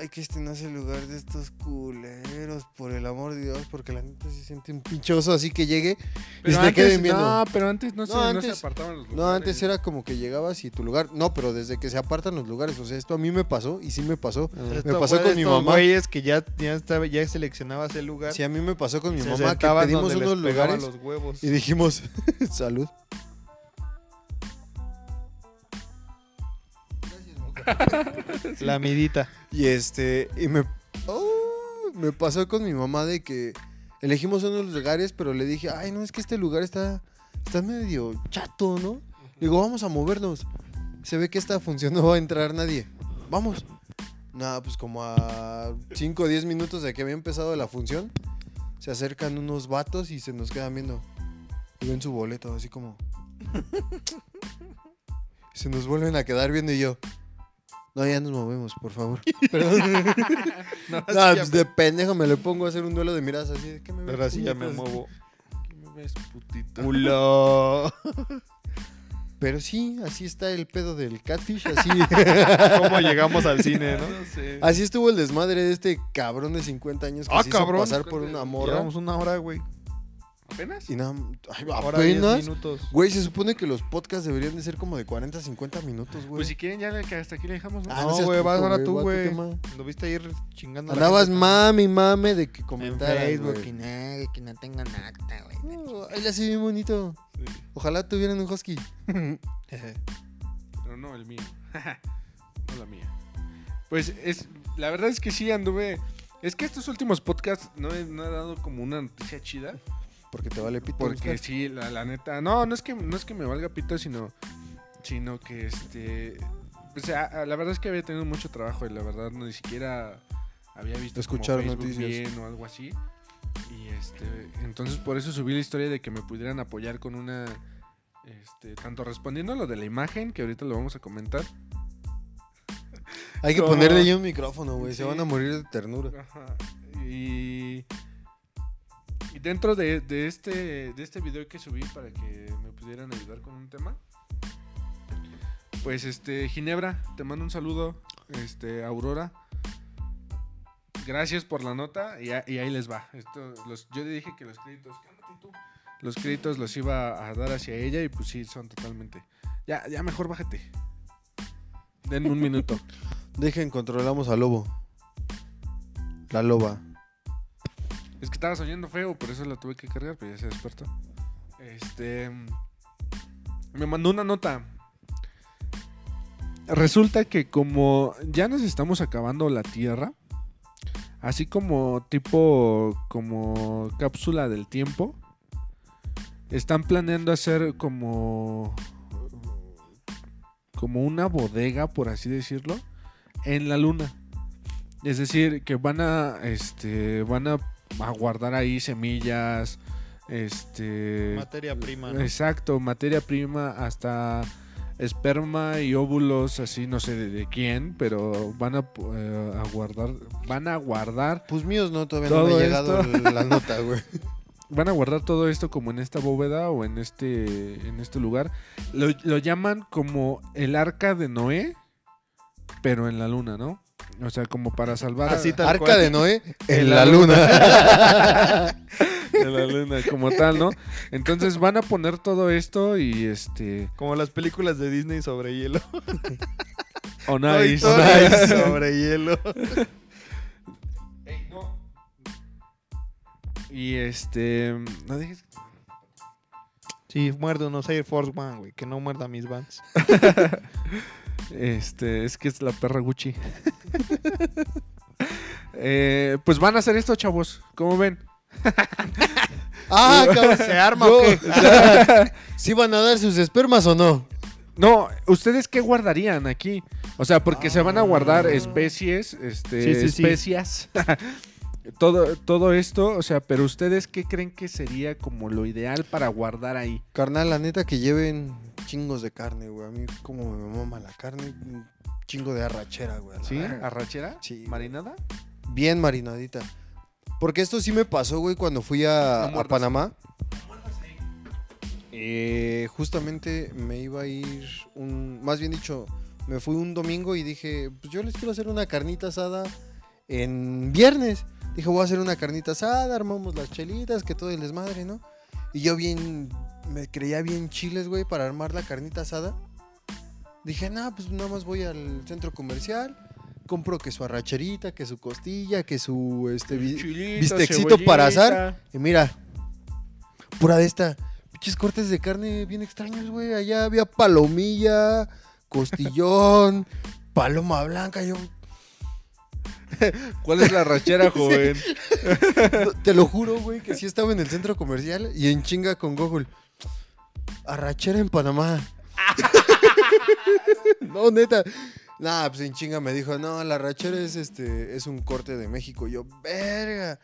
[SPEAKER 2] ay, que este no es el lugar de estos culeros, por el amor de Dios, porque la neta se siente un pinchoso así que llegue y
[SPEAKER 3] Pero
[SPEAKER 2] se te
[SPEAKER 3] antes,
[SPEAKER 2] queden viendo.
[SPEAKER 3] No, pero antes no,
[SPEAKER 2] No,
[SPEAKER 3] se, no se
[SPEAKER 2] antes-
[SPEAKER 3] apartaban los
[SPEAKER 2] No,
[SPEAKER 3] lugares.
[SPEAKER 2] antes era como que llegabas y tu lugar. No, pero desde que se apartan los lugares. O sea, esto a mí me pasó y sí me pasó.
[SPEAKER 1] Esto
[SPEAKER 2] pasó
[SPEAKER 1] fue
[SPEAKER 2] con
[SPEAKER 1] de
[SPEAKER 2] mi
[SPEAKER 1] estos
[SPEAKER 2] mamá.
[SPEAKER 1] güeyes que ya, ya, estaba, ya seleccionabas el lugar.
[SPEAKER 2] Sí, a mí me pasó con mi
[SPEAKER 1] se
[SPEAKER 2] mamá que
[SPEAKER 1] sentaban
[SPEAKER 2] pedimos
[SPEAKER 1] donde les
[SPEAKER 2] unos
[SPEAKER 1] pegaba
[SPEAKER 2] lugares
[SPEAKER 1] los huevos.
[SPEAKER 2] y dijimos, salud.
[SPEAKER 1] La midita.
[SPEAKER 2] Y este, y me, ¡Oh! me pasó con mi mamá de que elegimos unos lugares, pero le dije, ay, no, es que este lugar está, está medio chato, ¿no? Le digo, vamos a movernos. Se ve que esta función no va a entrar nadie. Vamos. Nada, pues como a 5 o 10 minutos de que había empezado la función, se acercan unos vatos y se nos quedan viendo. Y ven su boleto, así como. se nos vuelven a quedar viendo y yo. No, ya nos movemos, por favor. Perdón. no, pues de pendejo me le pongo a hacer un duelo de miradas así. de, ¿Qué me ves,
[SPEAKER 1] Pero así ya me
[SPEAKER 2] puñetas?
[SPEAKER 1] muevo.
[SPEAKER 3] ¿Qué me ves, putito?
[SPEAKER 1] Culo.
[SPEAKER 2] Pero sí, así está el pedo del catfish, así.
[SPEAKER 1] ¿Cómo llegamos al cine, no?
[SPEAKER 3] Ah, No sé.
[SPEAKER 2] Así estuvo el desmadre de este cabrón de 50 años que
[SPEAKER 1] Ah,
[SPEAKER 2] se hizo
[SPEAKER 1] cabrón.
[SPEAKER 2] pasar por una morra.
[SPEAKER 1] Llevamos una hora, güey.
[SPEAKER 3] ¿Apenas?
[SPEAKER 2] Y nada, ay,
[SPEAKER 1] Hora diez
[SPEAKER 2] apenas.
[SPEAKER 1] minutos.
[SPEAKER 2] Güey, se supone que los podcasts deberían de ser como de 40, 50 minutos, güey.
[SPEAKER 3] Pues si quieren, ya le- que hasta aquí le dejamos. ¿no?
[SPEAKER 2] Ah,
[SPEAKER 1] no,
[SPEAKER 2] seas
[SPEAKER 1] güey, vas
[SPEAKER 2] puto,
[SPEAKER 1] ahora tú,
[SPEAKER 2] va tu
[SPEAKER 1] güey.
[SPEAKER 2] tema.
[SPEAKER 1] Lo viste ir chingando. a la
[SPEAKER 2] Andabas
[SPEAKER 1] gente.
[SPEAKER 2] mami, mame de que
[SPEAKER 5] En
[SPEAKER 2] comentaras,
[SPEAKER 5] Facebook
[SPEAKER 2] güey.
[SPEAKER 5] y nada, que no tengan acta, güey.
[SPEAKER 2] No, Ay, le hace bien bonito. Ojalá tuvieran un husky.
[SPEAKER 3] Pero no, el mío. no la mía. Pues es, la verdad es que sí anduve. Es que estos últimos podcasts no he, no he dado como una noticia chida.
[SPEAKER 2] Porque te vale pito.
[SPEAKER 3] Porque
[SPEAKER 2] buscar.
[SPEAKER 3] sí, la, la neta. No, no es que no es que me valga pito, sino. Sino que este. O sea, a- la verdad es que había tenido mucho trabajo y la verdad no ni siquiera había visto como
[SPEAKER 2] Escuchar
[SPEAKER 3] Facebook
[SPEAKER 2] noticias.
[SPEAKER 3] bien o algo así. Y este. Entonces por eso subí la historia de que me pudieran apoyar con una. Este, tanto respondiendo a lo de la imagen, que ahorita lo vamos a comentar.
[SPEAKER 2] Hay que
[SPEAKER 3] No.
[SPEAKER 2] ponerle ahí un micrófono, güey.
[SPEAKER 3] Sí.
[SPEAKER 2] Se van a morir de ternura.
[SPEAKER 3] Ajá. Y, y dentro de, de este, de este video que subí para que me pudieran ayudar con un tema, pues este, Ginebra, te mando un saludo, este, Aurora. Gracias por la nota y, a- y ahí les va. Esto, los, yo le dije que los créditos, cálmate tú. Los créditos los iba a dar hacia ella y pues sí, son totalmente. Ya, ya mejor bájate. Denme un minuto.
[SPEAKER 2] Dejen, controlamos al lobo. La loba.
[SPEAKER 3] Es que estaba soñando feo, por eso la tuve que cargar, pero ya se despertó. Este. Me mandó una nota. Resulta que como ya nos estamos acabando la Tierra, así como tipo como cápsula del tiempo, están planeando hacer como como una bodega, por así decirlo, en la luna. Es decir, que van a este van a, a guardar ahí semillas, este
[SPEAKER 1] Materia prima, ¿no?
[SPEAKER 3] Exacto, materia prima hasta esperma y óvulos, así no sé de, de quién, pero van a, pu- eh, a guardar, van a guardar,
[SPEAKER 2] Pues míos no, todavía no
[SPEAKER 3] Todo
[SPEAKER 2] me ha llegado
[SPEAKER 3] esto.
[SPEAKER 2] la nota, güey.
[SPEAKER 3] van a guardar todo esto como en esta bóveda o en este, en este lugar. Lo, lo llaman como el arca de Noé, pero en la luna, ¿no? O sea, como para salvar a-
[SPEAKER 1] Así tal
[SPEAKER 2] Arca
[SPEAKER 1] cual.
[SPEAKER 2] de Noé en
[SPEAKER 3] En
[SPEAKER 2] la
[SPEAKER 3] la
[SPEAKER 2] luna.
[SPEAKER 3] en la luna como tal, ¿no? Entonces van a poner todo esto y este...
[SPEAKER 1] Como las películas de Disney sobre hielo.
[SPEAKER 3] Oh,
[SPEAKER 1] Toy
[SPEAKER 3] nice.
[SPEAKER 1] Story
[SPEAKER 3] nice.
[SPEAKER 1] sobre hielo.
[SPEAKER 3] Y este... No dejes-
[SPEAKER 1] Sí, muerde unos Air Force One, güey. Que no muerda mis Vans.
[SPEAKER 3] Este, es que es la perra Gucci. Eh, pues van a hacer esto, chavos. ¿Cómo ven?
[SPEAKER 2] ah, cabrón.
[SPEAKER 1] ¿Se arma
[SPEAKER 2] Yo-
[SPEAKER 1] o qué?
[SPEAKER 2] ¿Sí van a dar sus espermas o no?
[SPEAKER 3] No, ¿ustedes qué guardarían aquí? O sea, porque se van a guardar especies, este,
[SPEAKER 1] Sí, sí, sí.
[SPEAKER 3] especias. todo, todo esto, o sea, pero ¿ustedes qué creen que sería como lo ideal para guardar ahí?
[SPEAKER 2] Carnal, la neta que lleven chingos de carne, güey. A mí como me mama la carne, un chingo de arrachera, güey. a la
[SPEAKER 3] ¿Sí?
[SPEAKER 2] verga.
[SPEAKER 3] ¿Arrachera?
[SPEAKER 2] Ah. Sí.
[SPEAKER 3] ¿Marinada?
[SPEAKER 2] Bien marinadita. Porque esto sí me pasó, güey, cuando fui a,
[SPEAKER 3] No muerdas.
[SPEAKER 2] a Panamá. Eh, justamente me iba a ir un, más bien dicho, me fui un domingo y dije, pues yo les quiero hacer una carnita asada en viernes. Dije, voy a hacer una carnita asada, armamos las chelitas, que todo el desmadre, ¿no? Y yo bien, me creía bien chiles, güey, para armar la carnita asada. Dije, no, pues nada más voy al centro comercial, compro que su arracherita, que su costilla, que su, este, vi- bistecito para asar. Y mira, pura de esta. Pinches cortes de carne bien extraños, güey. Allá había palomilla, costillón, paloma blanca. Yo,
[SPEAKER 4] ¿Cuál es la rachera, joven?
[SPEAKER 2] te lo juro, güey, que sí estaba en el centro comercial y en chinga con Google. Arrachera en Panamá. no, neta. Nah, pues en chinga me dijo, no, la arrachera es este, es un corte de México. Yo, verga.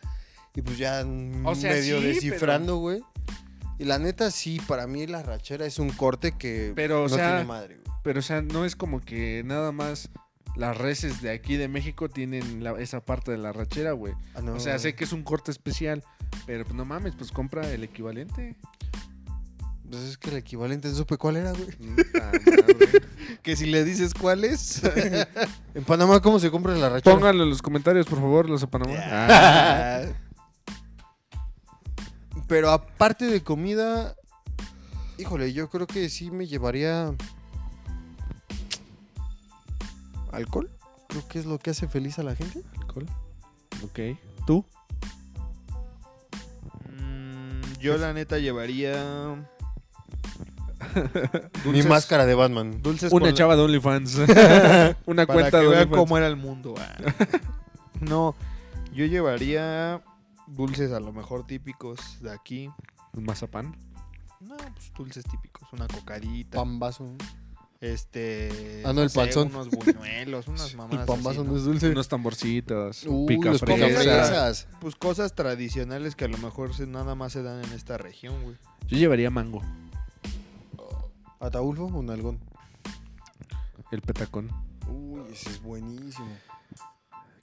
[SPEAKER 2] Y pues ya
[SPEAKER 3] O sea,
[SPEAKER 2] medio
[SPEAKER 3] sí,
[SPEAKER 2] descifrando, güey. Y la neta, sí, para mí la arrachera es un corte que
[SPEAKER 3] Pero, o
[SPEAKER 2] no
[SPEAKER 3] sea,
[SPEAKER 2] tiene madre, güey.
[SPEAKER 3] Pero, o sea, no es como que nada más las reses de aquí de México tienen la- esa parte de la rachera, güey.
[SPEAKER 2] Ah, no.
[SPEAKER 3] O sea, sé que es un corte especial, pero pues, no mames, pues compra el equivalente.
[SPEAKER 2] Pues es que el equivalente, no supe cuál era, güey. Ah,
[SPEAKER 1] Que si le dices cuál es.
[SPEAKER 2] En Panamá, ¿cómo se compra la arrachera?
[SPEAKER 3] Pónganlo en los comentarios, por favor, los de Panamá. Ah,
[SPEAKER 2] Pero aparte de comida, híjole, yo creo que sí me llevaría alcohol. Creo que es lo que hace feliz a la gente.
[SPEAKER 3] Ok. ¿Tú?
[SPEAKER 1] Mm, yo la neta llevaría
[SPEAKER 2] Mi máscara de Batman.
[SPEAKER 1] dulces
[SPEAKER 3] Una
[SPEAKER 1] con la-
[SPEAKER 3] chava de OnlyFans.
[SPEAKER 1] para
[SPEAKER 3] Una cuenta
[SPEAKER 1] que
[SPEAKER 3] de
[SPEAKER 1] vean
[SPEAKER 3] OnlyFans.
[SPEAKER 1] cómo era el mundo. ah. No, yo llevaría dulces a lo mejor típicos de aquí,
[SPEAKER 3] Un mazapán.
[SPEAKER 1] No, pues dulces típicos. Una cocadita.
[SPEAKER 2] Pambazo.
[SPEAKER 1] Este.
[SPEAKER 2] Ah, no, el panzón.
[SPEAKER 1] Unos buñuelos, unas mamadas.
[SPEAKER 2] El pambazo
[SPEAKER 1] así,
[SPEAKER 2] no
[SPEAKER 1] ¿no?
[SPEAKER 2] es dulce.
[SPEAKER 3] Unos tamborcitos.
[SPEAKER 2] Uy,
[SPEAKER 3] pica
[SPEAKER 2] los
[SPEAKER 1] fresa.
[SPEAKER 2] picafresas.
[SPEAKER 1] Pues cosas tradicionales que a lo mejor se- nada más se dan en esta región, güey.
[SPEAKER 3] Yo llevaría mango.
[SPEAKER 2] ¿Ataulfo o nalgón?
[SPEAKER 3] El petacón.
[SPEAKER 2] Uy, ese es buenísimo.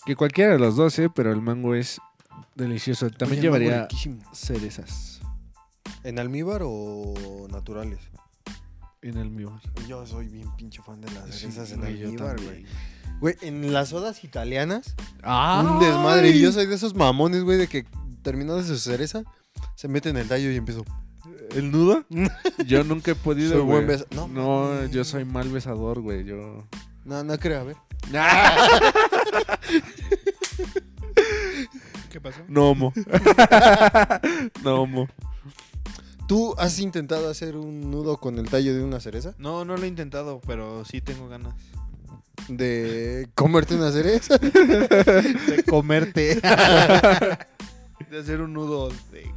[SPEAKER 3] Que cualquiera de los dos, ¿eh? Pero el mango es delicioso. También
[SPEAKER 2] Oye, mango
[SPEAKER 3] llevaría
[SPEAKER 2] riquísimo.
[SPEAKER 3] cerezas
[SPEAKER 2] ¿En almíbar o naturales?
[SPEAKER 3] en el mío.
[SPEAKER 2] Yo soy bien pinche fan de las cerezas en
[SPEAKER 3] güey, yo
[SPEAKER 2] almíbar,
[SPEAKER 3] también.
[SPEAKER 2] güey. Güey, en las sodas italianas,
[SPEAKER 3] ¡Ah!
[SPEAKER 2] un desmadre. Yo soy de esos mamones, güey, de que terminando su cereza, se mete en el tallo y empiezo.
[SPEAKER 3] ¿El nudo? Yo nunca he podido.
[SPEAKER 2] Soy
[SPEAKER 3] güey.
[SPEAKER 2] buen besa- no,
[SPEAKER 3] No,
[SPEAKER 2] mames.
[SPEAKER 3] yo soy mal besador, güey. Yo.
[SPEAKER 2] No, no creo, a ver.
[SPEAKER 1] ¿Qué pasó?
[SPEAKER 4] No homo. no homo.
[SPEAKER 2] ¿Tú has intentado hacer un nudo con el tallo de una cereza?
[SPEAKER 1] No, no lo he intentado, pero sí tengo ganas.
[SPEAKER 2] ¿De comerte una cereza?
[SPEAKER 1] De comerte. de hacer un nudo de.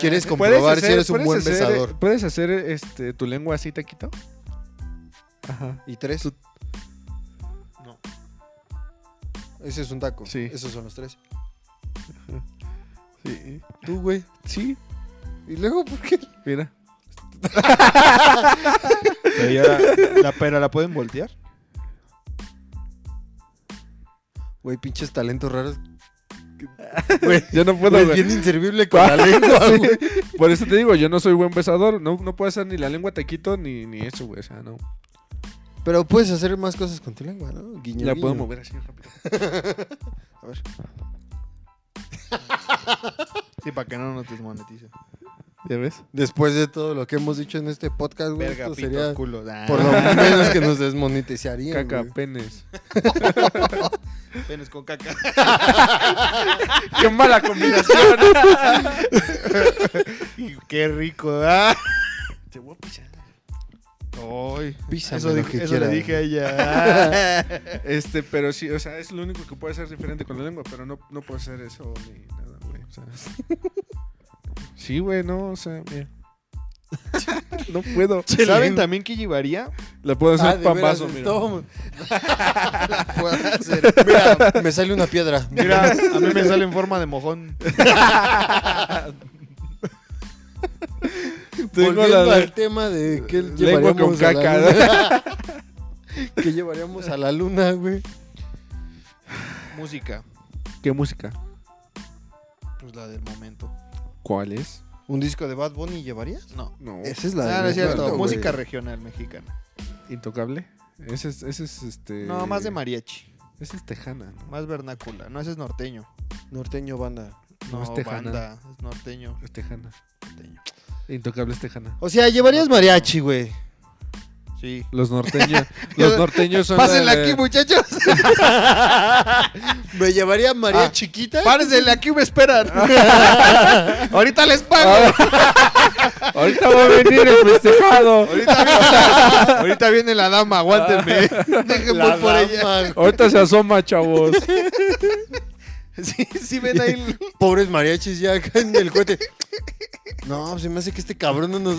[SPEAKER 2] ¿Quieres
[SPEAKER 1] comer?
[SPEAKER 2] comprobar si
[SPEAKER 3] hacer-
[SPEAKER 2] eres un
[SPEAKER 3] puedes
[SPEAKER 2] buen
[SPEAKER 3] hacer,
[SPEAKER 2] besador?
[SPEAKER 3] eh, ¿Puedes hacer este, tu lengua así, taquito? Ajá.
[SPEAKER 2] ¿Y tres?
[SPEAKER 1] No.
[SPEAKER 2] Ese es un taco.
[SPEAKER 3] Sí.
[SPEAKER 2] Esos son los tres.
[SPEAKER 3] Sí.
[SPEAKER 2] Tú, güey.
[SPEAKER 3] Sí,
[SPEAKER 2] ¿Y luego por qué?
[SPEAKER 3] mira.
[SPEAKER 1] Pero, ya la, la- pero la pueden voltear.
[SPEAKER 2] Güey, pinches talentos raros.
[SPEAKER 3] Güey, yo no puedo,
[SPEAKER 2] Güey,
[SPEAKER 3] güey.
[SPEAKER 2] bien inservible con la lengua,
[SPEAKER 3] Sí.
[SPEAKER 2] güey.
[SPEAKER 3] Por eso te digo, yo no soy buen besador. No, no puedo hacer ni la lengua taquito ni, ni eso, güey. O sea, no.
[SPEAKER 2] Pero puedes hacer más cosas con tu lengua, ¿no? Guiño,
[SPEAKER 3] La
[SPEAKER 2] guiño.
[SPEAKER 3] puedo mover así rápido.
[SPEAKER 2] A ver.
[SPEAKER 1] Sí, para que no nos desmoneticen.
[SPEAKER 3] ¿Ya ves?
[SPEAKER 2] Después de todo lo que hemos dicho en este podcast, güey,
[SPEAKER 1] Verga,
[SPEAKER 2] esto
[SPEAKER 1] pitos,
[SPEAKER 2] sería
[SPEAKER 1] culos. Ah,
[SPEAKER 2] por lo menos que nos desmonetizarían,
[SPEAKER 3] Caca,
[SPEAKER 2] güey.
[SPEAKER 3] penes.
[SPEAKER 1] penes con caca.
[SPEAKER 3] ¡Qué mala combinación!
[SPEAKER 1] Y Qué rico, ¿verdad?
[SPEAKER 3] Te voy a pisar.
[SPEAKER 1] Ay,
[SPEAKER 2] Písame
[SPEAKER 1] eso
[SPEAKER 2] lo
[SPEAKER 1] dije-
[SPEAKER 2] que
[SPEAKER 1] eso le
[SPEAKER 2] quieras.
[SPEAKER 1] dije a ella.
[SPEAKER 3] Este, pero sí, o sea, es lo único que puedo hacer diferente con la lengua, pero no, no puedo hacer eso ni nada, güey. O sea. Sí, güey, no, o sea, mira. No puedo.
[SPEAKER 1] ¿Saben también qué llevaría?
[SPEAKER 3] La puedo hacer
[SPEAKER 2] Ah, de
[SPEAKER 3] pambazo,
[SPEAKER 2] veras,
[SPEAKER 3] mira.
[SPEAKER 2] toma.
[SPEAKER 1] Puedo hacer.
[SPEAKER 2] Mira, me sale una piedra.
[SPEAKER 1] Mira, a mí me sale en forma de mojón.
[SPEAKER 3] Tengo
[SPEAKER 2] Volviendo
[SPEAKER 3] la-
[SPEAKER 2] al tema de qué
[SPEAKER 3] Lengua
[SPEAKER 2] llevaríamos
[SPEAKER 3] con
[SPEAKER 2] a la
[SPEAKER 3] caca.
[SPEAKER 2] luna. ¿Qué llevaríamos a la luna, güey?
[SPEAKER 1] Música,
[SPEAKER 3] ¿Qué música?
[SPEAKER 1] pues la del momento.
[SPEAKER 3] ¿Cuál es?
[SPEAKER 2] ¿Un disco de Bad Bunny llevarías?
[SPEAKER 1] No.
[SPEAKER 3] No.
[SPEAKER 2] Esa es la
[SPEAKER 1] Ah,
[SPEAKER 2] de
[SPEAKER 1] no es cierto.
[SPEAKER 2] güey.
[SPEAKER 1] Música regional mexicana.
[SPEAKER 3] ¿Intocable? Ese es, ese es este.
[SPEAKER 1] No, más de mariachi.
[SPEAKER 3] Esa es tejana, ¿no?
[SPEAKER 1] Más vernácula. No, ese es norteño.
[SPEAKER 2] Norteño banda.
[SPEAKER 3] No,
[SPEAKER 1] No,
[SPEAKER 3] es tejana.
[SPEAKER 1] banda. Es norteño.
[SPEAKER 3] Es tejana.
[SPEAKER 1] norteño.
[SPEAKER 3] Intocable es tejana.
[SPEAKER 2] O sea, llevarías mariachi, güey.
[SPEAKER 1] Sí.
[SPEAKER 3] Los norteños. los norteños son.
[SPEAKER 1] Pásenla
[SPEAKER 3] de-
[SPEAKER 1] aquí, muchachos.
[SPEAKER 2] Me llevaría María Chiquita.
[SPEAKER 1] Párense, aquí me esperan. Ahorita les pago.
[SPEAKER 3] Ahorita va a venir el festejado.
[SPEAKER 1] Ahorita viene, ahorita viene la dama, aguántenme. Dejen voy por ella.
[SPEAKER 3] Ahorita se asoma, chavos.
[SPEAKER 1] Sí, sí ven ahí. el-
[SPEAKER 2] Pobres mariachis ya acá en el cohete. No, se me hace que este cabrón no nos.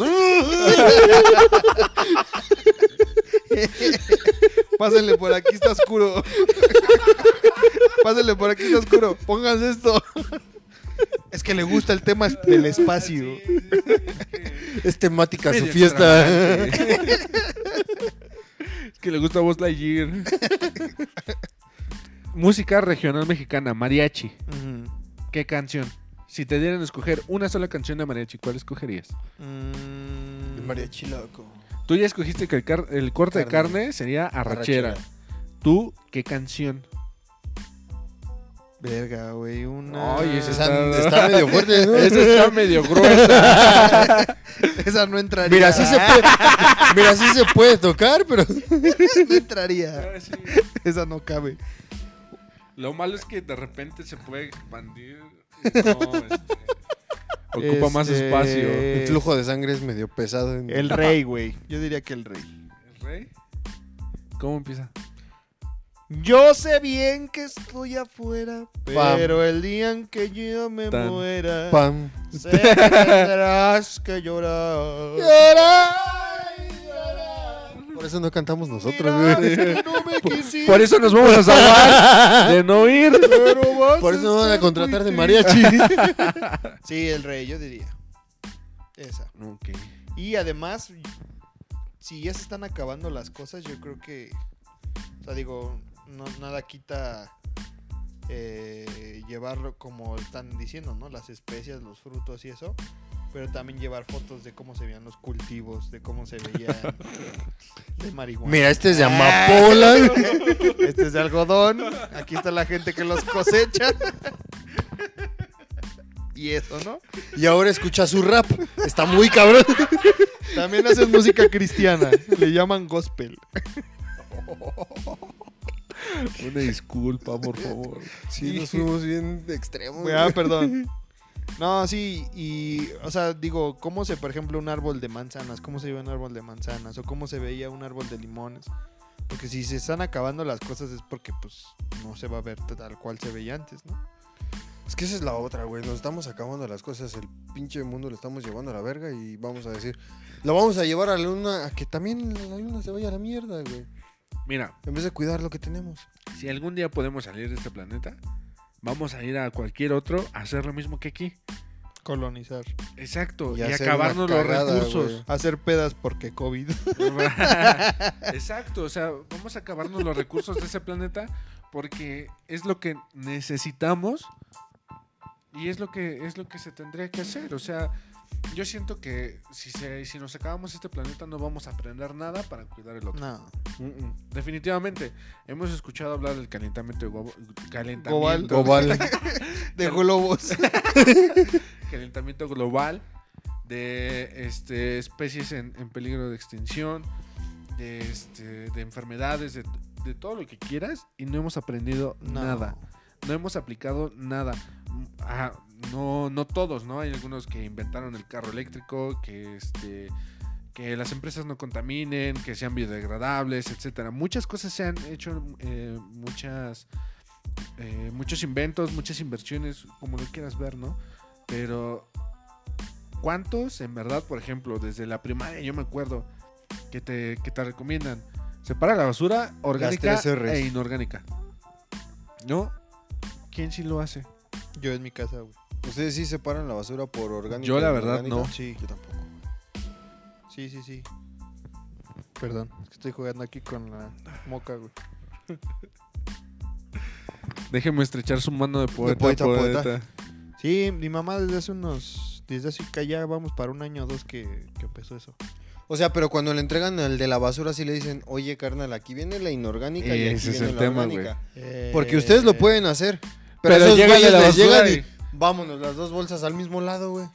[SPEAKER 1] Pásenle por aquí, está oscuro. Pásenle por aquí, está oscuro. Pónganse esto. Es que le gusta el tema es- del espacio.
[SPEAKER 2] Es temática su
[SPEAKER 3] Medio
[SPEAKER 2] fiesta.
[SPEAKER 3] extravagante. es que le gusta Voz Lightyear. Música regional mexicana, mariachi.
[SPEAKER 1] Ujú.
[SPEAKER 3] ¿Qué canción? Si te dieran a escoger una sola canción de mariachi, ¿cuál escogerías?
[SPEAKER 1] Mm.
[SPEAKER 2] Mariachi loco.
[SPEAKER 3] Tú ya escogiste que el, car- el corte de
[SPEAKER 2] Carne.
[SPEAKER 3] carne sería arrachera. ¿Tú qué canción?
[SPEAKER 1] Verga, güey. Una.
[SPEAKER 3] Ay, ese
[SPEAKER 1] esa...
[SPEAKER 2] Está, está medio fuerte, ¿no?
[SPEAKER 3] Esa está medio gruesa.
[SPEAKER 1] no entraría.
[SPEAKER 2] Mira, sí se puede. Mira, sí se puede tocar, pero.
[SPEAKER 1] no entraría. Esa no cabe.
[SPEAKER 3] Lo malo es que de repente se puede expandir. y no, este, Ocupa más
[SPEAKER 1] Este,
[SPEAKER 3] espacio.
[SPEAKER 1] El
[SPEAKER 2] El flujo de sangre es medio pesado. en-
[SPEAKER 1] El rey, güey. Yo diría que el rey.
[SPEAKER 3] ¿El rey? ¿Cómo empieza?
[SPEAKER 1] Yo sé bien que estoy afuera,
[SPEAKER 2] Pam.
[SPEAKER 1] pero el día en que yo me
[SPEAKER 4] Tan.
[SPEAKER 1] muera,
[SPEAKER 2] Pam.
[SPEAKER 1] sé que tendrás que llorar.
[SPEAKER 2] Por eso no cantamos nosotros,
[SPEAKER 1] Mira,
[SPEAKER 2] güey.
[SPEAKER 1] que no me quisiste,
[SPEAKER 3] Por eso nos vamos a salvar de no ir.
[SPEAKER 1] pero vas
[SPEAKER 2] Por eso
[SPEAKER 1] a
[SPEAKER 2] no van a
[SPEAKER 1] estar
[SPEAKER 2] contratar
[SPEAKER 1] muy
[SPEAKER 2] de mariachi.
[SPEAKER 1] triste. Sí, el rey, yo diría. Esa.
[SPEAKER 3] Ok.
[SPEAKER 1] Y además, si ya se están acabando las cosas, yo creo que. O sea, digo, no, nada quita eh, llevarlo como están diciendo, ¿no? Las especias, los frutos y eso. Pero también llevar fotos de cómo se veían los cultivos, de cómo se veían de marihuana.
[SPEAKER 2] Mira, este es de amapola.
[SPEAKER 1] Este es de algodón. Aquí está la gente que los cosecha. Y eso, ¿no?
[SPEAKER 2] Y ahora escucha su rap. Está muy cabrón.
[SPEAKER 1] También hacen música cristiana. Le llaman gospel.
[SPEAKER 4] Una disculpa, por favor.
[SPEAKER 2] Sí, nos fuimos bien de extremo.
[SPEAKER 1] Güey, Ah, perdón. No, sí, y, o sea, digo, ¿cómo se, por ejemplo, un árbol de manzanas? ¿Cómo se ve un árbol de manzanas? ¿O cómo se veía un árbol de limones? Porque si se están acabando las cosas es porque, pues, no se va a ver tal cual se veía antes, ¿no?
[SPEAKER 2] Es que esa es la otra, güey. Nos estamos acabando las cosas. El pinche mundo lo estamos llevando a la verga y vamos a decir, lo vamos a llevar a la luna, a que también la luna se vaya a la mierda, güey.
[SPEAKER 3] Mira,
[SPEAKER 2] En vez de cuidar lo que tenemos.
[SPEAKER 3] si algún día podemos salir de este planeta, vamos a ir a cualquier otro a hacer lo mismo que aquí.
[SPEAKER 1] Colonizar.
[SPEAKER 3] Exacto. Y,
[SPEAKER 2] hacer
[SPEAKER 3] acabarnos
[SPEAKER 2] una
[SPEAKER 3] los
[SPEAKER 2] cagada,
[SPEAKER 3] recursos.
[SPEAKER 2] güey.
[SPEAKER 1] Hacer pedas porque COVID.
[SPEAKER 3] Exacto, o sea, vamos a acabarnos los recursos de ese planeta porque es lo que necesitamos y es lo que es lo que se tendría que hacer, o sea, yo siento que si se- si nos acabamos este planeta no vamos a aprender nada para cuidar el otro.
[SPEAKER 1] No.
[SPEAKER 2] Mm,
[SPEAKER 3] Mm-mm. Definitivamente hemos escuchado hablar del calentamiento globo- calentamiento
[SPEAKER 1] Global.
[SPEAKER 2] Global.
[SPEAKER 1] De globos.
[SPEAKER 3] calentamiento global, de este, especies en, en peligro de extinción, de, este, de enfermedades, de, de todo lo que quieras, y no hemos aprendido
[SPEAKER 1] No.
[SPEAKER 3] nada. No hemos aplicado nada. Mm, ajá, no, no todos, ¿no? Hay algunos que inventaron el carro eléctrico, que este que las empresas no contaminen, que sean biodegradables, etcétera. Muchas cosas se han hecho, eh, muchas, eh, muchos inventos, muchas inversiones, como lo quieras ver, ¿no? Pero ¿cuántos en verdad, por ejemplo, desde la primaria yo me acuerdo que te, que te recomiendan? Separa la basura orgánica
[SPEAKER 2] Las tres Rs.
[SPEAKER 3] e inorgánica. ¿No? ¿Quién sí lo hace?
[SPEAKER 1] Yo en mi casa, güey.
[SPEAKER 2] Ustedes sí separan la basura por orgánico.
[SPEAKER 3] Yo, la verdad, no.
[SPEAKER 1] Sí,
[SPEAKER 2] Yo tampoco.
[SPEAKER 1] sí, sí, sí. Perdón, es que estoy jugando aquí con la moca, güey.
[SPEAKER 3] Déjeme estrechar su mano de poeta.
[SPEAKER 2] poeta,
[SPEAKER 3] poeta.
[SPEAKER 2] poeta.
[SPEAKER 1] Sí, mi mamá desde hace unos. Desde hace que ya vamos para un año o dos que, que empezó eso.
[SPEAKER 2] O sea, pero cuando le entregan al de la basura sí le dicen, oye, carnal, aquí viene la inorgánica y aquí
[SPEAKER 3] Ese es
[SPEAKER 2] viene
[SPEAKER 3] el
[SPEAKER 2] la
[SPEAKER 3] tema,
[SPEAKER 2] orgánica. Porque
[SPEAKER 1] Eh,
[SPEAKER 2] ustedes lo pueden hacer. Pero,
[SPEAKER 3] Pero,
[SPEAKER 2] esos
[SPEAKER 3] llega
[SPEAKER 2] güeyes
[SPEAKER 3] la
[SPEAKER 2] les
[SPEAKER 3] basura
[SPEAKER 2] llegan y...
[SPEAKER 3] y-
[SPEAKER 2] Vámonos, las dos bolsas al mismo lado, güey.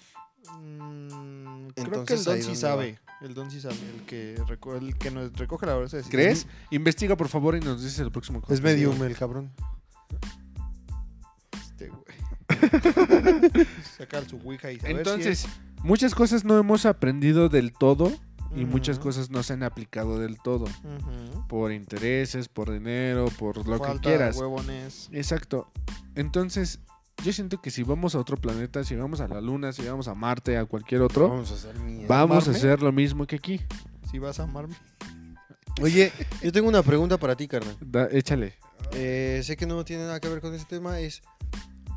[SPEAKER 1] Mm, creo que el
[SPEAKER 2] Entonces,
[SPEAKER 1] don
[SPEAKER 2] ahí
[SPEAKER 1] sí
[SPEAKER 2] dónde
[SPEAKER 1] sabe. El don sí sabe. El que, reco- el que nos recoge la bolsa de
[SPEAKER 3] ¿Crees? Investiga, por favor, y nos dices el próximo
[SPEAKER 2] Es
[SPEAKER 3] contenido.
[SPEAKER 2] medium el cabrón.
[SPEAKER 1] Este, güey. Sacar su Ouija y saber
[SPEAKER 3] Entonces,
[SPEAKER 1] si
[SPEAKER 3] muchas cosas no hemos aprendido del todo y
[SPEAKER 1] Ujú.
[SPEAKER 3] muchas cosas no se han aplicado del todo.
[SPEAKER 1] es- Ujú.
[SPEAKER 3] Por intereses, por dinero, por lo
[SPEAKER 1] Falta
[SPEAKER 3] que quieras.
[SPEAKER 1] huevones.
[SPEAKER 3] Exacto. Entonces, yo siento que si vamos a otro planeta, si vamos a la Luna, si vamos a Marte, a cualquier otro,
[SPEAKER 2] Vamos a hacer mierda.
[SPEAKER 3] vamos a
[SPEAKER 1] ¿Marme?
[SPEAKER 3] hacer lo mismo que aquí.
[SPEAKER 1] Si vas a amarme.
[SPEAKER 2] Oye, yo tengo una pregunta para ti, carnal.
[SPEAKER 3] Da- échale.
[SPEAKER 2] Eh, sé que no tiene nada que ver con ese tema. Es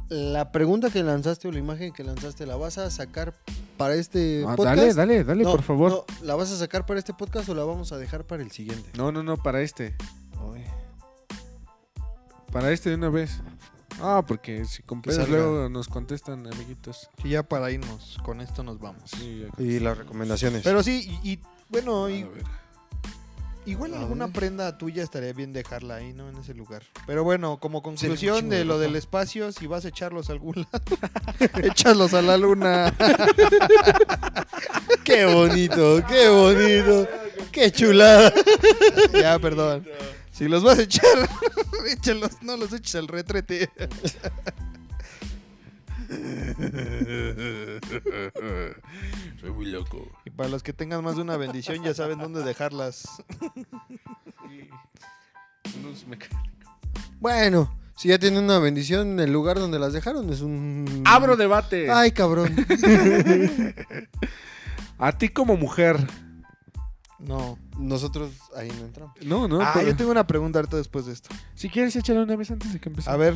[SPEAKER 2] la pregunta que lanzaste o la imagen que lanzaste, ¿la vas a sacar para este
[SPEAKER 3] Ah,
[SPEAKER 2] podcast?
[SPEAKER 3] dale, dale, dale,
[SPEAKER 2] No,
[SPEAKER 3] por favor.
[SPEAKER 2] no, ¿La vas a sacar para este podcast o la vamos a dejar para el siguiente?
[SPEAKER 3] No, no, no, para este. Para este de una vez. Ah, porque si con
[SPEAKER 2] Que
[SPEAKER 3] pedos
[SPEAKER 2] salga.
[SPEAKER 3] luego nos contestan, amiguitos.
[SPEAKER 1] Y ya para irnos. Con esto nos vamos.
[SPEAKER 3] Sí,
[SPEAKER 2] Y las recomendaciones.
[SPEAKER 1] Pero sí, y, y, bueno, y-
[SPEAKER 3] a ver.
[SPEAKER 1] igual
[SPEAKER 2] A
[SPEAKER 1] alguna
[SPEAKER 2] ver.
[SPEAKER 1] prenda tuya estaría bien dejarla ahí, ¿no? En ese lugar. Pero bueno, como
[SPEAKER 2] un
[SPEAKER 1] conclusión
[SPEAKER 2] chingo de
[SPEAKER 1] de lo
[SPEAKER 2] ropa.
[SPEAKER 1] del espacio, si vas a echarlos a algún lado, échalos a la luna.
[SPEAKER 2] qué bonito, qué bonito, qué chulada.
[SPEAKER 1] Ya, perdón. Si los vas a echar, échalos, no los eches al retrete.
[SPEAKER 4] Soy muy loco.
[SPEAKER 1] Y para los que tengan más de una bendición, ya saben dónde dejarlas.
[SPEAKER 3] Unos mecánicos.
[SPEAKER 2] Bueno, si ya tienen una bendición en el lugar donde las dejaron, es un.
[SPEAKER 3] Abro debate.
[SPEAKER 2] Mm. Ay, cabrón.
[SPEAKER 3] A ti como mujer.
[SPEAKER 2] No, nosotros ahí no entramos.
[SPEAKER 3] No, no.
[SPEAKER 1] Ah,
[SPEAKER 3] pero-
[SPEAKER 1] yo tengo una pregunta ahorita después de esto.
[SPEAKER 3] Si quieres, échale una vez antes de que empecemos.
[SPEAKER 1] A ver.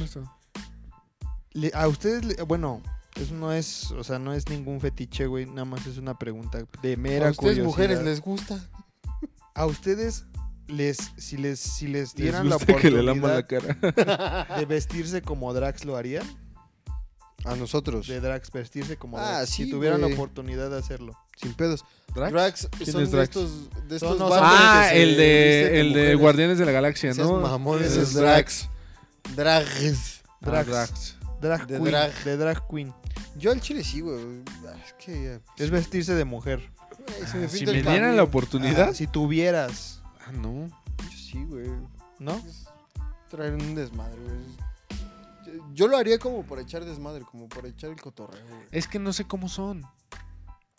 [SPEAKER 1] Le- a ustedes, le- bueno, eso no es, o sea, no es ningún fetiche, güey. Nada más es una pregunta de mera
[SPEAKER 2] a ustedes
[SPEAKER 1] curiosidad.
[SPEAKER 2] mujeres les gusta.
[SPEAKER 1] A ustedes les, si les, si les
[SPEAKER 4] Les
[SPEAKER 1] dieran
[SPEAKER 4] gusta
[SPEAKER 1] la
[SPEAKER 4] que le
[SPEAKER 1] oportunidad
[SPEAKER 4] lama la cara.
[SPEAKER 1] de vestirse como Drax, lo harían.
[SPEAKER 2] A nosotros.
[SPEAKER 1] De Drax vestirse como
[SPEAKER 2] Ah,
[SPEAKER 1] Drax.
[SPEAKER 2] sí,
[SPEAKER 1] si tuvieran
[SPEAKER 2] güey.
[SPEAKER 1] la oportunidad de hacerlo.
[SPEAKER 2] Sin pedos.
[SPEAKER 3] ¿Drax?
[SPEAKER 4] ¿Quién
[SPEAKER 2] son
[SPEAKER 4] es
[SPEAKER 2] de
[SPEAKER 4] Drax?
[SPEAKER 2] estos, de
[SPEAKER 1] Son
[SPEAKER 2] estos
[SPEAKER 1] los-
[SPEAKER 2] vatos
[SPEAKER 3] Ah,
[SPEAKER 2] que se
[SPEAKER 3] el de,
[SPEAKER 2] visten de
[SPEAKER 3] el de
[SPEAKER 2] mujeres.
[SPEAKER 3] Guardianes de la Galaxia,
[SPEAKER 2] Seas
[SPEAKER 3] ¿no?
[SPEAKER 2] mamón, ese
[SPEAKER 1] Ese
[SPEAKER 2] es
[SPEAKER 1] es
[SPEAKER 2] Drax. Drags.
[SPEAKER 3] Ah, Drax.
[SPEAKER 1] Drax. Drag
[SPEAKER 2] De
[SPEAKER 1] queen.
[SPEAKER 2] drag.
[SPEAKER 1] De drag queen.
[SPEAKER 2] Yo al chile sí, güey. Ah, Es que. eh,
[SPEAKER 1] Es vestirse de mujer.
[SPEAKER 2] se
[SPEAKER 3] Ah, si
[SPEAKER 2] pinta el
[SPEAKER 3] me
[SPEAKER 2] pan,
[SPEAKER 3] dieran
[SPEAKER 2] güey.
[SPEAKER 3] la oportunidad.
[SPEAKER 1] Ah, si tuvieras,
[SPEAKER 3] Ah, no.
[SPEAKER 2] Yo Sí, güey.
[SPEAKER 1] ¿no?
[SPEAKER 2] Es Traer un desmadre, güey. Yo- Yo lo haría como para echar desmadre, como para echar el cotorreo, güey.
[SPEAKER 3] Es que no sé cómo son.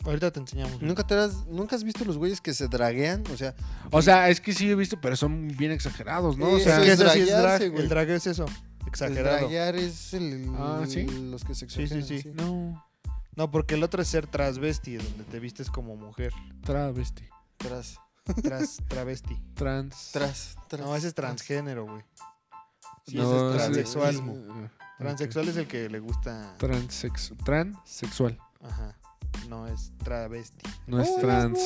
[SPEAKER 1] Ahorita te enseñamos.
[SPEAKER 2] ¿Nunca, te has, ¿Nunca has visto los güeyes que se draguean? O sea,
[SPEAKER 3] O sea, es que sí he visto, pero son bien exagerados, ¿no? O
[SPEAKER 2] Sí,
[SPEAKER 1] Es
[SPEAKER 3] sea,
[SPEAKER 1] que eso sí es
[SPEAKER 2] draguearse,
[SPEAKER 1] drag.
[SPEAKER 2] güey.
[SPEAKER 1] El drag es eso.
[SPEAKER 2] el
[SPEAKER 1] Exagerado.
[SPEAKER 2] draguear es el,
[SPEAKER 3] Ah, ¿sí?
[SPEAKER 2] los que se
[SPEAKER 1] Sí, sí,
[SPEAKER 2] exageran,
[SPEAKER 1] sí.
[SPEAKER 3] no.
[SPEAKER 1] No, porque el otro es ser transvesti, donde te vistes como mujer.
[SPEAKER 3] Travesti.
[SPEAKER 2] Tras,
[SPEAKER 1] Tras, travesti.
[SPEAKER 3] Trans.
[SPEAKER 2] tras, tras.
[SPEAKER 1] No, ese es transgénero, güey.
[SPEAKER 2] Sí,
[SPEAKER 3] No, ese-
[SPEAKER 2] ese es transexual.
[SPEAKER 1] transexualismo. Transexual es el que le gusta.
[SPEAKER 3] Transex, transexual.
[SPEAKER 1] Ajá. No, es travesti.
[SPEAKER 3] No
[SPEAKER 2] Oh,
[SPEAKER 3] es trans.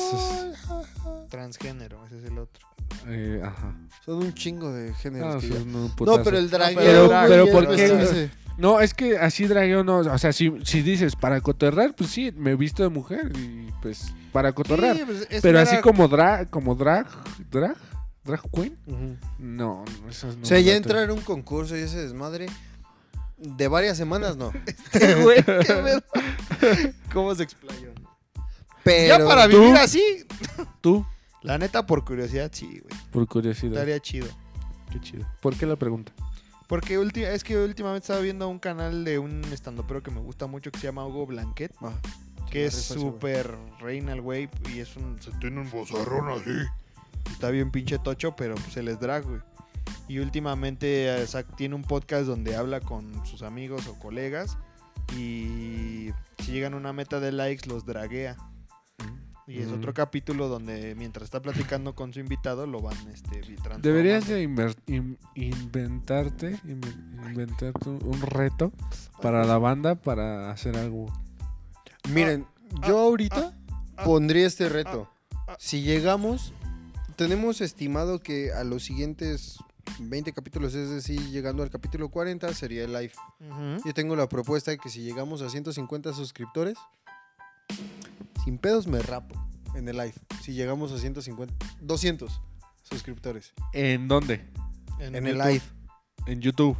[SPEAKER 1] Transgénero, ese es el otro.
[SPEAKER 3] eh, ajá.
[SPEAKER 2] Son un chingo de géneros.
[SPEAKER 3] Ah,
[SPEAKER 2] que
[SPEAKER 3] son
[SPEAKER 2] ya-
[SPEAKER 3] un
[SPEAKER 2] No,
[SPEAKER 3] putazo.
[SPEAKER 2] pero el dragueo.
[SPEAKER 1] pero-
[SPEAKER 2] güey,
[SPEAKER 3] pero
[SPEAKER 2] es
[SPEAKER 3] ¿por qué?
[SPEAKER 2] vestirse.
[SPEAKER 3] No, es que así dragueo no. O sea, si, si dices para cotorrear, pues sí, me he visto de mujer y pues para cotorrear.
[SPEAKER 1] Sí, pues, es
[SPEAKER 3] pero
[SPEAKER 1] mera-
[SPEAKER 3] así como drag, como drag, drag, drag queen, no, no, esas no.
[SPEAKER 2] o sea,
[SPEAKER 3] me
[SPEAKER 2] ya
[SPEAKER 3] laten.
[SPEAKER 2] entrar en un concurso y ese desmadre de varias semanas, no.
[SPEAKER 1] Güey, qué pedo. ¿Cómo se explayó?
[SPEAKER 2] Pero
[SPEAKER 1] ya para
[SPEAKER 3] tú-
[SPEAKER 1] vivir así.
[SPEAKER 3] Tú,
[SPEAKER 1] La neta, por curiosidad, sí, güey.
[SPEAKER 3] por curiosidad.
[SPEAKER 1] Estaría chido.
[SPEAKER 3] Qué chido. ¿Por qué la pregunta?
[SPEAKER 1] Porque ulti- es que últimamente estaba viendo un canal de un estandopero que me gusta mucho que se llama Hugo Blanquet.
[SPEAKER 2] Ah,
[SPEAKER 1] que es
[SPEAKER 2] sí, me rifa ese, güey.
[SPEAKER 1] súper reina el güey y es un... Se tiene un vozarrón así. Está bien pinche tocho, pero pues él es drag, güey. Y últimamente eh, sac- tiene un podcast donde habla con sus amigos o colegas y si llegan a una meta de likes los draguea. Y es
[SPEAKER 3] Mm.
[SPEAKER 1] otro capítulo donde mientras está platicando con su invitado lo van este, vi- transformando.
[SPEAKER 3] Deberías de inver- in- inventarte, inven- inventarte un- un reto para la banda para hacer algo.
[SPEAKER 2] Miren, yo ahorita pondría este reto. Si llegamos, tenemos estimado que a los siguientes 20 capítulos, es decir, llegando al capítulo 40, sería el live.
[SPEAKER 1] Ujú.
[SPEAKER 2] Yo tengo la propuesta de que si llegamos a 150 suscriptores, sin pedos me rapo en el live. Si llegamos a 150, 200 suscriptores
[SPEAKER 3] ¿En dónde?
[SPEAKER 2] en el
[SPEAKER 1] YouTube.
[SPEAKER 2] live.
[SPEAKER 3] En YouTube.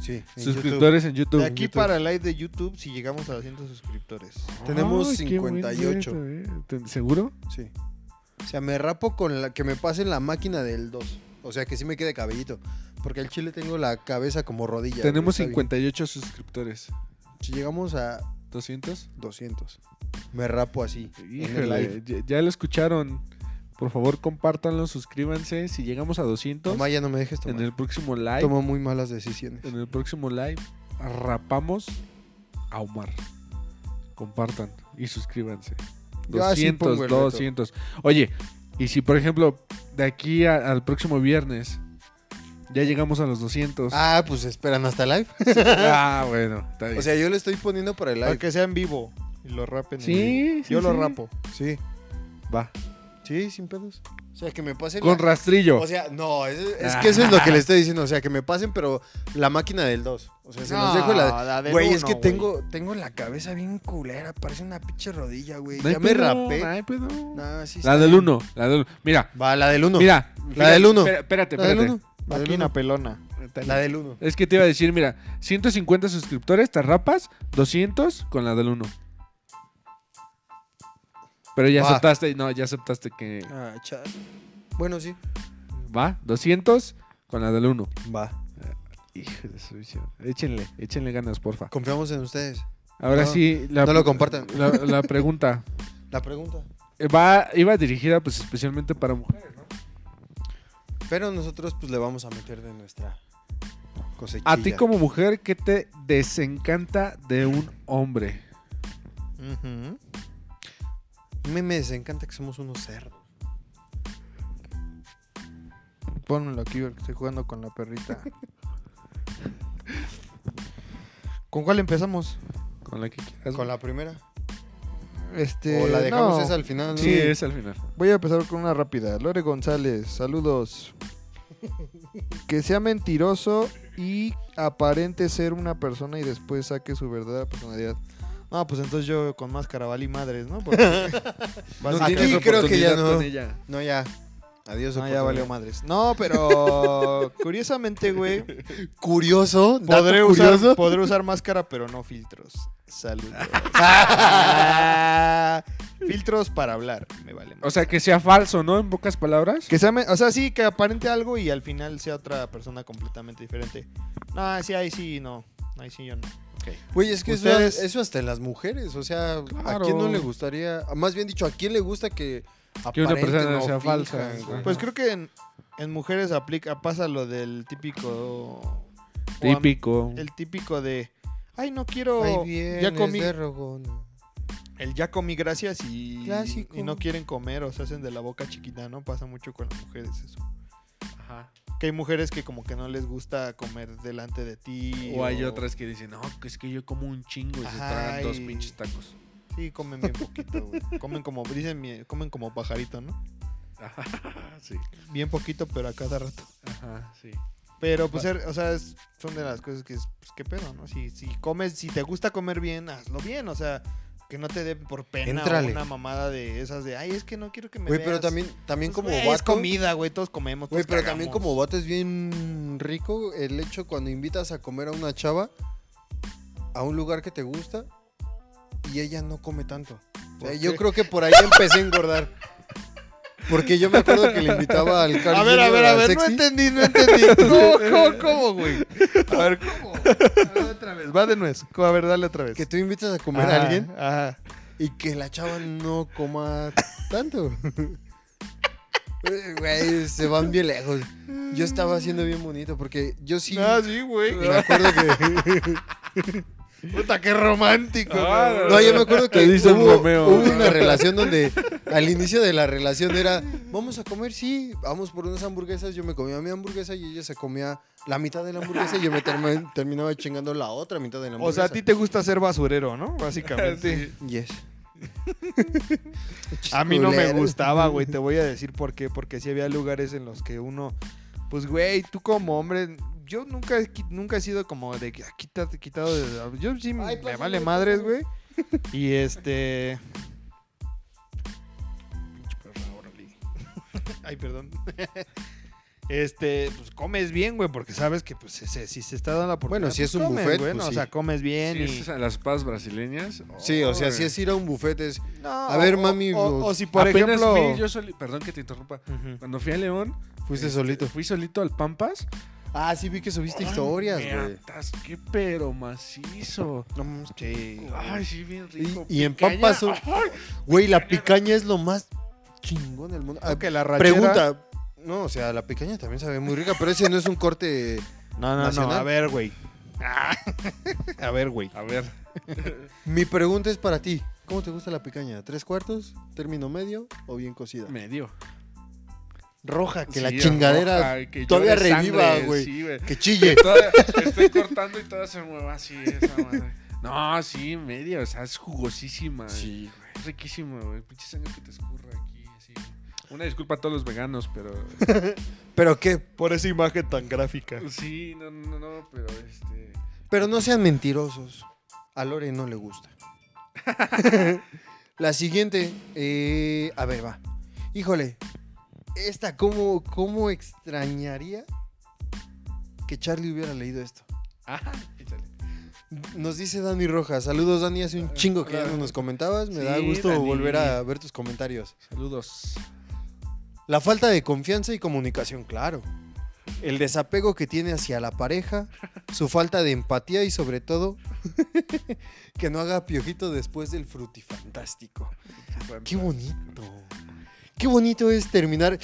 [SPEAKER 2] Sí, en
[SPEAKER 3] Suscriptores en YouTube.
[SPEAKER 1] De aquí para el live de YouTube si llegamos a 200 suscriptores.
[SPEAKER 2] Tenemos
[SPEAKER 3] Ay, qué buen
[SPEAKER 2] 58.
[SPEAKER 3] reto, eh. Te- ¿Seguro?
[SPEAKER 2] YouTube, Sí. O sea, me rapo con la que me pasen la máquina del 2. O sea, que sí me quede cabellito. Porque al chile tengo la cabeza como rodilla.
[SPEAKER 3] Tenemos
[SPEAKER 2] güey, está bien.
[SPEAKER 3] 58 suscriptores.
[SPEAKER 2] Si llegamos a
[SPEAKER 3] 200.
[SPEAKER 2] 200 me rapo así. en el live.
[SPEAKER 3] Híjole, ya, ya lo escucharon. Por favor, compártanlo, suscríbanse. Si llegamos a 200,
[SPEAKER 2] Tomá, ya no me dejes tomar.
[SPEAKER 3] en el próximo live,
[SPEAKER 2] Tomo muy malas decisiones.
[SPEAKER 3] en el próximo live, rapamos a Omar. Compartan y suscríbanse.
[SPEAKER 2] Yo así pongo
[SPEAKER 3] 200,
[SPEAKER 2] el reto.
[SPEAKER 3] 200. Oye, y si por ejemplo, de aquí a- al próximo viernes, ya llegamos a los 200.
[SPEAKER 2] Ah, pues esperan hasta live.
[SPEAKER 3] Ah, bueno, está bien.
[SPEAKER 2] O sea, yo le estoy poniendo para el live.
[SPEAKER 1] Para que sea en vivo y lo rapen. en
[SPEAKER 3] Sí,
[SPEAKER 1] vivo.
[SPEAKER 3] sí,
[SPEAKER 1] Yo lo
[SPEAKER 3] sí.
[SPEAKER 1] rapo.
[SPEAKER 2] Sí,
[SPEAKER 3] va.
[SPEAKER 2] sí, sin pedos. O sea, que me pasen.
[SPEAKER 3] Con
[SPEAKER 2] la-
[SPEAKER 3] rastrillo.
[SPEAKER 2] O sea, no, es, es que eso es lo que le estoy diciendo. O sea, que me pasen, pero la máquina del 2. O sea, se los dejo la.
[SPEAKER 1] del
[SPEAKER 2] Güey, es
[SPEAKER 1] uno,
[SPEAKER 2] que
[SPEAKER 1] güey.
[SPEAKER 2] tengo, tengo la cabeza bien culera. Parece una pinche rodilla, güey.
[SPEAKER 3] No hay
[SPEAKER 2] ya me
[SPEAKER 3] pedo,
[SPEAKER 2] rapé.
[SPEAKER 3] no hay pedo.
[SPEAKER 2] Nah, sí
[SPEAKER 3] La
[SPEAKER 2] está
[SPEAKER 3] del
[SPEAKER 2] bien.
[SPEAKER 3] 1, la del 1. Mira,
[SPEAKER 2] Va, la del 1.
[SPEAKER 3] mira. fíjate,
[SPEAKER 2] del uno.
[SPEAKER 3] espera- Espérate,
[SPEAKER 2] la del
[SPEAKER 3] espérate.
[SPEAKER 2] 1. La del
[SPEAKER 1] Máquina
[SPEAKER 2] 1.
[SPEAKER 1] pelona.
[SPEAKER 2] La del 1.
[SPEAKER 3] Es que te iba a decir, mira, 150 suscriptores, te rapas, 200 con la del 1. Pero ya
[SPEAKER 2] Va.
[SPEAKER 3] aceptaste, no, ya aceptaste que
[SPEAKER 2] Ah, chale. Bueno, sí.
[SPEAKER 3] va, 200 con la del 1.
[SPEAKER 2] Va.
[SPEAKER 3] Hijo de su bicho. Échenle, échenle ganas, porfa.
[SPEAKER 2] Confiamos en ustedes.
[SPEAKER 3] Ahora
[SPEAKER 2] No,
[SPEAKER 3] sí, la,
[SPEAKER 2] no lo compartan.
[SPEAKER 3] La, la pregunta
[SPEAKER 2] La pregunta.
[SPEAKER 3] eh, va, iba dirigida pues especialmente para mujeres, ¿no?
[SPEAKER 2] Pero nosotros, pues le vamos a meter de nuestra. Cosechilla.
[SPEAKER 3] A ti como mujer, ¿qué te desencanta de un hombre?
[SPEAKER 2] Ujú. A mí me desencanta que somos unos cerdos.
[SPEAKER 1] Pónmelo aquí porque estoy jugando con la perrita. ¿Con cuál empezamos?
[SPEAKER 3] Con la que quieras.
[SPEAKER 2] Con la primera.
[SPEAKER 1] Este,
[SPEAKER 2] o la dejamos
[SPEAKER 1] no,
[SPEAKER 2] esa al final. ¿no?
[SPEAKER 3] Sí, es al final.
[SPEAKER 1] Voy a empezar con una rápida. Lore González, saludos. Que sea mentiroso y aparente ser una persona y después saque su verdadera personalidad. No, pues entonces yo con más carabal y madres, ¿no? Porque
[SPEAKER 2] tienes Aquí creo Ah, que ya
[SPEAKER 3] oportunidad
[SPEAKER 2] no.
[SPEAKER 3] con ella.
[SPEAKER 2] No, ya. Adiós.
[SPEAKER 1] No, ya
[SPEAKER 2] oportunidad.
[SPEAKER 1] valió madres. No, pero curiosamente, güey,
[SPEAKER 2] Curioso. dato
[SPEAKER 1] podré usar,
[SPEAKER 2] curioso.
[SPEAKER 1] podré usar máscara, pero no filtros. Saludos. filtros para hablar, me vale.
[SPEAKER 3] O sea, que sea falso, ¿no? En pocas palabras.
[SPEAKER 1] Que sea, me- o sea, sí, que aparente algo y al final sea otra persona completamente diferente. No, sí, ahí sí, no. Ahí sí, yo no.
[SPEAKER 2] Güey, es que eso,
[SPEAKER 1] Ustedes-
[SPEAKER 2] eso hasta en las mujeres. O sea, ¿a
[SPEAKER 3] Claro.
[SPEAKER 2] quién no le gustaría? Ah, Más bien dicho, ¿a quién le gusta que,
[SPEAKER 3] Que una
[SPEAKER 2] aparenten
[SPEAKER 3] persona
[SPEAKER 2] o
[SPEAKER 3] sea falsa,
[SPEAKER 2] finjan,
[SPEAKER 3] güey?
[SPEAKER 1] Pues creo que en, en mujeres aplica, pasa lo del típico...
[SPEAKER 3] Típico.
[SPEAKER 1] El típico de... Ay, no quiero...
[SPEAKER 2] Ahí vienes
[SPEAKER 1] ya comí...
[SPEAKER 2] de rogón.
[SPEAKER 1] El ya comí gracias y,
[SPEAKER 2] Clásico.
[SPEAKER 1] y no quieren comer o se hacen de la boca chiquita, ¿no? Pasa mucho con las mujeres eso. Que hay mujeres que como que no les gusta comer delante de ti.
[SPEAKER 3] O hay otras que dicen, no, que es que yo como un chingo y se
[SPEAKER 1] Ajá,
[SPEAKER 3] tragan dos
[SPEAKER 1] y-
[SPEAKER 3] pinches tacos.
[SPEAKER 1] Sí, comen bien poquito, güey. Comen como, dicen, mi- comen como pajarito, ¿no?
[SPEAKER 3] Ajá, sí.
[SPEAKER 1] Bien poquito, pero a cada rato.
[SPEAKER 3] Ajá, sí.
[SPEAKER 1] Pero, pues, er- o sea, es- son de las cosas que es, pues, qué pedo, ¿no? Si, si comes, si te gusta comer bien, hazlo bien, o sea, que no te dé por pena o
[SPEAKER 2] Éntrale.
[SPEAKER 1] una mamada de esas de, ay, es que no quiero que me
[SPEAKER 2] Güey,
[SPEAKER 1] veas".
[SPEAKER 2] pero también, también
[SPEAKER 1] Pues,
[SPEAKER 2] como
[SPEAKER 1] güey, Es
[SPEAKER 2] vato.
[SPEAKER 1] comida, güey, todos comemos,
[SPEAKER 2] Güey,
[SPEAKER 1] todos
[SPEAKER 2] pero también
[SPEAKER 1] cagamos.
[SPEAKER 2] como vato es bien rico el hecho cuando invitas a comer a una chava a un lugar que te gusta y ella no come tanto. O sea,
[SPEAKER 1] ¿Por
[SPEAKER 2] yo
[SPEAKER 1] qué?
[SPEAKER 2] creo que por ahí empecé a engordar. Porque yo me acuerdo que le invitaba al Carl
[SPEAKER 1] A ver, a
[SPEAKER 2] Jr.
[SPEAKER 1] ver, a
[SPEAKER 2] al
[SPEAKER 1] ver, no
[SPEAKER 2] sexy.
[SPEAKER 1] entendí, no entendí. ¿Cómo, cómo, cómo, güey? A ver, ¿cómo? A ver, otra vez, va de nuez. A ver, dale otra vez.
[SPEAKER 2] Que tú invitas a comer
[SPEAKER 1] Ajá,
[SPEAKER 2] a alguien
[SPEAKER 1] Ajá.
[SPEAKER 2] y que la chava no coma tanto. Güey, se van bien lejos. Yo estaba haciendo bien bonito porque yo sí
[SPEAKER 1] Ah, sí, güey.
[SPEAKER 2] me acuerdo que...
[SPEAKER 1] Puta, qué romántico.
[SPEAKER 3] Ah,
[SPEAKER 1] güey.
[SPEAKER 2] No, yo me acuerdo que
[SPEAKER 3] Te dicen
[SPEAKER 2] hubo,
[SPEAKER 3] Romeo.
[SPEAKER 2] hubo una relación donde al inicio de la relación era, vamos a comer, sí, vamos por unas hamburguesas, yo me comía mi hamburguesa y ella se comía la mitad de la hamburguesa y yo me termi- terminaba chingando la otra mitad de la
[SPEAKER 1] O
[SPEAKER 2] hamburguesa.
[SPEAKER 1] sea, a ti te gusta ser basurero, ¿no? Básicamente.
[SPEAKER 2] Yes.
[SPEAKER 1] A mí no me
[SPEAKER 2] Culero.
[SPEAKER 1] gustaba, güey. Te voy a decir por qué. Porque sí había lugares en los que uno. Pues, güey, tú como hombre. Yo nunca, he qui- nunca he sido como de que, ah, quítate, quitado de. ah, Yo sí
[SPEAKER 2] Ay,
[SPEAKER 1] me
[SPEAKER 2] pásale,
[SPEAKER 1] vale
[SPEAKER 2] pásale.
[SPEAKER 1] madres, güey. Y este. Pinche perra, órale. Ay, perdón. Este, pues comes bien, güey, porque sabes que pues ese- si se está dando la oportunidad.
[SPEAKER 2] Bueno, si
[SPEAKER 1] pues,
[SPEAKER 2] es un
[SPEAKER 1] comes,
[SPEAKER 2] buffet,
[SPEAKER 1] güey,
[SPEAKER 2] pues,
[SPEAKER 1] ¿no? O
[SPEAKER 2] sí.
[SPEAKER 1] sea, comes bien
[SPEAKER 3] Sí,
[SPEAKER 1] y.
[SPEAKER 3] esas- las paz brasileñas.
[SPEAKER 2] Sí, o sea, si
[SPEAKER 3] Órale.
[SPEAKER 2] es ir a un buffet es...
[SPEAKER 1] No,
[SPEAKER 2] A ver, mami, pues,
[SPEAKER 1] O, o- o si por
[SPEAKER 3] Apenas
[SPEAKER 1] ejemplo.
[SPEAKER 3] fui yo soli- Perdón que te interrumpa.
[SPEAKER 1] Ujú.
[SPEAKER 3] Cuando fui a León,
[SPEAKER 2] Fuiste
[SPEAKER 3] este,
[SPEAKER 2] solito.
[SPEAKER 3] Fui solito al Pampas.
[SPEAKER 2] Ah, sí vi que subiste historias,
[SPEAKER 3] Ay,
[SPEAKER 2] güey.
[SPEAKER 3] me atasqué, pero macizo.
[SPEAKER 1] Sí.
[SPEAKER 3] Ay, sí, bien
[SPEAKER 2] Y,
[SPEAKER 3] rico.
[SPEAKER 2] y en
[SPEAKER 3] Picaña.
[SPEAKER 2] Pampas, güey, la picaña es lo más chingón del mundo. Ah,
[SPEAKER 1] que la rachera.
[SPEAKER 2] pregunta. No, o sea, la picaña también sabe muy rica, pero ese no es un corte...
[SPEAKER 1] No, no, no.
[SPEAKER 2] nacional.
[SPEAKER 1] A ver, güey. Ah. A ver, güey.
[SPEAKER 3] A ver.
[SPEAKER 2] Mi pregunta es para ti. ¿Cómo te gusta la picaña? ¿Tres cuartos? ¿Término medio o bien cocida?
[SPEAKER 3] Medio.
[SPEAKER 2] Roja, que la
[SPEAKER 3] Sí,
[SPEAKER 2] chingadera
[SPEAKER 3] roja, que
[SPEAKER 2] todavía
[SPEAKER 3] llore
[SPEAKER 2] reviva,
[SPEAKER 3] sangre,
[SPEAKER 2] güey.
[SPEAKER 3] Sí, güey.
[SPEAKER 2] que chille.
[SPEAKER 3] Todavía estoy cortando y toda se mueva así, esa madre. No, sí, medio, o sea, es jugosísima. Sí, güey. Es riquísima, güey. Pinche sangre que te escurra aquí, así. güey. Una disculpa a todos los veganos, pero.
[SPEAKER 2] ¿Pero qué?
[SPEAKER 1] Por esa imagen tan gráfica.
[SPEAKER 3] Sí, no, no, no, pero este.
[SPEAKER 2] Pero no sean mentirosos. A Lore no le gusta. la siguiente. eh, a ver, va. Híjole. Esta, ¿cómo, ¿cómo extrañaría que Charlie hubiera leído esto?
[SPEAKER 3] Ajá, échale.
[SPEAKER 2] Nos dice Dani Rojas. Saludos, Dani. Hace un chingo que ya no nos comentabas. Me da
[SPEAKER 3] Ah, Sí,
[SPEAKER 2] gusto
[SPEAKER 3] Dani.
[SPEAKER 2] volver a ver tus comentarios.
[SPEAKER 3] Saludos.
[SPEAKER 2] La falta de confianza y comunicación, claro. El desapego que tiene hacia la pareja, su falta de empatía y sobre todo que no haga piojito después del frutifantástico. Qué bonito. Qué bonito es terminar.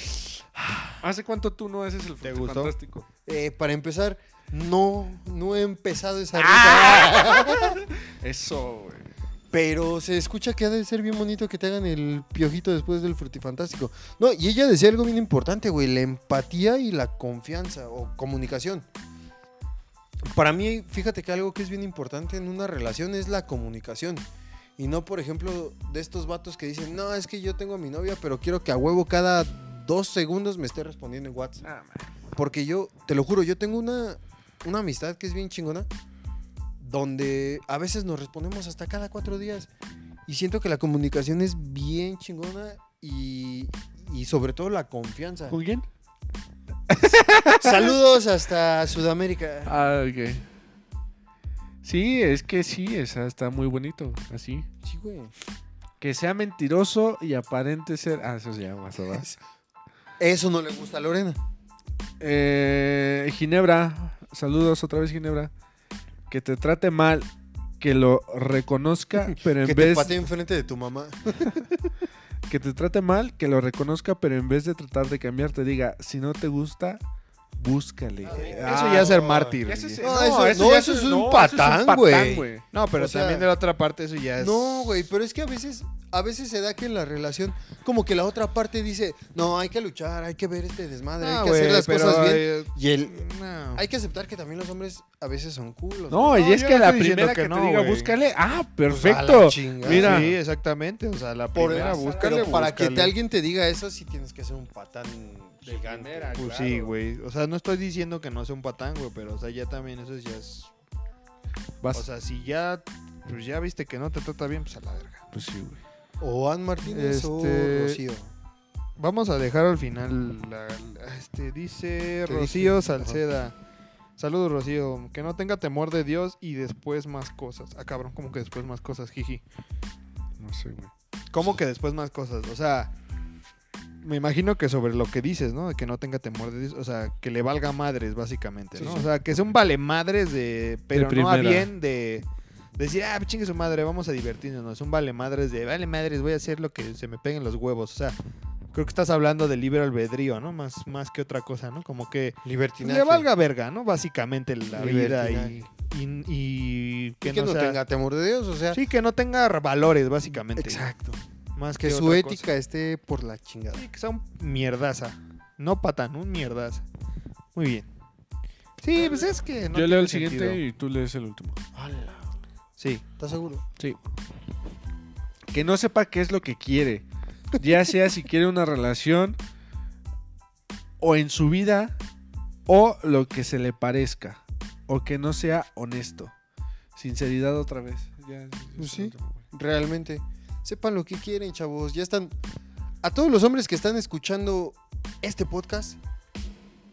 [SPEAKER 3] ¿Hace cuánto tú no haces el
[SPEAKER 1] ¿Te
[SPEAKER 3] Frute
[SPEAKER 1] gustó?
[SPEAKER 3] fantástico?
[SPEAKER 2] Eh, para empezar, no, no he empezado esa ruta.
[SPEAKER 3] Eso, güey.
[SPEAKER 2] Pero se escucha que ha de ser bien bonito que te hagan el piojito después del frutifantástico. No, y ella decía algo bien importante, güey, la empatía y la confianza o comunicación. Para mí, fíjate que algo que es bien importante en una relación es la comunicación. Y no, por ejemplo, de estos vatos que dicen, no, es que yo tengo a mi novia, pero quiero que a huevo cada dos segundos me esté respondiendo en WhatsApp.
[SPEAKER 3] Ah, man.
[SPEAKER 2] Porque yo, te lo juro, yo tengo una, una amistad que es bien chingona, donde a veces nos respondemos hasta cada cuatro días. Y siento que la comunicación es bien chingona y, y sobre todo la confianza.
[SPEAKER 4] ¿Con quién?
[SPEAKER 2] Saludos hasta Sudamérica.
[SPEAKER 3] Ah, ok. Sí, es que sí, esa está muy bonito, así.
[SPEAKER 2] Sí, güey.
[SPEAKER 3] Que sea mentiroso y aparente ser... Ah, eso se llama, eso va.
[SPEAKER 2] Eso no le gusta a Lorena.
[SPEAKER 3] Eh, Ginebra, saludos otra vez, Ginebra. Que te trate mal, que lo reconozca, pero en
[SPEAKER 2] Que te
[SPEAKER 3] vez...
[SPEAKER 2] patee enfrente de tu mamá.
[SPEAKER 3] Que te trate mal, que lo reconozca, pero en vez de tratar de cambiar, te diga, si no te gusta, búscale. Ah,
[SPEAKER 1] Eso ya es ser mártir.
[SPEAKER 3] Eso es-
[SPEAKER 1] güey.
[SPEAKER 2] No, Ah, eso- no,
[SPEAKER 3] ya
[SPEAKER 2] eso es un
[SPEAKER 3] eso
[SPEAKER 2] patán, güey.
[SPEAKER 1] No, pero
[SPEAKER 2] O sea,
[SPEAKER 1] también de la otra parte eso ya es...
[SPEAKER 2] No, güey, pero es que a veces, a veces se da que en la relación, como que la otra parte dice, no, hay que luchar, hay que ver este desmadre,
[SPEAKER 1] Ah,
[SPEAKER 2] hay que
[SPEAKER 1] güey,
[SPEAKER 2] hacer las
[SPEAKER 1] pero,
[SPEAKER 2] cosas bien.
[SPEAKER 1] eh,
[SPEAKER 2] Y el,
[SPEAKER 1] no.
[SPEAKER 2] Hay que aceptar que también los hombres a veces son culos.
[SPEAKER 3] No,
[SPEAKER 1] No,
[SPEAKER 3] y es
[SPEAKER 1] yo
[SPEAKER 3] que
[SPEAKER 1] no
[SPEAKER 3] la
[SPEAKER 1] estoy diciendo
[SPEAKER 3] primera que,
[SPEAKER 1] que
[SPEAKER 3] te
[SPEAKER 1] no,
[SPEAKER 3] diga,
[SPEAKER 1] güey.
[SPEAKER 3] búscale. Ah,
[SPEAKER 2] Pues a la
[SPEAKER 3] perfecto.
[SPEAKER 2] chingada.
[SPEAKER 3] Mira,
[SPEAKER 1] Sí, exactamente. O sea, la
[SPEAKER 2] Por
[SPEAKER 1] primera
[SPEAKER 2] eso,
[SPEAKER 1] búscale.
[SPEAKER 2] pero para que
[SPEAKER 1] búscale.
[SPEAKER 2] te alguien te diga eso, sí tienes que ser un patán gigante.
[SPEAKER 3] primera.
[SPEAKER 1] Pues
[SPEAKER 3] Claro.
[SPEAKER 1] sí, güey. O sea, no estoy diciendo que no sea un patán, güey, pero o sea, ya también eso ya es...
[SPEAKER 3] vas.
[SPEAKER 1] O sea, si ya... Pues ya viste que no te trata bien, pues a la verga.
[SPEAKER 3] pues sí, güey.
[SPEAKER 2] O Ann Martínez o
[SPEAKER 1] Este,
[SPEAKER 2] Rocío.
[SPEAKER 1] Vamos a dejar al final la- la- este, dice
[SPEAKER 2] Te dije.
[SPEAKER 1] Rocío
[SPEAKER 2] Ajá.
[SPEAKER 1] Salceda. Saludos, Rocío. Que no tenga temor de Dios y después más cosas. Ah, cabrón, como que después más cosas, jiji.
[SPEAKER 3] No sé, güey.
[SPEAKER 1] ¿Cómo que después más cosas? O sea, me imagino que sobre lo que dices, ¿no? De que no tenga temor de Dios, o sea, que le valga madres, básicamente,
[SPEAKER 2] Sí,
[SPEAKER 1] ¿no?
[SPEAKER 2] sí.
[SPEAKER 1] O sea, que sea un vale madres de. Pero no a
[SPEAKER 3] primera.
[SPEAKER 1] bien de. Decir, ah, chingue su madre, vamos a divertirnos. No, es un vale madres de, vale madres, voy a hacer lo que se me peguen los huevos. O sea, creo que estás hablando de libre albedrío, ¿no? Más, más que otra cosa, ¿no? Como que
[SPEAKER 2] Libertinaje.
[SPEAKER 1] le valga verga, ¿no? Básicamente la vida y,
[SPEAKER 2] Libertinaje.
[SPEAKER 1] y, y
[SPEAKER 2] Y que, no
[SPEAKER 1] sea-
[SPEAKER 2] tenga temor de Dios, o sea,
[SPEAKER 1] Sí, que no tenga valores, básicamente.
[SPEAKER 2] exacto.
[SPEAKER 1] Más que,
[SPEAKER 2] Que su
[SPEAKER 1] otra
[SPEAKER 2] ética
[SPEAKER 1] cosa.
[SPEAKER 2] esté por la chingada.
[SPEAKER 1] Sí, que sea un mierdaza. No patán, un mierdaza. Muy bien. Sí, pues es que. No
[SPEAKER 3] Yo leo
[SPEAKER 1] tiene
[SPEAKER 3] el siguiente
[SPEAKER 1] sentido.
[SPEAKER 3] y tú lees el último.
[SPEAKER 1] Sí.
[SPEAKER 2] ¿Estás seguro?
[SPEAKER 3] Que no sepa qué es lo que quiere. Ya sea si quiere una relación o en su vida o lo que se le parezca. O que no sea honesto. Sinceridad otra vez. Ya,
[SPEAKER 2] Pues
[SPEAKER 3] es
[SPEAKER 2] sí.
[SPEAKER 3] el último, güey.
[SPEAKER 2] Realmente. Sepan lo que quieren, chavos. Ya están. A todos los hombres que están escuchando este podcast,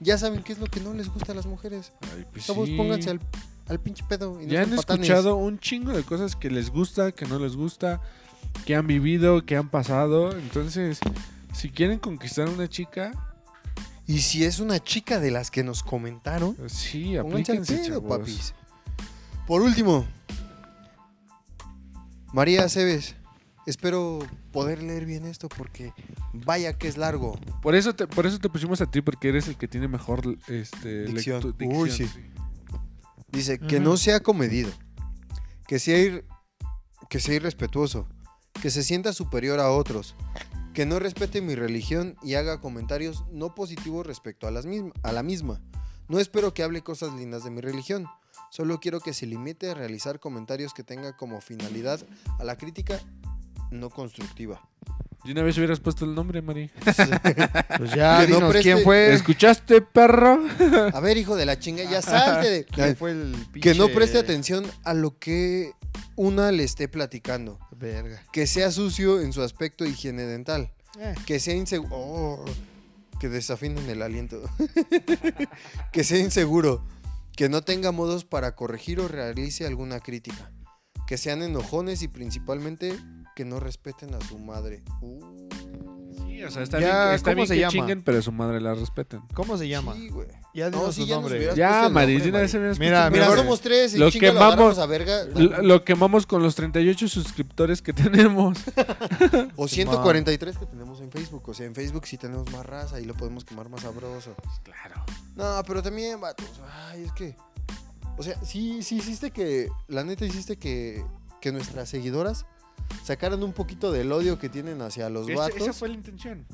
[SPEAKER 2] ya saben qué es lo que no les gusta a las mujeres.
[SPEAKER 3] Ay, pues
[SPEAKER 2] Chavos,
[SPEAKER 3] sí.
[SPEAKER 2] pónganse al, al pinche pedo. y no
[SPEAKER 3] Ya han
[SPEAKER 2] sean patanes.
[SPEAKER 3] escuchado un chingo de cosas que les gusta, que no les gusta, que han vivido, que han pasado. Entonces, si quieren conquistar a una chica,
[SPEAKER 2] Y si es una chica de las que nos comentaron,
[SPEAKER 3] pues sí,
[SPEAKER 2] pónganse al
[SPEAKER 3] aplíquense,
[SPEAKER 2] pedo,
[SPEAKER 3] chavos.
[SPEAKER 2] papis. Por último, María Aceves. Espero poder leer bien esto porque vaya que es largo.
[SPEAKER 3] Por eso, te, por eso te pusimos a ti, porque eres el que tiene mejor este,
[SPEAKER 2] Dicción.
[SPEAKER 3] lectu-
[SPEAKER 2] Uy,
[SPEAKER 3] dicción,
[SPEAKER 2] sí. Dice que
[SPEAKER 1] Ujú.
[SPEAKER 2] no sea comedido, que sea, ir, que sea irrespetuoso, que se sienta superior a otros, que no respete mi religión y haga comentarios no positivos respecto a, las mism- a la misma. No espero que hable cosas lindas de mi religión, solo quiero que se limite a realizar comentarios que tenga como finalidad a la crítica no constructiva.
[SPEAKER 3] Y una vez hubieras puesto el nombre, Mari.
[SPEAKER 1] Pues ya,
[SPEAKER 2] Que no
[SPEAKER 1] dinos
[SPEAKER 2] preste-
[SPEAKER 1] quién
[SPEAKER 3] Eh.
[SPEAKER 1] fue.
[SPEAKER 3] ¿Escuchaste, perro?
[SPEAKER 2] A ver, hijo de la chinga, ya salte de...
[SPEAKER 1] ¿Quién fue el
[SPEAKER 2] Que no
[SPEAKER 1] pinche-
[SPEAKER 2] preste atención a lo que una le esté platicando.
[SPEAKER 1] Verga.
[SPEAKER 2] que sea sucio en su aspecto de higiene dental,
[SPEAKER 1] Eh,
[SPEAKER 2] que sea inseguro, que desafinen el aliento, que sea inseguro, que no tenga modos para corregir o realice alguna crítica, que sean enojones y principalmente que no respeten a su madre. Uh,
[SPEAKER 3] Sí, o sea, está
[SPEAKER 1] Ya,
[SPEAKER 3] bien, está
[SPEAKER 1] ¿cómo
[SPEAKER 3] bien
[SPEAKER 1] se
[SPEAKER 3] que
[SPEAKER 1] llama?
[SPEAKER 3] chinguen, pero su madre la respeten.
[SPEAKER 1] ¿Cómo se llama?
[SPEAKER 2] Sí, güey.
[SPEAKER 1] Ya dinos
[SPEAKER 2] No, sí,
[SPEAKER 1] su
[SPEAKER 2] ya nos
[SPEAKER 1] nombre.
[SPEAKER 2] hubieras-
[SPEAKER 3] Ya,
[SPEAKER 2] puesto el
[SPEAKER 3] Mari,
[SPEAKER 2] nombre,
[SPEAKER 3] de una vez
[SPEAKER 2] Mari.
[SPEAKER 3] hubieras
[SPEAKER 1] Mira,
[SPEAKER 3] puesto el
[SPEAKER 2] Mira,
[SPEAKER 1] Mejor-
[SPEAKER 3] nombre.
[SPEAKER 2] somos tres y
[SPEAKER 3] Ah, Lo
[SPEAKER 2] chinga, lo
[SPEAKER 3] quemamos.
[SPEAKER 2] agarramos a verga.
[SPEAKER 3] Lo, lo quemamos con los 38 suscriptores que tenemos.
[SPEAKER 2] O 143 que tenemos en Facebook. O sea, en Facebook sí tenemos más raza y lo podemos quemar más sabroso.
[SPEAKER 3] Claro.
[SPEAKER 2] No, pero también, vatos. Ay, es que. O sea, sí, sí hiciste que. La neta hiciste que. Que nuestras seguidoras sacaran un poquito del odio que tienen hacia los
[SPEAKER 3] Ese-
[SPEAKER 2] vatos.
[SPEAKER 3] esa fue la intención.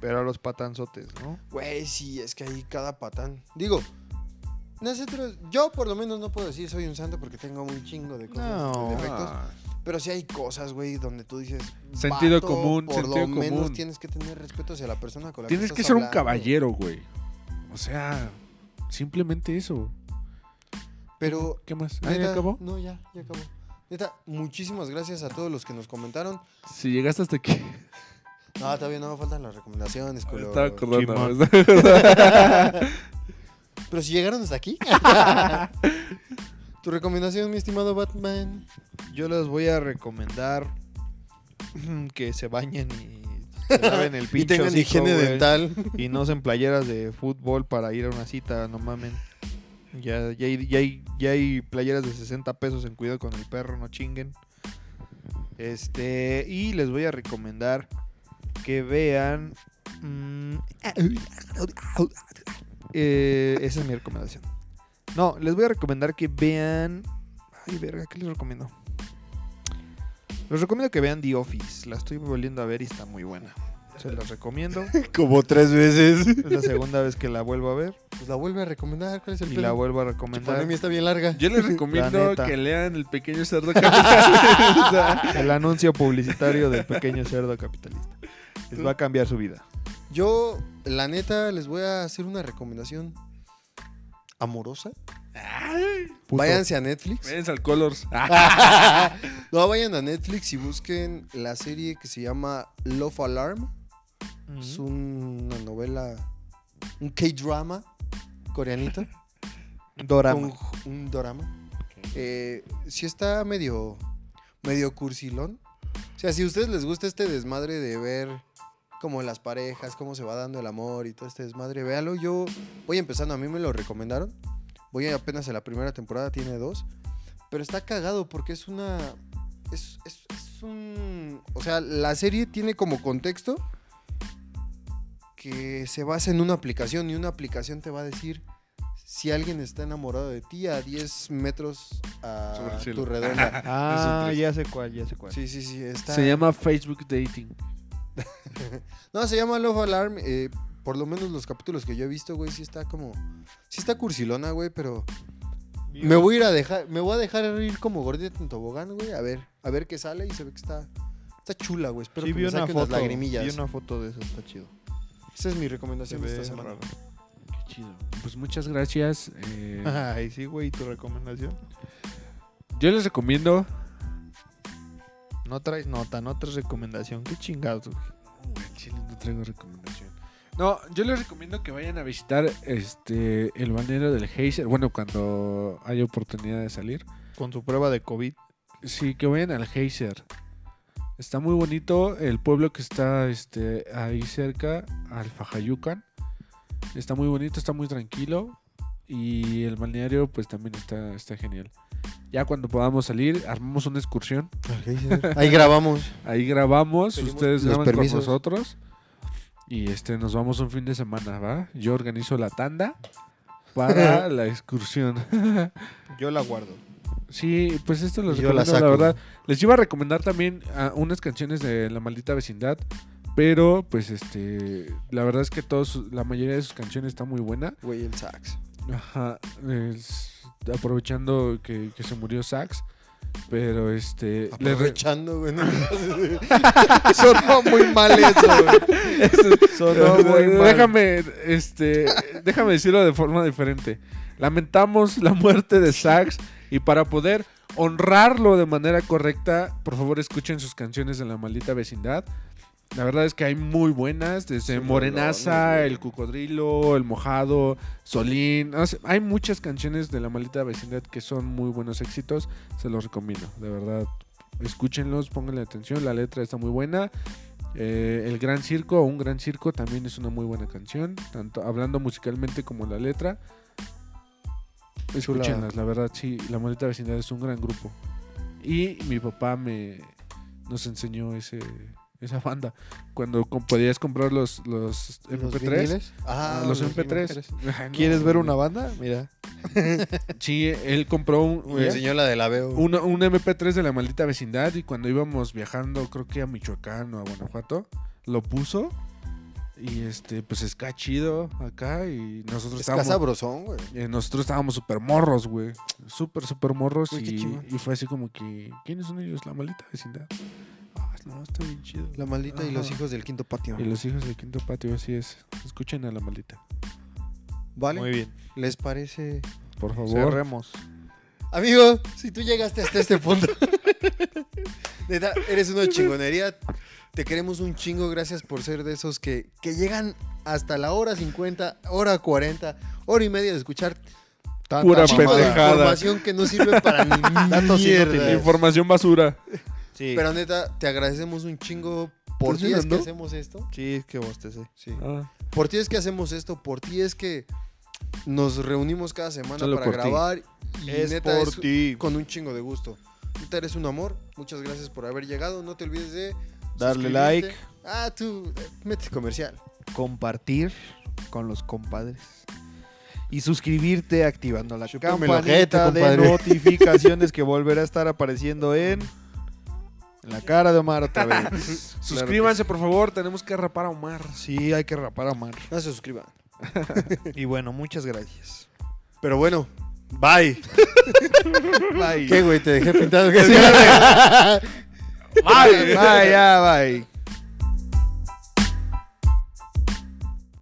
[SPEAKER 1] Pero a los patanzotes, ¿no?
[SPEAKER 2] Güey, sí, es que ahí cada patán. Digo, nosotros, yo por lo menos no puedo decir soy un santo porque tengo un chingo de cosas, de defectos. Pero sí hay cosas, güey, donde tú dices.
[SPEAKER 4] Sentido
[SPEAKER 2] "Vato,
[SPEAKER 4] común,
[SPEAKER 2] Por
[SPEAKER 4] sentido
[SPEAKER 2] lo menos
[SPEAKER 4] común".
[SPEAKER 2] tienes que tener respeto hacia la persona con la
[SPEAKER 3] Tienes
[SPEAKER 2] que
[SPEAKER 3] que
[SPEAKER 2] estás
[SPEAKER 3] ser un
[SPEAKER 2] hablando".
[SPEAKER 3] caballero, güey. O sea, simplemente eso.
[SPEAKER 2] Pero.
[SPEAKER 3] ¿Qué más? ¿Ahí
[SPEAKER 2] ¿Ahí
[SPEAKER 3] acabó?
[SPEAKER 2] No, ya, ya acabó. Neta, muchísimas gracias a todos los que nos comentaron.
[SPEAKER 4] Si llegaste hasta aquí,
[SPEAKER 2] No, todavía no me faltan las recomendaciones,
[SPEAKER 4] me
[SPEAKER 2] culo.
[SPEAKER 4] estaba acordando.
[SPEAKER 1] Simón.
[SPEAKER 4] me estaba-
[SPEAKER 2] Pero si llegaron hasta aquí. tu recomendación, mi estimado Batman.
[SPEAKER 1] Yo les voy a recomendar que se bañen y se laven el pinche
[SPEAKER 2] y tengan
[SPEAKER 1] hocico,
[SPEAKER 2] higiene
[SPEAKER 1] güey.
[SPEAKER 2] dental.
[SPEAKER 1] Y no usen playeras de fútbol para ir a una cita, no mamen. Ya, ya, hay, ya, hay, ya hay playeras de 60 pesos en cuidado con el perro, no chinguen. Este, y les voy a recomendar que vean. mm, eh, esa es mi recomendación. No, les voy a recomendar que vean. Ay, verga, ¿qué les recomiendo? Les recomiendo que vean The Office. La estoy volviendo a ver y está muy buena. Se las recomiendo.
[SPEAKER 2] Como tres veces.
[SPEAKER 1] Es la segunda vez que la vuelvo a ver
[SPEAKER 2] Pues la vuelve a recomendar. ¿Cuál es el
[SPEAKER 1] y
[SPEAKER 2] pedo?
[SPEAKER 1] la vuelvo a
[SPEAKER 2] Tu
[SPEAKER 1] recomendar.
[SPEAKER 2] pandemia está bien larga.
[SPEAKER 4] Yo les
[SPEAKER 1] La
[SPEAKER 4] recomiendo
[SPEAKER 1] neta.
[SPEAKER 4] que lean El Pequeño Cerdo Capitalista.
[SPEAKER 1] El anuncio publicitario del pequeño cerdo capitalista. Les va a cambiar su vida.
[SPEAKER 2] Yo, la neta, les voy a hacer una recomendación amorosa. Váyanse a Netflix.
[SPEAKER 4] Véanse al Colors. Ah,
[SPEAKER 2] No, vayan a Netflix y busquen la serie que se llama Love Alarm. Es una novela, un K-drama coreanito.
[SPEAKER 1] Dorama.
[SPEAKER 2] Un, un dorama. Eh, sí está medio, medio cursilón. O sea, si a ustedes les gusta este desmadre de ver como las parejas, cómo se va dando el amor y todo este desmadre, véalo. Yo voy empezando, a mí me lo recomendaron. Voy apenas a la primera temporada, tiene dos. Pero está cagado porque es una... Es, es- es un... O sea, la serie tiene como contexto que se basa en una aplicación y una aplicación te va a decir si alguien está enamorado de ti a 10 metros
[SPEAKER 4] Sobre
[SPEAKER 2] a
[SPEAKER 4] el cielo.
[SPEAKER 2] tu redonda.
[SPEAKER 1] Ah, ya sé cuál, ya sé cuál.
[SPEAKER 2] Sí, sí, sí, está...
[SPEAKER 3] Se llama Facebook Dating.
[SPEAKER 2] No, se llama Love Alarm. eh, por lo menos los capítulos que yo he visto, güey, sí está como. Sí está cursilona, güey, pero. Me voy a ir a dejar. Me voy a dejar ir como gordita en tobogán, güey. A ver, a ver qué sale y se ve que está. Está chula, güey. Espero
[SPEAKER 1] Sí,
[SPEAKER 2] que
[SPEAKER 1] vi
[SPEAKER 2] me
[SPEAKER 1] una
[SPEAKER 2] saquen
[SPEAKER 1] foto.
[SPEAKER 2] las lagrimillas.
[SPEAKER 1] Vi una foto de eso, está chido.
[SPEAKER 2] Esa es mi recomendación de esta
[SPEAKER 1] Se ve
[SPEAKER 2] semana.
[SPEAKER 1] raro.
[SPEAKER 3] Qué chido. Pues muchas gracias. eh,
[SPEAKER 1] Ay, sí, güey, ¿y tu recomendación?
[SPEAKER 3] yo les recomiendo.
[SPEAKER 1] No traes nota, no traes recomendación. Qué chingados, güey.
[SPEAKER 3] Al chile no traigo recomendación. No, yo les recomiendo que vayan a visitar este el banero del Geyser. Bueno, cuando hay oportunidad de salir.
[SPEAKER 1] Con su prueba de COVID.
[SPEAKER 3] Sí, que vayan al Geyser. Está muy bonito el pueblo que está este, ahí cerca, al Fajayucan. Está muy bonito, está muy tranquilo. Y el balneario, pues también está, está genial. Ya cuando podamos salir, armamos una excursión.
[SPEAKER 2] Ahí grabamos.
[SPEAKER 3] Ahí grabamos,
[SPEAKER 2] Pedimos
[SPEAKER 3] ustedes
[SPEAKER 2] los
[SPEAKER 3] graban
[SPEAKER 2] permisos.
[SPEAKER 3] con nosotros. Y este, nos vamos un fin de semana, ¿va? Yo organizo la tanda para la excursión.
[SPEAKER 1] Yo la guardo.
[SPEAKER 3] Sí, pues esto los
[SPEAKER 2] Yo la
[SPEAKER 3] recomiendo, la,
[SPEAKER 2] saco.
[SPEAKER 3] verdad. Les iba a recomendar también ah, unas canciones de La Maldita Vecindad, pero pues este, la verdad es que todos, sus- la mayoría de sus canciones está muy buena.
[SPEAKER 2] Güey, el sax.
[SPEAKER 3] Ajá, es- aprovechando que, que se murió Sax, pero este... les re-
[SPEAKER 2] Aprovechando, güey. no. Sonó muy mal eso, güey.
[SPEAKER 1] Sonó muy mal.
[SPEAKER 3] déjame, este, déjame decirlo de forma diferente. Lamentamos la muerte de Sax y para poder honrarlo de manera correcta, por favor escuchen sus canciones de la maldita vecindad. La verdad es que hay muy buenas, desde
[SPEAKER 2] Sí,
[SPEAKER 3] Morenaza,
[SPEAKER 2] no, no, no.
[SPEAKER 3] El Cocodrilo, El Mojado, Solín. no sé, hay muchas canciones de la maldita vecindad que son muy buenos éxitos. Se los recomiendo, de verdad. Escúchenlos, pónganle atención, la letra está muy buena. Eh, el Gran Circo, o Un Gran Circo, también es una muy buena canción, tanto hablando musicalmente como la letra. Escúchenlas, la verdad, sí, La Maldita Vecindad es un gran grupo. Y mi papá me nos enseñó ese, esa banda. Cuando com- podías comprar los, los MP3.
[SPEAKER 2] viniles? Ajá,
[SPEAKER 3] Ah, los MP3. Ay, no,
[SPEAKER 1] ¿Quieres ver
[SPEAKER 3] güey.
[SPEAKER 1] una banda? Mira.
[SPEAKER 3] Sí, él compró un, eh,
[SPEAKER 2] Me enseñó la de la veo.
[SPEAKER 1] Uh,
[SPEAKER 3] una- un MP3 de la maldita vecindad y cuando íbamos viajando, creo que a Michoacán o a Guanajuato, lo puso. Y este, pues ska chido acá y nosotros
[SPEAKER 2] es
[SPEAKER 3] estábamos...
[SPEAKER 2] casabrosón, güey.
[SPEAKER 3] eh, nosotros estábamos súper morros, güey. Súper, súper morros.
[SPEAKER 2] Güey, qué
[SPEAKER 3] Y,
[SPEAKER 2] chingón.
[SPEAKER 3] y fue así como que, ¿quiénes son ellos? La maldita vecindad. Ah, no, está bien chido.
[SPEAKER 2] La maldita y los
[SPEAKER 3] Ajá.
[SPEAKER 2] hijos del quinto patio.
[SPEAKER 3] Y los hijos del quinto patio, así es. Escuchen a la maldita,
[SPEAKER 2] ¿Vale?
[SPEAKER 1] Muy bien.
[SPEAKER 2] ¿Les parece?
[SPEAKER 3] por favor.
[SPEAKER 1] Cerremos.
[SPEAKER 2] Amigo, si tú llegaste hasta este punto, neta, eres una chingonería. Te queremos un chingo, gracias por ser de esos que, que llegan hasta la hora 50, hora 40, hora y media de escuchar
[SPEAKER 1] Tanta
[SPEAKER 3] Pura
[SPEAKER 1] mamada.
[SPEAKER 3] pendejada.
[SPEAKER 2] información que no sirve para ni
[SPEAKER 1] Datos
[SPEAKER 2] mierda.
[SPEAKER 1] inútiles.
[SPEAKER 3] Información basura.
[SPEAKER 1] Sí.
[SPEAKER 2] Pero neta, te agradecemos un chingo por
[SPEAKER 3] ¿Estás
[SPEAKER 2] ti es que
[SPEAKER 3] llorando? Ah.
[SPEAKER 2] hacemos esto.
[SPEAKER 1] Sí, es que bostecé.
[SPEAKER 2] Sí. Por ti es Ah, que hacemos esto, por ti es que nos reunimos cada semana
[SPEAKER 3] Solo
[SPEAKER 2] para
[SPEAKER 3] por ti.
[SPEAKER 2] grabar. Y
[SPEAKER 1] Es
[SPEAKER 2] neta,
[SPEAKER 1] por
[SPEAKER 2] es-
[SPEAKER 1] ti.
[SPEAKER 2] con un chingo de gusto. Tú eres un amor. Muchas gracias por haber llegado. No te olvides de
[SPEAKER 1] Darle
[SPEAKER 2] suscribirte.
[SPEAKER 1] like.
[SPEAKER 2] Ah, tú eh, mete comercial.
[SPEAKER 1] Compartir con los compadres. Y suscribirte activando la
[SPEAKER 2] Chúpame el
[SPEAKER 1] campanita
[SPEAKER 2] ojete,
[SPEAKER 1] de
[SPEAKER 2] compadre.
[SPEAKER 1] notificaciones que volverá a estar apareciendo en... en la cara de Omar otra vez. Claro que
[SPEAKER 3] Suscríbanse, por favor. Tenemos que rapar a Omar.
[SPEAKER 1] Sí, hay que rapar a Omar.
[SPEAKER 2] No se suscriban.
[SPEAKER 1] Y bueno, muchas gracias.
[SPEAKER 2] Pero bueno, bye.
[SPEAKER 1] Bye.
[SPEAKER 2] ¿Qué, güey? Te dejé pintado.
[SPEAKER 1] Bye, bye, ya, bye.